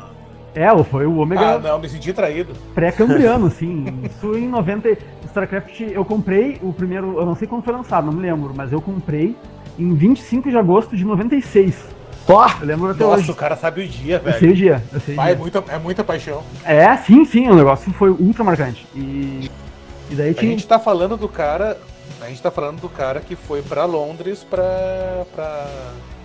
C: É, foi o Ômega
B: Ah, não, me senti traído.
C: pré-cambriano, assim. Isso em 90. e- StarCraft, eu comprei o primeiro. Eu não sei quando foi lançado, não me lembro, mas eu comprei em 25 de agosto de 96.
D: Ó,
C: Eu lembro até
B: Nossa,
C: hoje.
B: o cara sabe o dia,
C: Eu sei
B: velho.
C: o dia. Eu sei o
B: Vai, é
C: dia.
B: muita, é muita paixão.
C: É, sim, sim, o negócio foi ultra marcante. E, e daí
B: A
C: tinha.
B: gente tá falando do cara. A gente tá falando do cara que foi pra Londres pra. pra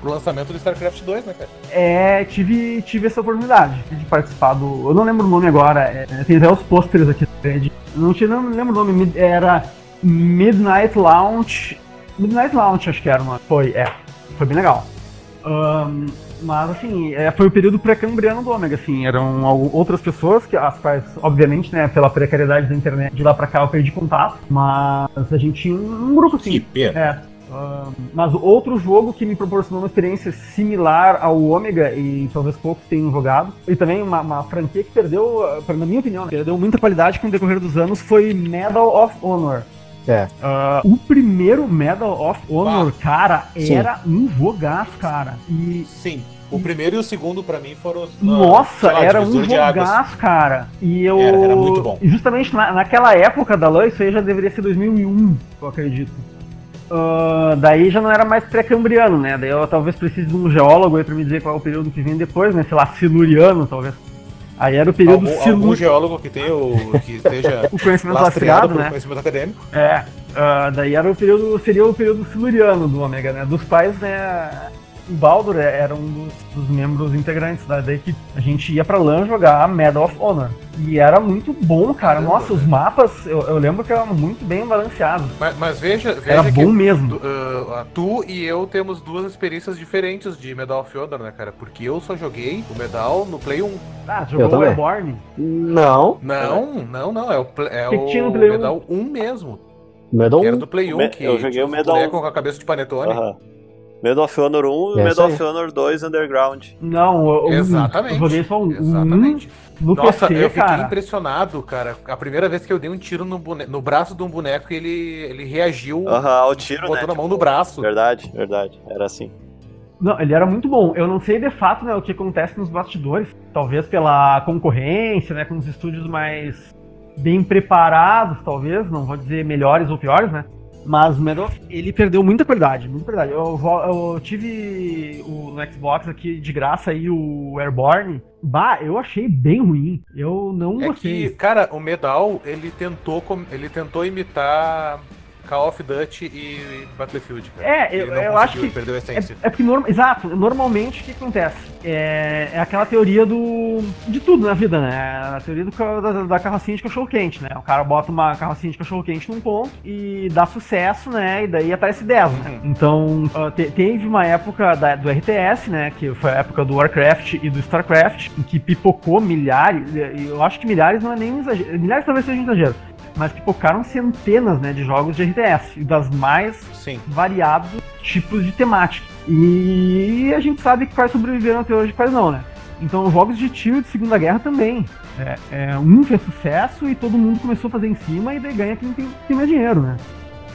B: pro lançamento do StarCraft 2, né, cara?
C: É, tive, tive essa oportunidade de participar do. Eu não lembro o nome agora, é, é, tem até os pôsteres aqui. é, de- não, tinha, não lembro o nome, mid- era Midnight Launch. Midnight Launch, acho que era o nome. Foi, é. Foi bem legal. Ahn, mas assim, é, foi o período pré-cambriano do Ômega, assim, eram al- outras pessoas, que, as quais, obviamente, né, pela precariedade da internet, de lá pra cá eu perdi contato, mas a gente tinha um um grupo assim.
M: Que pena.
C: É. ahn, mas outro jogo que me proporcionou uma experiência similar ao Ômega, e talvez poucos tenham jogado, e também uma, uma franquia que perdeu, ah, pra- na minha opinião, né, perdeu muita qualidade com o decorrer dos anos, foi Medal of Honor.
D: É.
C: Ah, o primeiro Medal of Honor, cara,
D: Sim.
C: era um jogaço, cara. E.
B: Sim. O primeiro e o segundo pra mim foram. os- ah,
C: Nossa,
B: sei lá,
C: era um
B: divisor de águas.
C: jogaço, cara. E eu.
B: Era- era muito bom.
C: e Justamente na- naquela época da LAN, isso aí já deveria ser 2001, eu acredito. Ah, daí já não era mais pré-cambriano, né? Daí eu talvez precise de um geólogo aí pra me dizer qual é o período que vem depois, né? Sei lá, siluriano, talvez. Aí era o período
B: Algum,
C: silu-
B: algum geólogo que tenha o, que esteja
C: o conhecimento
B: lastreado
C: lastreado,
B: pelo
C: né?
B: conhecimento acadêmico.
C: É, ah, daí era o período, seria o período siluriano do Omega, né? Dos pais, né? O Baldur é- era um dos, dos membros integrantes da, da equipe. A gente ia pra LAN jogar Medal of Honor. E era muito bom, cara.
B: Caramba,
C: Nossa, os
B: velho.
C: mapas, eu, eu lembro que eram muito bem balanceados.
B: Mas, mas veja, veja
C: Era
B: que
C: bom mesmo.
B: Tu, ah, tu e eu temos duas experiências diferentes de Medal of Honor, né, cara? Porque eu só joguei o Medal no Play 1.
C: Ah, jogou
D: também.
C: Airborne?
D: Não,
B: Não, não, não. É o, pl- é
C: O que que tinha no
B: o
C: Play 1?
B: Medal 1 mesmo.
D: Medal
B: Que era
D: 1.
B: do Play 1.
E: Me-
B: que
E: eu joguei
B: tinha
E: o
B: os
E: Medal
B: bonecos com a cabeça de panetone.
E: Aham. Medal of Honor 1 e
D: É
E: Medal of
D: isso
E: Honor 2 Underground.
C: Não, eu, eu-
B: Exatamente.
C: eu joguei só um, um
B: Exatamente.
C: no
B: Nossa,
C: PC,
B: eu fiquei
C: cara.
B: impressionado, cara. A primeira vez que eu dei um tiro no, bone- no braço de um boneco, ele, ele reagiu,
E: Aham, ao tiro,
B: botou
E: né?
B: na mão no braço.
E: Verdade, verdade. Era assim.
C: Não, ele era muito bom. Eu não sei de fato né, o que acontece nos bastidores. Talvez pela concorrência, né? Com os estúdios mais bem preparados, talvez. Não vou dizer melhores ou piores, né? Mas o Medal of- ele perdeu muita qualidade, muita qualidade. Eu, vo- eu tive o, no Xbox aqui de graça aí o Airborne. Bah, eu achei bem ruim. Eu não
B: É
C: gostei.
B: que, cara, o Medal, ele tentou, com- ele tentou imitar Call of Duty e Battlefield, cara.
C: É, eu,
B: Ele não
C: eu
B: conseguiu,
C: acho que
B: ele perdeu a essência.
C: É, é porque, norma- exato, normalmente o que acontece? É, é aquela teoria do. de tudo na vida, né? A teoria do ca- da, da carrocinha de cachorro-quente, né? O cara bota uma carrocinha de cachorro-quente num ponto e dá sucesso, né? E daí aparece 10, né? Então, ah, te- teve uma época da- do RTS, né? Que foi a época do Warcraft e do StarCraft, em que pipocou milhares, e- e eu acho que milhares não é nem um exagero. Milhares talvez seja um exagero. Mas pipocaram centenas né, de jogos de RTS, e das mais
B: Sim.
C: variados tipos de temática. E a gente sabe quais sobreviveram até hoje e quais não, né? Então, jogos de tiro de Segunda Guerra também. É, é, um fez sucesso e todo mundo começou a fazer em cima, e daí ganha quem tem, tem mais dinheiro, né?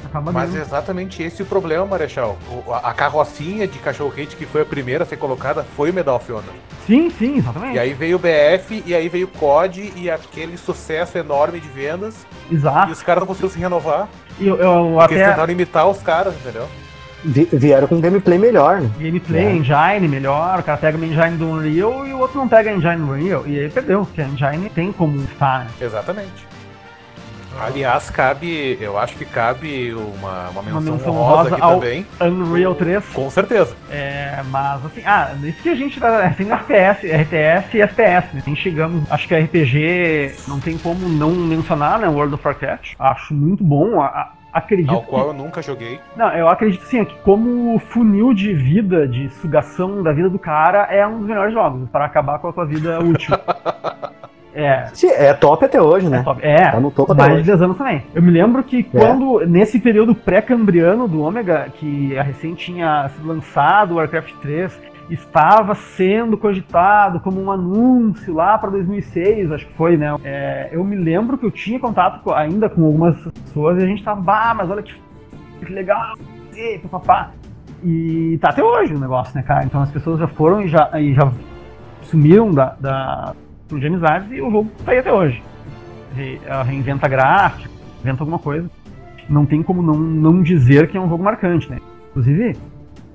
C: Acaba
B: Mas é
C: ganhando.
B: exatamente esse o problema, Marechal. O- a, a carrocinha de cachorro-quente que foi a primeira a ser colocada foi o Medal of Honor.
C: Sim, sim, exatamente.
B: é- E aí veio o BF, e aí veio o COD, e aquele sucesso enorme de vendas. E
C: Exato.
B: os caras não conseguiram se renovar,
C: E eu, eu
B: porque eles
C: Ah. até
B: tentaram imitar os caras, entendeu?
D: Vi- vieram com gameplay melhor, né?
B: tá-
C: gameplay,
B: É.
C: engine melhor, o cara pega uma engine do Unreal e o outro não pega a engine do Unreal. E aí perdeu, porque a engine tem como estar, né?
B: Exatamente.
C: Ah.
B: Aliás, cabe, eu acho que cabe uma, uma menção,
C: menção
B: honrosa
C: honrosa
B: aqui
C: ao-
B: também.
C: Unreal 3.
B: Com certeza.
C: É, mas assim, ah, isso que a gente tá. Tem o FPS, RTS e FPS, né? Nem chegamos. Acho que RPG não tem como não mencionar, né? World of Warcraft. Acho muito bom. a- a- acredito.
B: Ao
C: que-
B: qual eu nunca joguei.
C: não, eu acredito sim, é que como funil de vida, de sugação da vida do cara, é um dos melhores jogos para acabar com a tua vida útil. é,
D: Sim, é top até hoje,
C: é
D: né?
C: top. É,
D: Tá no topo até
C: mais de
D: hoje.
C: 10 anos também. Eu me lembro que quando, nesse período pré-cambriano do Ômega, que a recém tinha sido lançado o Warcraft 3, estava sendo cogitado como um anúncio lá para 2006, acho que foi, né? É, eu me lembro que eu tinha contato co- ainda com algumas pessoas e a gente tava, bah, mas olha que, que legal, e papapá. E tá até hoje o negócio, né, cara? Então as pessoas já foram e já, e já sumiram da, da, de amizades e o jogo tá aí até hoje re- ah, reinventa gráfico, inventa alguma coisa. Não tem como não, não dizer que é um jogo marcante, né? Inclusive,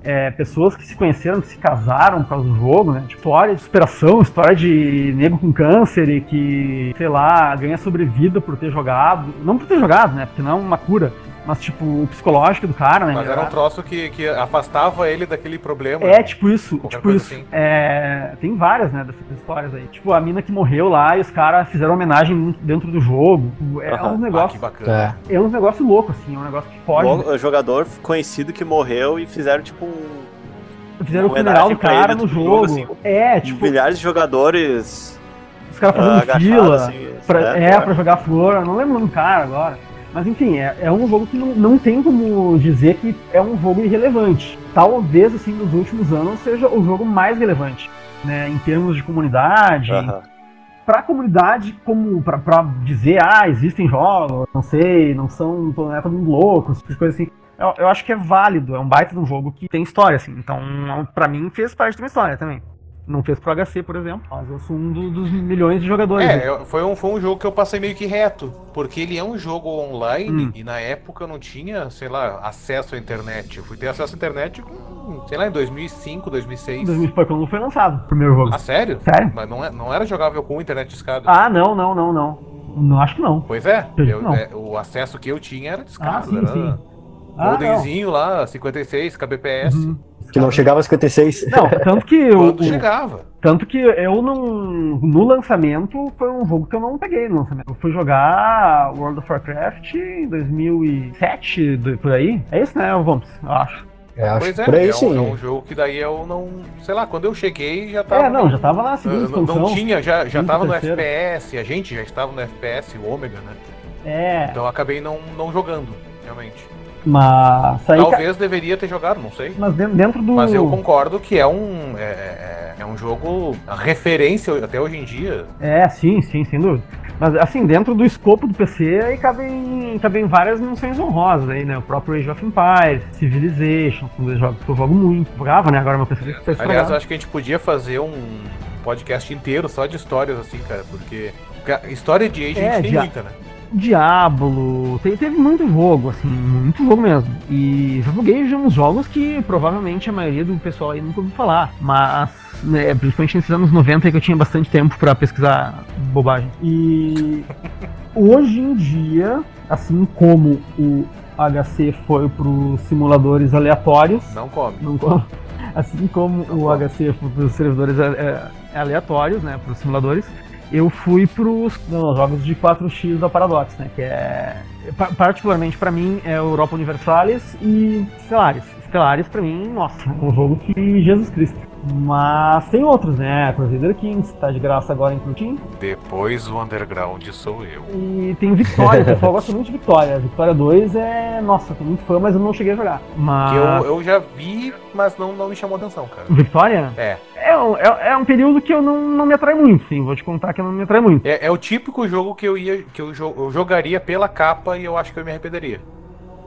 C: é, pessoas que se conheceram, que se casaram por causa do jogo, né? Tipo, história de superação, história de nego com câncer e que, sei lá, ganha sobrevida por ter jogado. Não por ter jogado, né? Porque não é uma cura. Mas, tipo, o psicológico do cara, né?
B: Mas era um troço que, que afastava ele daquele problema. Ah,
C: É, tipo isso,
B: Qualquer
C: tipo
B: coisa
C: isso.
B: assim.
C: É, tem várias, né, dessas histórias aí. Tipo, a mina que morreu lá e os caras fizeram homenagem dentro do jogo. É um
B: Ah,
C: negócio
B: que bacana.
C: é um negócio louco, assim, é um negócio que foge.
E: Logo, o jogador conhecido que morreu e fizeram tipo um.
C: Fizeram o
E: homenagem
C: funeral do
E: pra ele assim,
C: cara no
E: dentro do
C: jogo.
E: jogo, um
C: É, tipo,
E: milhares de jogadores
C: os caras
E: ah,
C: fazendo fila
E: agachados, assim.
C: pra,
E: né?
C: é, pra jogar flor, eu não lembro o nome do cara agora. Mas enfim, é, é um jogo que não, não tem como dizer que é um jogo irrelevante. Talvez, assim, nos últimos anos seja o jogo mais relevante, né, em termos de comunidade, em
E: Aham.
C: pra comunidade, como pra, pra dizer, ah, existem jogos, não sei, não são não é todo mundo louco, essas coisas assim. Eu, eu acho que é válido, é um baita de um jogo que tem história, assim. Então, é um- pra mim, fez parte de uma história também. Não fez pro HC, por exemplo, mas eu sou um do- dos milhões de jogadores. né?
B: É, eu- foi um, foi um jogo que eu passei meio que reto, porque ele é um jogo online
C: Hum.
B: e na época eu não tinha, sei lá, acesso à internet. Eu fui ter acesso à internet com, sei lá, em 2005, 2006.
C: Em 2000 foi quando foi lançado o primeiro jogo.
B: Ah, sério?
C: Sério?
B: Mas não, é- não era jogável com internet de escada.
C: Ah, não, não, não, não. Não acho que não.
B: Pois é,
C: Sim,
B: eu-
C: não.
B: é, o acesso que eu tinha era discado,
C: Ah, sim,
B: era
C: sim. Ah, não.
B: modemzinho lá, 56 kbps,
C: Uhum.
D: Que não chegava a 56.
C: Não, tanto que eu,
B: quando chegava.
C: Tanto que eu não. No lançamento, foi um jogo que eu não peguei no lançamento. Eu fui jogar World of Warcraft em 2007, do- por aí. É isso, né, Vamps? Eu acho.
D: É, acho
B: Pois
D: que
B: é,
D: por aí
B: é, um,
D: sim.
B: é um jogo que daí eu não, sei lá, quando eu cheguei já tava
C: É, não, já tava lá a
B: Ah,
C: segunda
B: não,
C: expansão.
B: não tinha, já, já
C: Quinta,
B: tava no
C: terceira.
B: FPS, a gente já estava no FPS, o ômega, né?
C: É,
B: Então eu acabei não, não jogando, realmente.
C: mas. Aí, tá- Hum. ca-
B: Talvez deveria ter jogado, não sei.
C: mas den- dentro do.
B: Mas eu concordo que é um. É, é- é um jogo. A referência até hoje em dia.
C: É, sim, sim, sem dúvida. Mas assim, dentro do escopo do PC, aí cabem, cabem várias menções honrosas aí, né? O próprio Age of Empires, Civilization, são dois jogos que eu jogo muito. Jogava, né? Agora meu PC tá
B: Aliás,
C: estragado.
B: eu acho que a gente podia fazer um podcast inteiro só de histórias, assim, cara, porque. ca- História de Age a
C: É,
B: gente
C: de-
B: tem muita, né?
C: Diablo, te- teve muito jogo, assim, muito jogo mesmo. E joguei de uns jogos que provavelmente a maioria do pessoal aí nunca ouviu falar, mas né, principalmente nesses anos 90 aí que eu tinha bastante tempo pra pesquisar bobagem. E hoje em dia, assim como o HC foi pros simuladores aleatórios.
B: Não come.
C: Não co- Assim como o HC foi pros servidores é, é, aleatórios, né? Pros simuladores. Eu fui pros não, jogos de 4x da Paradox, né? Que é. pa- Particularmente pra mim é Europa Universalis e Stellaris. Stellaris pra mim, nossa, é um jogo que Jesus Cristo. Mas tem outros, né? Crusader Kings, tá de graça agora em Plutin.
B: Depois o underground sou eu.
C: E tem Vitória, o pessoal gosta muito de Vitória. Vitória 2 é. Nossa, tem muito fã, mas eu não cheguei a jogar. Mas.
B: Que eu, eu já vi, mas não, não me chamou atenção, cara.
C: Vitória?
B: É.
C: É um, é, é um período que eu não, não me atrai muito, sim. Vou te contar que não me atrai muito.
B: É, é o típico jogo que eu ia que eu, jo- eu jogaria pela capa e eu acho que eu me arrependeria.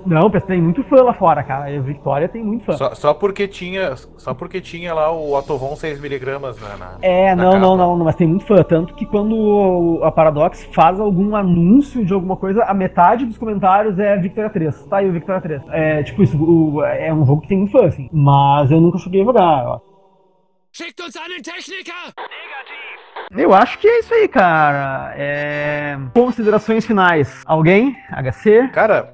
C: Não, pessoal, tem muito fã lá fora, cara. E Vitória tem muito fã.
B: Só, só porque tinha só porque tinha lá o Atovon 6mg na, na-
C: É,
B: na
C: não,
B: capa.
C: não, não, não, mas tem muito fã. Tanto que quando o- a Paradox faz algum anúncio de alguma coisa, a metade dos comentários é Victoria 3. Tá aí o Victoria 3. É tipo isso, o- é um jogo que tem muito fã, assim. Mas eu nunca cheguei a jogar, ó. Eu acho que é isso aí, cara. É... Considerações finais. Alguém? HC?
B: Cara,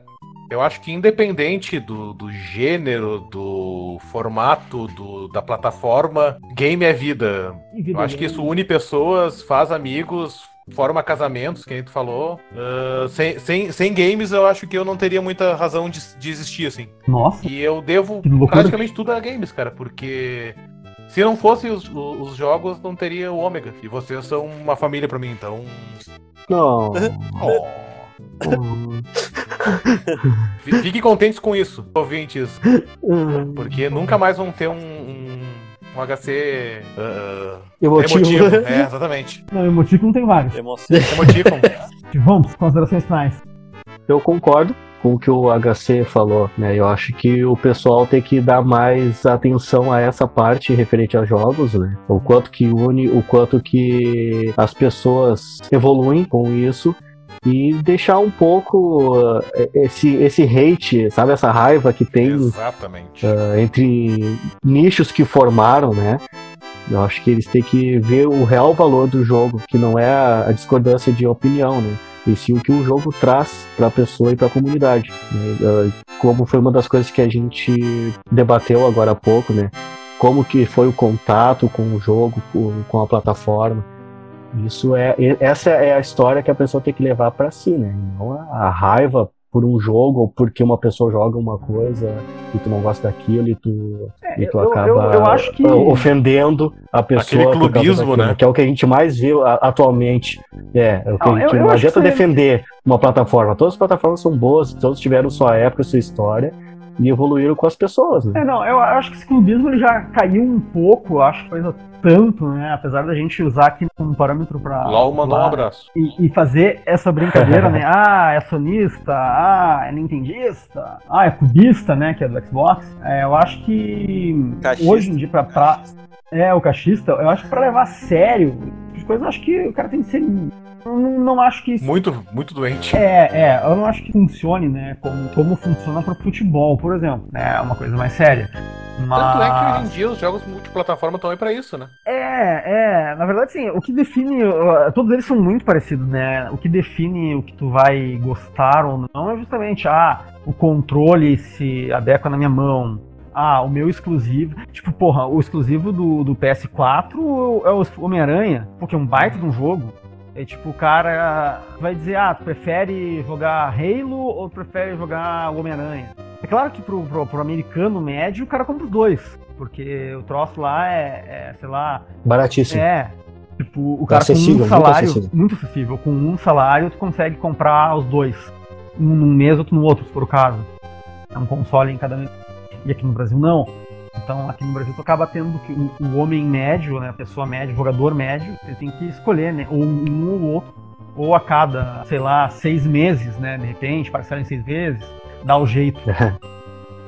B: eu acho que independente do, do gênero, do formato, do, da plataforma, game é vida. Eu acho que isso une pessoas, faz amigos, forma casamentos, que nem tu falou. Ah, sem, sem, sem games, eu acho que eu não teria muita razão de, de existir, assim.
C: Nossa,
B: E eu devo
C: Que loucura.
B: praticamente tudo a games, cara, porque se não fossem os, os jogos, não teria o Ômega. E vocês são uma família pra mim, então.
D: Não. Hum,
B: Oh. Fi- Fiquem contentes com isso, ouvintes,
D: hum.
B: porque nunca mais vão ter um, um, um HC ah,
D: Emotivo.
B: emotivo. É, exatamente.
C: não, emotivo não tem vários. Tipo,
E: Emoção.
B: Emoticon.
C: Vamos, considerações finais.
D: Eu concordo com o que o HC falou, né? Eu acho que o pessoal tem que dar mais atenção a essa parte referente a jogos, né? O quanto que une, o quanto que as pessoas evoluem com isso e deixar um pouco uh, esse esse hate, sabe essa raiva que tem É.
B: Exatamente.
D: Ah, entre nichos que formaram, né? Eu acho que eles têm que ver o real valor do jogo, que não é a a discordância de opinião, né? E sim o que o jogo traz para a pessoa e para a comunidade. né? Ah, Como foi uma das coisas que a gente debateu agora há pouco, né? Como que foi o contato com o jogo, com- com a plataforma. Isso é, e- essa é a história que a pessoa tem que levar para si, né? Não a- a raiva por um jogo ou porque uma pessoa joga uma coisa e tu não gosta daquilo e tu, e tu
C: É, eu- eu-
D: acaba Oh,
C: eu acho que-
D: ofendendo a pessoa.
B: Aquele
D: por causa
B: clubismo,
D: daquilo,
B: né?
D: Que é o que a gente mais vê a- atualmente. É, é o que
C: Não,
D: a
C: eu-
D: gente,
C: eu
D: não
C: acho
D: adianta
C: que-
D: defender uma plataforma. Todas as plataformas são boas, todas tiveram sua época, sua história e evoluíram com as pessoas, né?
C: É, não, eu acho que esse clubismo ele já caiu um pouco, eu acho que coisa tanto, né? Apesar da gente usar aqui como parâmetro pra.
B: LOL mandou um abraço.
C: E, e fazer essa brincadeira, né? Ah, é sonista, ah, é nintendista, ah, é cubista, né? Que é do Xbox. É, eu acho que
E: Caixista.
C: hoje em dia, pra, pra- É, o cachista, eu acho que pra levar a sério as coisas, eu acho que o cara tem que ser. eu Não, não acho que isso.
B: Muito, muito doente.
C: É, é, eu não acho que funcione, né? Como, como funciona pro futebol, por exemplo. né, É uma coisa mais séria. Mas...
B: Tanto é que hoje em dia os jogos multiplataforma estão aí pra isso, né?
C: É, é. Na verdade, sim, o que define. uh, Todos eles são muito parecidos, né? O que define o que tu vai gostar ou não é justamente, ah, o controle se adequa na minha mão. Ah, o meu exclusivo. Tipo, porra, o exclusivo do, do PS4 é o Homem-Aranha, porque é um baita de um jogo. É tipo, o cara vai dizer, ah, tu prefere jogar Halo ou tu prefere jogar o Homem-Aranha? É claro que pro, pro, pro americano médio, o cara compra os dois. Porque o troço lá é, é, sei lá,
D: Baratíssimo.
C: é. Tipo, o cara com
D: acessível,
C: um
D: muito
C: salário. Muito
D: acessível.
C: acessível. Com um salário, tu consegue comprar os dois. Um num mês, outro no outro, se for o caso. É um console em cada mês. E aqui no Brasil não. Então aqui no Brasil tu acaba tendo que o, o homem médio, né? A pessoa média, o jogador médio, ele tem que escolher, né? Ou um ou outro. Ou a cada, sei lá, seis meses, né? De repente, parcela em seis vezes, dá o jeito.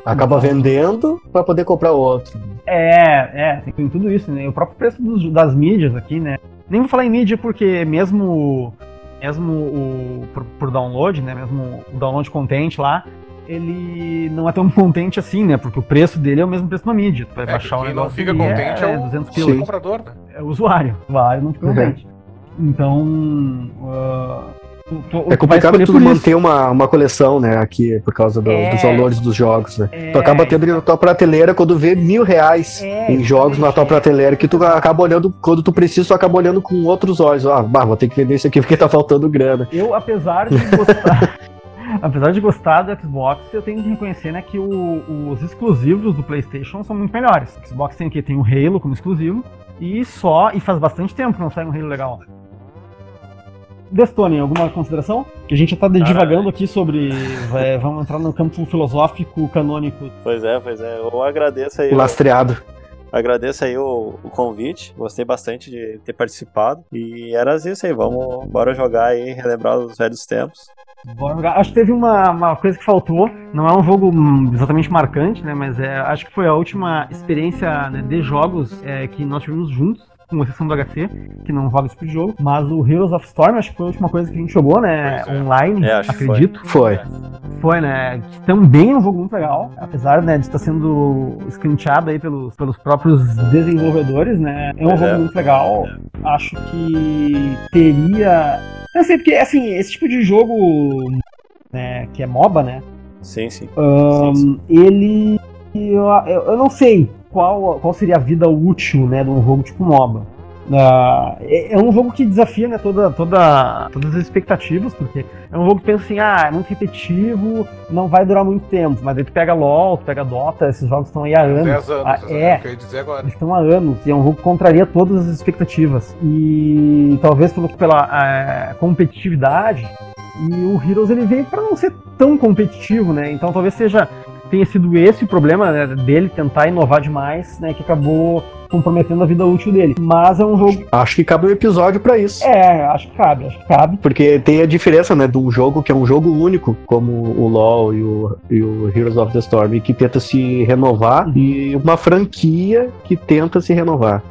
D: Acaba vendendo para poder comprar outro.
C: É, é, tem- tem tudo isso, né? O próprio preço dos- das mídias aqui, né? Nem vou falar em mídia porque mesmo mesmo o por, por download, né? Mesmo o download content lá, ele não é tão contente assim, né? Porque o preço dele é o mesmo preço de uma mídia. Tu vai
B: É,
C: baixar o
B: quem
C: negócio
B: não fica
C: e
B: contente é,
C: é,
B: o
C: 200
B: o
C: pila.
B: comprador, né?
D: Uhum.
C: É o usuário. O usuário não fica contente. Então, ah, Tu- tu- tu
D: É
C: vai
D: complicado
C: escolher
D: tu
C: por isso.
D: manter uma, uma coleção, né, aqui, por causa do-
C: É.
D: dos valores dos jogos, né?
C: É,
D: Tu acaba tendo na tua prateleira quando vê mil reais
C: É,
D: em jogos na tua prateleira, que tu acaba olhando, quando tu precisa, tu acaba olhando com outros olhos. Ah, bah, vou ter que vender isso aqui porque tá faltando grana.
C: Eu, apesar de gostar. apesar de gostar do Xbox, eu tenho que reconhecer né, que o- os exclusivos do PlayStation são muito melhores. O Xbox tem o quê? Tem o Halo como exclusivo. E só. E faz bastante tempo que não sai um Halo legal. Destone, alguma consideração? Que a gente já tá de- divagando aqui sobre. é, vamos entrar no campo filosófico canônico.
E: Pois é, pois é. Eu agradeço aí.
D: O lastreado.
E: Agradeço aí o, o convite, gostei bastante de ter participado. E era isso aí, vamos bora jogar aí, relembrar os velhos tempos.
C: Bora jogar. Acho que teve uma, uma coisa que faltou. Não é um jogo hum, exatamente marcante, né? Mas é, acho que foi a última experiência né, de jogos é, que nós tivemos juntos, com exceção do HC, que não joga esse tipo de jogo. Mas o Heroes of Storm, acho que foi a última coisa que a gente jogou, né?
B: Pois é.
C: Online,
E: É, acho que foi.
C: acredito.
D: Foi.
C: Foi, né? Que também é um jogo muito legal, apesar né, de estar sendo escanteado aí pelos, pelos próprios desenvolvedores, né? É um
E: Pois
C: jogo
E: é.
C: muito legal. Acho que teria. Eu sei, porque assim, esse tipo de jogo né, que é MOBA, né?
E: Sim, sim.
C: Ahn, ele. Eu, eu eu não sei qual, qual seria a vida útil né, de um jogo tipo MOBA. Ah, é, é um jogo que desafia né, toda, toda, todas as expectativas, porque é um jogo que pensa assim, ah, é muito repetitivo, não vai durar muito tempo, mas aí tu pega LOL, tu pega Dota, esses jogos estão aí há anos.
B: 10 anos,
C: Ah,
B: essa
C: é.
B: o que eu ia dizer agora.
C: Eles estão há anos e é um jogo que contraria todas as expectativas. E talvez pelo- pela eh, competitividade. E o Heroes ele veio para não ser tão competitivo, né? Então talvez seja tenha sido esse o problema né, dele tentar inovar demais, né? Que acabou comprometendo a vida útil dele. Mas é um jogo.
D: Acho que cabe um episódio pra isso.
C: É, acho que cabe, acho que cabe.
D: Porque tem a diferença, né, de um jogo que é um jogo único, como o LoL e o, e o Heroes of the Storm, que tenta se renovar, e uma franquia que tenta se renovar.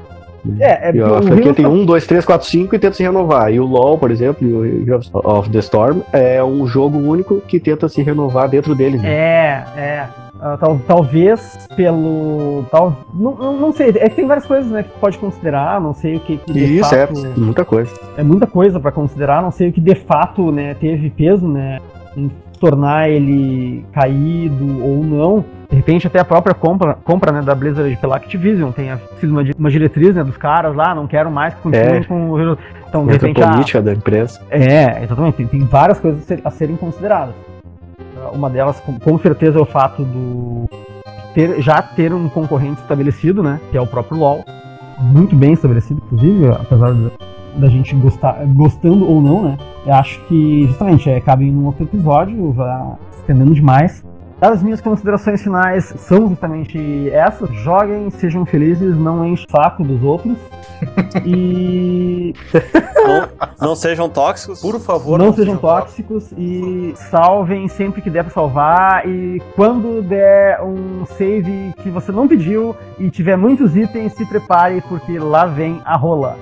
C: É, é
D: E um.
C: porque
D: a
C: o
D: franquia
C: Heroes
D: tem 1, 2, 3, 4, 5 e tenta se renovar. E o LoL, por exemplo, e o Heroes of the Storm, é um jogo único que tenta se renovar dentro dele. né?
C: É, é. Ah, tal- talvez pelo. Tal, não, não, não sei, é que tem várias coisas né, que tu pode considerar, não sei o que. que de
D: e isso é
C: fato-
D: muita coisa.
C: é muita coisa pra considerar, não sei o que de fato né, teve peso né, em tornar ele caído ou não. De repente até a própria compra, compra né, da Blizzard pela Activision tenha sido uma, di- uma diretriz né, dos caras lá, não quero mais que continuem
D: É.
C: com o Heroes. Então, de
D: Muita
C: repente, a,
D: política da imprensa.
C: é, exatamente. Tem, tem várias coisas a ser- a serem consideradas. Ah, Uma delas, com, com certeza, é o fato do ter, já ter um concorrente estabelecido, né? Que é o próprio LoL. Muito bem estabelecido, inclusive, apesar da, da gente gostar, gostando ou não, né? Eu acho que, justamente, é, cabe em um outro episódio, já estendendo demais. As minhas considerações finais são justamente essas. Joguem, sejam felizes, não enchem o saco dos outros. E
E: Não sejam tóxicos.
B: Por favor,
C: não sejam tóxicos e salvem sempre que der pra salvar. E quando der um save que você não pediu e tiver muitos itens, se prepare, porque lá vem a rola.